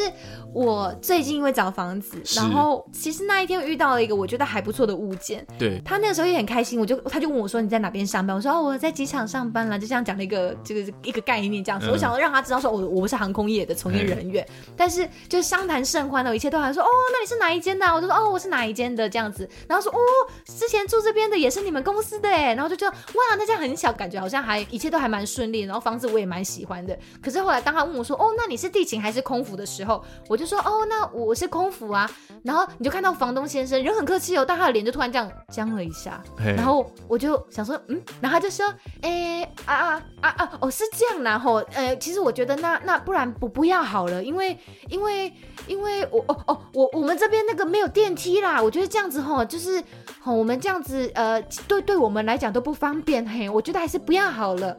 [SPEAKER 5] 我最近因为找房子，
[SPEAKER 3] 是
[SPEAKER 5] 然后其实那一天我遇到了一个我觉得还不错的物件。
[SPEAKER 3] 对，
[SPEAKER 5] 他那个时候也很开心，我就他就问我说你在哪边上班？我说哦我在机场上班啦，就这样讲了一个这个一个概念这样子。
[SPEAKER 3] 嗯
[SPEAKER 5] 我想要让他知道说我我不是航空业的从业人员，但是就是相谈甚欢的，我一切都还说哦那你是哪一间的啊、我就说哦我是哪一间的这样子，然后说哦之前住这边的也是你们公司的哎，然后就觉得哇那这样很小，感觉好像还一切都还蛮顺利，然后房子我也蛮喜欢的。可是后来当他问我说哦那你是地勤还是空服的时候，我就说哦那我是空服啊，然后你就看到房东先生人很客气哦，但他的脸就突然这样僵了一下，
[SPEAKER 3] 嘿
[SPEAKER 5] 然后我就想说，嗯，然后他就说，哎、啊啊啊啊，哦是这样啦吼，呃，其实我觉得那那不然不不要好了，因为因为因为我哦哦我我们这边那个没有电梯啦，我觉得这样子吼就是吼我们这样子呃对对我们来讲都不方便嘿，我觉得还是不要好了。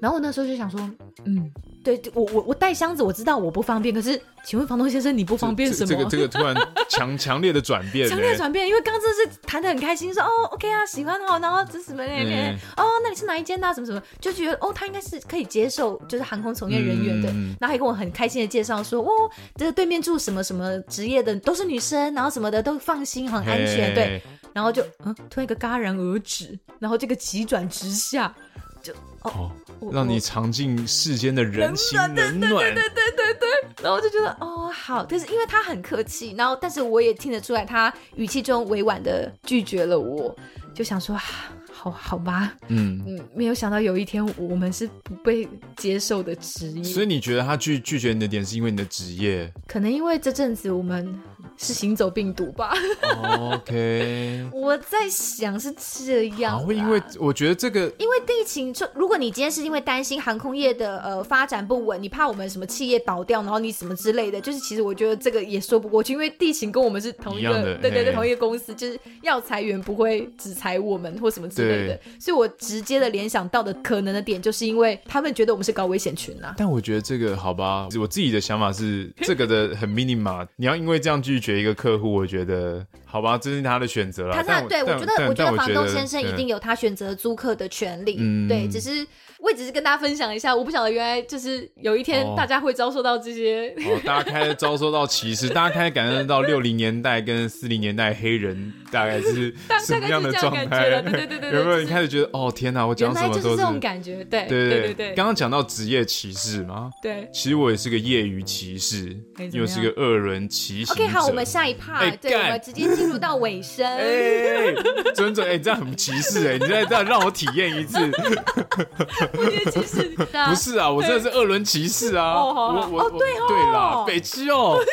[SPEAKER 5] 然后我那时候就想说，嗯。对，对我我我带箱子，我知道我不方便，可是请问房东先生，你不方便什
[SPEAKER 3] 这这
[SPEAKER 5] 么？
[SPEAKER 3] 个这个突然强强烈的转变呢，
[SPEAKER 5] 强烈转变，因为刚刚真的是谈的很开心，说哦，OK 啊，喜欢哦，然后这是什么那那、
[SPEAKER 3] 嗯
[SPEAKER 5] 哦，那你是哪一间呐、什么什么，就觉得哦，他应该是可以接受，就是航空从业人员的，
[SPEAKER 3] 嗯
[SPEAKER 5] 然后还跟我很开心的介绍说，哦，这对面住什么什么职业的都是女生，然后什么的都放心，很安全，对，
[SPEAKER 3] 欸嘿，
[SPEAKER 5] 然后就嗯，突然一个戛然而止，然后这个急转直下，
[SPEAKER 3] 哦，
[SPEAKER 5] 我
[SPEAKER 3] 让
[SPEAKER 5] 我
[SPEAKER 3] 你尝尽世间的人心冷暖，
[SPEAKER 5] 对对对，然后我就觉得哦好，但是因为他很客气，然后但是我也听得出来他语气中委婉的拒绝了我，就想说啊好好吧，
[SPEAKER 3] 嗯。
[SPEAKER 5] 嗯，没有想到有一天我们是不被接受的职
[SPEAKER 3] 所
[SPEAKER 5] 业，
[SPEAKER 3] 以你觉得他拒拒绝你的点是因为你的职业
[SPEAKER 5] 可能因为这阵子我们是行走病毒吧，
[SPEAKER 3] 哦？OK，
[SPEAKER 5] 我在想是这样
[SPEAKER 3] 啊，
[SPEAKER 5] 啦，
[SPEAKER 3] 会因为我觉得这个
[SPEAKER 5] 因为地勤，就如果你今天是因为担心航空业的呃发展不稳，你怕我们什么企业倒掉，然后你什么之类的，就是其实我觉得这个也说不过去，因为地勤跟我们是同一
[SPEAKER 3] 一样
[SPEAKER 5] 个，
[SPEAKER 3] 的
[SPEAKER 5] 对对
[SPEAKER 3] 嘿
[SPEAKER 5] 对，同一个公司，就是要裁员不会只裁我们或什么之类的，所以我直接的联想到的可能的点，就是因为他们觉得我们是高危险群啊。
[SPEAKER 3] 但我觉得这个好吧，我自己的想法 是这个的很 minimal。你要因为这样拒绝一个客户，我觉得好吧，这是他的选择了。
[SPEAKER 5] 他
[SPEAKER 3] 但
[SPEAKER 5] 那对我
[SPEAKER 3] 但
[SPEAKER 5] 觉得，
[SPEAKER 3] 但
[SPEAKER 5] 我觉
[SPEAKER 3] 但
[SPEAKER 5] 得房东先生
[SPEAKER 3] 对
[SPEAKER 5] 一定有他选择租客的权利。
[SPEAKER 3] 嗯
[SPEAKER 5] 对，只是我也只是跟大家分享一下，我不晓得原来就是有一天
[SPEAKER 3] 哦
[SPEAKER 5] 大家会遭受到这些。
[SPEAKER 3] 哦，大家开始遭受到歧视， 大家开始感受到六零年代跟四零年代黑人大概是
[SPEAKER 5] 大
[SPEAKER 3] 什么样的
[SPEAKER 5] 大
[SPEAKER 3] 状
[SPEAKER 5] 概是这样
[SPEAKER 3] 态？
[SPEAKER 5] 感觉了对对对对
[SPEAKER 3] 有没有
[SPEAKER 5] 就是
[SPEAKER 3] 你开始觉得哦天哪，我
[SPEAKER 5] 原
[SPEAKER 3] 讲什
[SPEAKER 5] 来
[SPEAKER 3] 么
[SPEAKER 5] 就
[SPEAKER 3] 都
[SPEAKER 5] 是这种感觉，对
[SPEAKER 3] 对
[SPEAKER 5] 对
[SPEAKER 3] 对
[SPEAKER 5] 对，
[SPEAKER 3] 刚刚讲到职业歧视嘛，
[SPEAKER 5] 对。
[SPEAKER 3] 其实我也是个业余骑士
[SPEAKER 5] 哎，怎
[SPEAKER 3] 又
[SPEAKER 5] 么
[SPEAKER 3] 是个恶人骑行者。
[SPEAKER 5] OK，好，我们下一趴，
[SPEAKER 3] 哎
[SPEAKER 5] 对，
[SPEAKER 3] 干
[SPEAKER 5] 我们直接进入到尾声。
[SPEAKER 3] 哎、尊重哎、这样很歧视哎、你再这样让我体验 一次，
[SPEAKER 5] 其实
[SPEAKER 3] 不是啊，我真的是恶人骑士啊！
[SPEAKER 5] 哦好
[SPEAKER 3] 我
[SPEAKER 5] 好
[SPEAKER 3] 我
[SPEAKER 5] 哦
[SPEAKER 3] 我
[SPEAKER 5] 对哦
[SPEAKER 3] 啦，北七哦。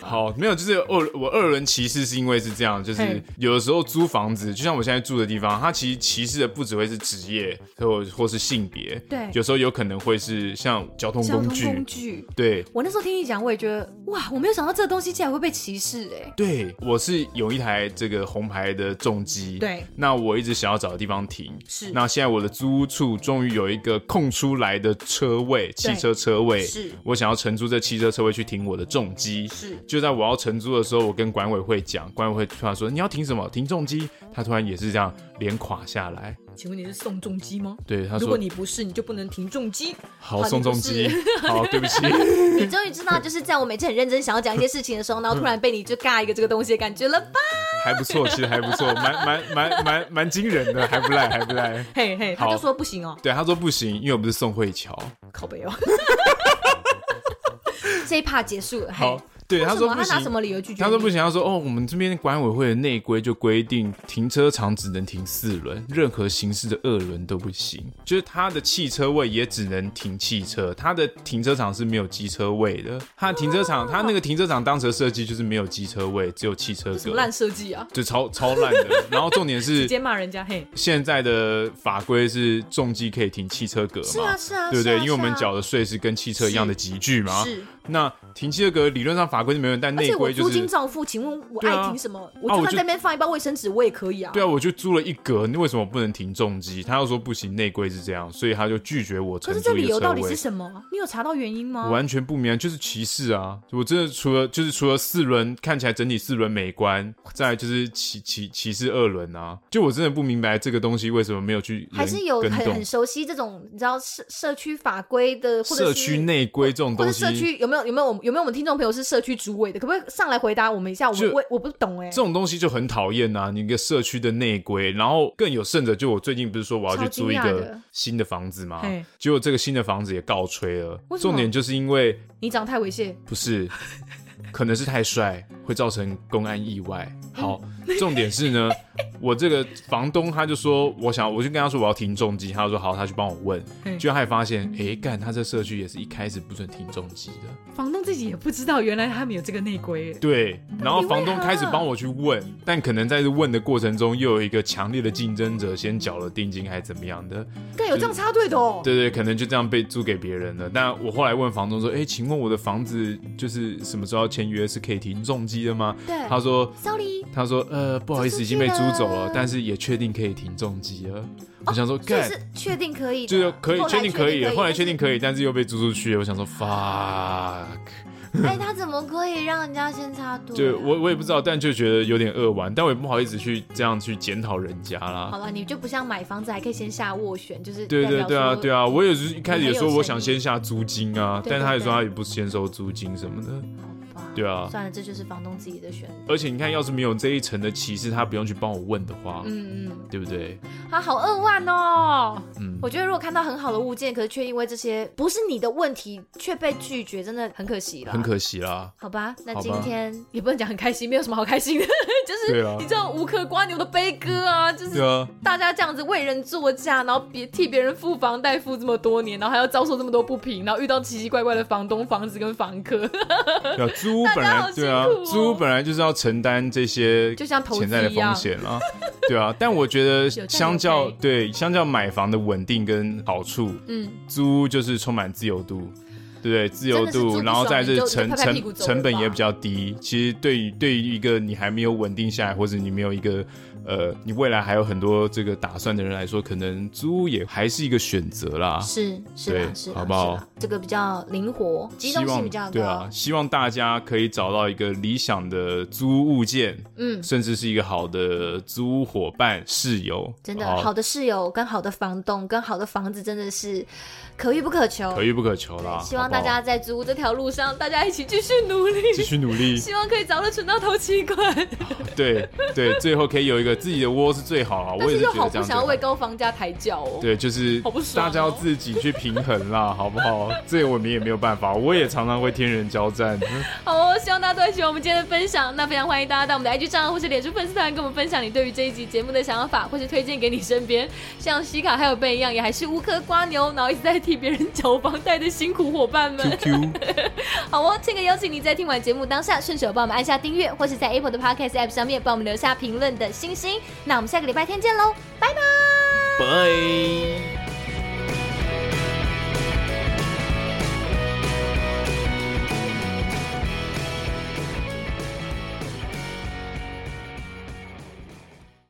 [SPEAKER 3] 好，没有，就是二我二轮歧视是因为是这样，就是
[SPEAKER 5] 嘿
[SPEAKER 3] 有的时候租房子，就像我现在住的地方，它其实歧视的不只会是职业或或是性别，
[SPEAKER 5] 对
[SPEAKER 3] 有时候有可能会是像交通
[SPEAKER 5] 交
[SPEAKER 3] 工
[SPEAKER 5] 通
[SPEAKER 3] 具，
[SPEAKER 5] 工具。
[SPEAKER 3] 对。
[SPEAKER 5] 我那时候听你讲，我也觉得哇，我没有想到这个东西竟然会被歧视哎、
[SPEAKER 3] 对，我是有一台这个红牌的重机，
[SPEAKER 5] 对
[SPEAKER 3] 那我一直想要找个地方停，
[SPEAKER 5] 是
[SPEAKER 3] 那现在我的租屋处终于有一个空出来的车位，汽车车位，
[SPEAKER 5] 是
[SPEAKER 3] 我想要承租这汽车车位去停我的重机，
[SPEAKER 5] 是
[SPEAKER 3] 就在我要承租的时候，我跟管委会讲，管委会突然说你要停什么？停重机，他突然也是这样脸垮下来，
[SPEAKER 5] 请问你是宋仲基吗？
[SPEAKER 3] 对他
[SPEAKER 5] 如果
[SPEAKER 3] 说
[SPEAKER 5] 你不是，你就不能停重机。
[SPEAKER 3] 好
[SPEAKER 5] 好你
[SPEAKER 3] 宋仲
[SPEAKER 5] 不
[SPEAKER 3] 基
[SPEAKER 5] 是，
[SPEAKER 3] 好对不起，
[SPEAKER 5] 你终于知 道，就是在我每次很认真想要讲一些事情的时候，然后突然被你就尬一个这个东西的感觉了吧？
[SPEAKER 3] 还不错，其实还不错，蛮蛮蛮蛮蛮惊人的，还不赖还不赖。
[SPEAKER 5] 嘿嘿，他
[SPEAKER 3] 好
[SPEAKER 5] 就说不行哦，
[SPEAKER 3] 对，他说不行，因为我不是宋慧乔。
[SPEAKER 5] 靠背哦。这一趴结束了，嘿
[SPEAKER 3] 好，对，
[SPEAKER 2] 为
[SPEAKER 3] 他
[SPEAKER 2] 什
[SPEAKER 3] 说
[SPEAKER 2] 么
[SPEAKER 3] 不
[SPEAKER 2] 他拿什
[SPEAKER 3] 行。
[SPEAKER 2] 么理由拒绝？
[SPEAKER 3] 他说不。行，他说哦，我们这边管委会的内规就规定，停车场只能停四轮，任何形式的二轮都不行。就是他的汽车位也只能停汽车，他的停车场是没有机车位的。他的停车场，他那个停车场当时的设计就是没有机车位，只有汽车
[SPEAKER 2] 什
[SPEAKER 3] 格
[SPEAKER 2] 么，烂设计啊！
[SPEAKER 3] 就超超烂的。然后重点是
[SPEAKER 2] 直接骂人家嘿，
[SPEAKER 3] 现在的法规是重机可以停汽车格嘛？
[SPEAKER 2] 是啊是啊
[SPEAKER 3] 对不对？
[SPEAKER 2] 是啊
[SPEAKER 3] 因为我们
[SPEAKER 2] 是啊
[SPEAKER 3] 缴的税是跟汽车一样的级距嘛。
[SPEAKER 2] 是。
[SPEAKER 3] 那停汽车格理论上法规是没有，但
[SPEAKER 2] 而
[SPEAKER 3] 内
[SPEAKER 2] 且我
[SPEAKER 3] 规就
[SPEAKER 2] 租金
[SPEAKER 3] 是。
[SPEAKER 2] 照付，请问我
[SPEAKER 3] 对啊
[SPEAKER 2] 爱停什么？
[SPEAKER 3] 啊
[SPEAKER 2] 我
[SPEAKER 3] 我
[SPEAKER 2] 就
[SPEAKER 3] 就
[SPEAKER 2] 算在那边放一包卫生纸，我也可以啊。
[SPEAKER 3] 对啊，我就租了一格，你为什么不能停重机？他又说不行，内规是这样，所以他就拒绝我
[SPEAKER 2] 可
[SPEAKER 3] 承
[SPEAKER 2] 是
[SPEAKER 3] 租
[SPEAKER 2] 这
[SPEAKER 3] 一
[SPEAKER 2] 理
[SPEAKER 3] 个
[SPEAKER 2] 由
[SPEAKER 3] 车
[SPEAKER 2] 到底
[SPEAKER 3] 位
[SPEAKER 2] 是。什么？你有查到原因
[SPEAKER 3] 我
[SPEAKER 2] 吗？
[SPEAKER 3] 完全不明白，就是歧视啊！我真的除了就是除了四轮看起来整体四轮美观，再来就是歧歧歧视二轮啊！就我真的不明白这个东西为什么没有去
[SPEAKER 5] 还是有
[SPEAKER 3] 跟
[SPEAKER 5] 很
[SPEAKER 3] 动
[SPEAKER 5] 很熟悉这种你知道社社区法规的，或者
[SPEAKER 3] 社
[SPEAKER 5] 是
[SPEAKER 3] 区内规这种
[SPEAKER 2] 或
[SPEAKER 3] 东
[SPEAKER 2] 者
[SPEAKER 3] 西，
[SPEAKER 2] 社区有没有有没有我们有没有我们听众朋友是社区主委的？可不可以上来回答我们一下？我
[SPEAKER 3] 就
[SPEAKER 2] 我我不懂哎、
[SPEAKER 3] 这种东西就很讨厌呐、你一个社区的内规，然后更有甚者，就我最近不是说我要去租一
[SPEAKER 2] 超惊讶
[SPEAKER 3] 个
[SPEAKER 2] 的
[SPEAKER 3] 新的房子吗
[SPEAKER 2] 嘿？
[SPEAKER 3] 结果这个新的房子也告吹了
[SPEAKER 2] 为。什么
[SPEAKER 3] 重点就是因为
[SPEAKER 2] 你长太猥亵，
[SPEAKER 3] 不是，可能是太帅，会造成公安意外。好，重点是呢，我这个房东他就说，我想我就跟他说我要停重机，他就说好，他去帮我问，
[SPEAKER 2] 嗯
[SPEAKER 3] 结果他也发现，诶，干，他这社区也是一开始不准停重机的。
[SPEAKER 2] 房东自己也不知道，原来他们有这个内规、欸。
[SPEAKER 3] 对，然后
[SPEAKER 2] 你为
[SPEAKER 3] 房东
[SPEAKER 2] 何
[SPEAKER 3] 开始帮我去问，但可能在这问的过程中，又有一个强烈的竞争者先缴了定金还是怎么样的，
[SPEAKER 2] 干有这样插队的哦、
[SPEAKER 3] 对对，可能就这样被租给别人了。但我后来问房东说，哎，请问我的房子就是什么时候要签约是可以停重机的吗？
[SPEAKER 4] 对
[SPEAKER 3] 他说。
[SPEAKER 4] ，sorry，
[SPEAKER 3] 他说：“呃，不好意思，
[SPEAKER 4] 租
[SPEAKER 3] 已
[SPEAKER 4] 出
[SPEAKER 3] 经被
[SPEAKER 4] 去
[SPEAKER 3] 租走了
[SPEAKER 4] 了，
[SPEAKER 3] 但是也确定可以停重机了。我想说，
[SPEAKER 5] 所以
[SPEAKER 3] 干，
[SPEAKER 5] 是确定可以的，
[SPEAKER 3] 就是可以
[SPEAKER 5] 后来
[SPEAKER 3] 确定可以了，后来确定
[SPEAKER 5] 以
[SPEAKER 3] 可以，但是又被租出去了。我想说，fuck，
[SPEAKER 4] 哎，他怎么可以让人家先插
[SPEAKER 5] 啊
[SPEAKER 4] 队？
[SPEAKER 3] 就我我也不知道，但就觉得有点扼腕，但我也不好意思去这样去检讨人家
[SPEAKER 5] 但是。好
[SPEAKER 3] 啦。
[SPEAKER 5] 了，你就不像买房子还可以先下斡旋，就是
[SPEAKER 3] 对
[SPEAKER 5] 代
[SPEAKER 3] 对
[SPEAKER 5] 表
[SPEAKER 3] 对啊
[SPEAKER 5] 说
[SPEAKER 3] 对啊，我也是一开始也说
[SPEAKER 5] 很有
[SPEAKER 3] 我想
[SPEAKER 5] 诚
[SPEAKER 3] 先下租金啊，
[SPEAKER 5] 对
[SPEAKER 3] 但
[SPEAKER 5] 对
[SPEAKER 3] 他也说
[SPEAKER 5] 对
[SPEAKER 3] 他也不先收租金什么的。
[SPEAKER 5] 哇
[SPEAKER 3] 对啊
[SPEAKER 5] 算了，这就是房东自己的选择。
[SPEAKER 3] 而且你看，要是没有这一层的歧视，他不用去帮我问的话，
[SPEAKER 5] 嗯嗯，
[SPEAKER 3] 对不对？
[SPEAKER 5] 他好扼腕哦。
[SPEAKER 3] 嗯，
[SPEAKER 5] 我觉得如果看到很好的物件，可是却因为这些不是你的问题却被拒绝，真的很可惜了。
[SPEAKER 3] 很可惜啦。
[SPEAKER 5] 好吧，那
[SPEAKER 3] 好吧
[SPEAKER 5] 今天也不能讲很开心，没有什么好开心的， 就是
[SPEAKER 3] 对啊
[SPEAKER 5] 你知道无壳瓜牛的悲歌啊，就是
[SPEAKER 3] 对啊，
[SPEAKER 5] 大家这样子为人作嫁，然后别替别人付房贷付这么多年，然后还要遭受这么多不平，然后遇到奇奇怪怪的房东、房子跟房客，
[SPEAKER 3] 对 啊，租屋本
[SPEAKER 5] 大家
[SPEAKER 3] 来
[SPEAKER 5] 好
[SPEAKER 3] 对啊
[SPEAKER 5] 辛苦，哦
[SPEAKER 3] 租屋本来就是要承担这些
[SPEAKER 5] 就像投资
[SPEAKER 3] 潜在的
[SPEAKER 5] 一
[SPEAKER 3] 风
[SPEAKER 5] 样
[SPEAKER 3] 险啊，对啊。但我觉得
[SPEAKER 5] 有
[SPEAKER 3] 相较
[SPEAKER 5] 有赔
[SPEAKER 3] 对相较买房的稳定跟好处，
[SPEAKER 5] 嗯，
[SPEAKER 3] 租屋就是充满自由度。对不对，自由
[SPEAKER 5] 真的是租不
[SPEAKER 3] 度，
[SPEAKER 5] 爽
[SPEAKER 3] 然后再
[SPEAKER 5] 你
[SPEAKER 3] 是
[SPEAKER 5] 就
[SPEAKER 3] 成
[SPEAKER 5] 就拍拍屁股
[SPEAKER 3] 成
[SPEAKER 5] 走
[SPEAKER 3] 成本
[SPEAKER 5] 了吧
[SPEAKER 3] 也比较低。其实对于对于一个你还没有稳定下来，或者你没有一个呃，你未来还有很多这个打算的人来说，可能租屋也还是一个选择啦。
[SPEAKER 5] 是是
[SPEAKER 3] 对啊
[SPEAKER 5] 啦是啦，
[SPEAKER 3] 好不好
[SPEAKER 5] 是啦？这个比较灵活，机动
[SPEAKER 3] 希望
[SPEAKER 5] 性比较高。
[SPEAKER 3] 对啊，希望大家可以找到一个理想的租屋物件，
[SPEAKER 5] 嗯，
[SPEAKER 3] 甚至是一个好的租屋伙伴、室友，啊
[SPEAKER 5] 真的，
[SPEAKER 3] 好
[SPEAKER 5] 好的室友跟好的房东跟好的房子真的是可遇不可求。
[SPEAKER 3] 可遇不可求啊啦。
[SPEAKER 5] 希
[SPEAKER 3] 好
[SPEAKER 5] 望
[SPEAKER 3] 不
[SPEAKER 5] 大
[SPEAKER 3] 好
[SPEAKER 5] 家在租屋这条路上，大家一起继续努力，
[SPEAKER 3] 继续努 力，
[SPEAKER 5] 希望可以早日存到头期款。
[SPEAKER 3] 对对，最后可以有一个自己的窝是最好啊。
[SPEAKER 5] 但
[SPEAKER 3] 我也
[SPEAKER 5] 是
[SPEAKER 3] 是
[SPEAKER 5] 又
[SPEAKER 3] 觉
[SPEAKER 5] 好
[SPEAKER 3] 得这
[SPEAKER 5] 不
[SPEAKER 3] 样最
[SPEAKER 5] 想要
[SPEAKER 3] 好
[SPEAKER 5] 为高房价抬轿哦。
[SPEAKER 3] 对，就是
[SPEAKER 5] 好不爽
[SPEAKER 3] 大
[SPEAKER 5] 哦
[SPEAKER 3] 家要自己去平衡啦，好不好？这我们也没有办法，我也常常会天人交战。
[SPEAKER 5] 好哦，希望大家都喜欢我们今天的分享。那非常欢迎大家到我们的 IG 账号或是脸书粉丝团，跟我们分享你对于这一集节目的想法，或是推荐给你身边像西卡还有贝一样，也还是乌克瓜牛，然后一直在替别人缴房贷的辛苦伙伴们。
[SPEAKER 3] QQ，
[SPEAKER 5] 好哦，这个邀请你在听完节目当下，顺手帮我们按下订阅，或是在 Apple 的 Podcast App 上面帮我们留下评论的星星。那我们下个礼拜天见喽，拜拜。
[SPEAKER 3] 拜。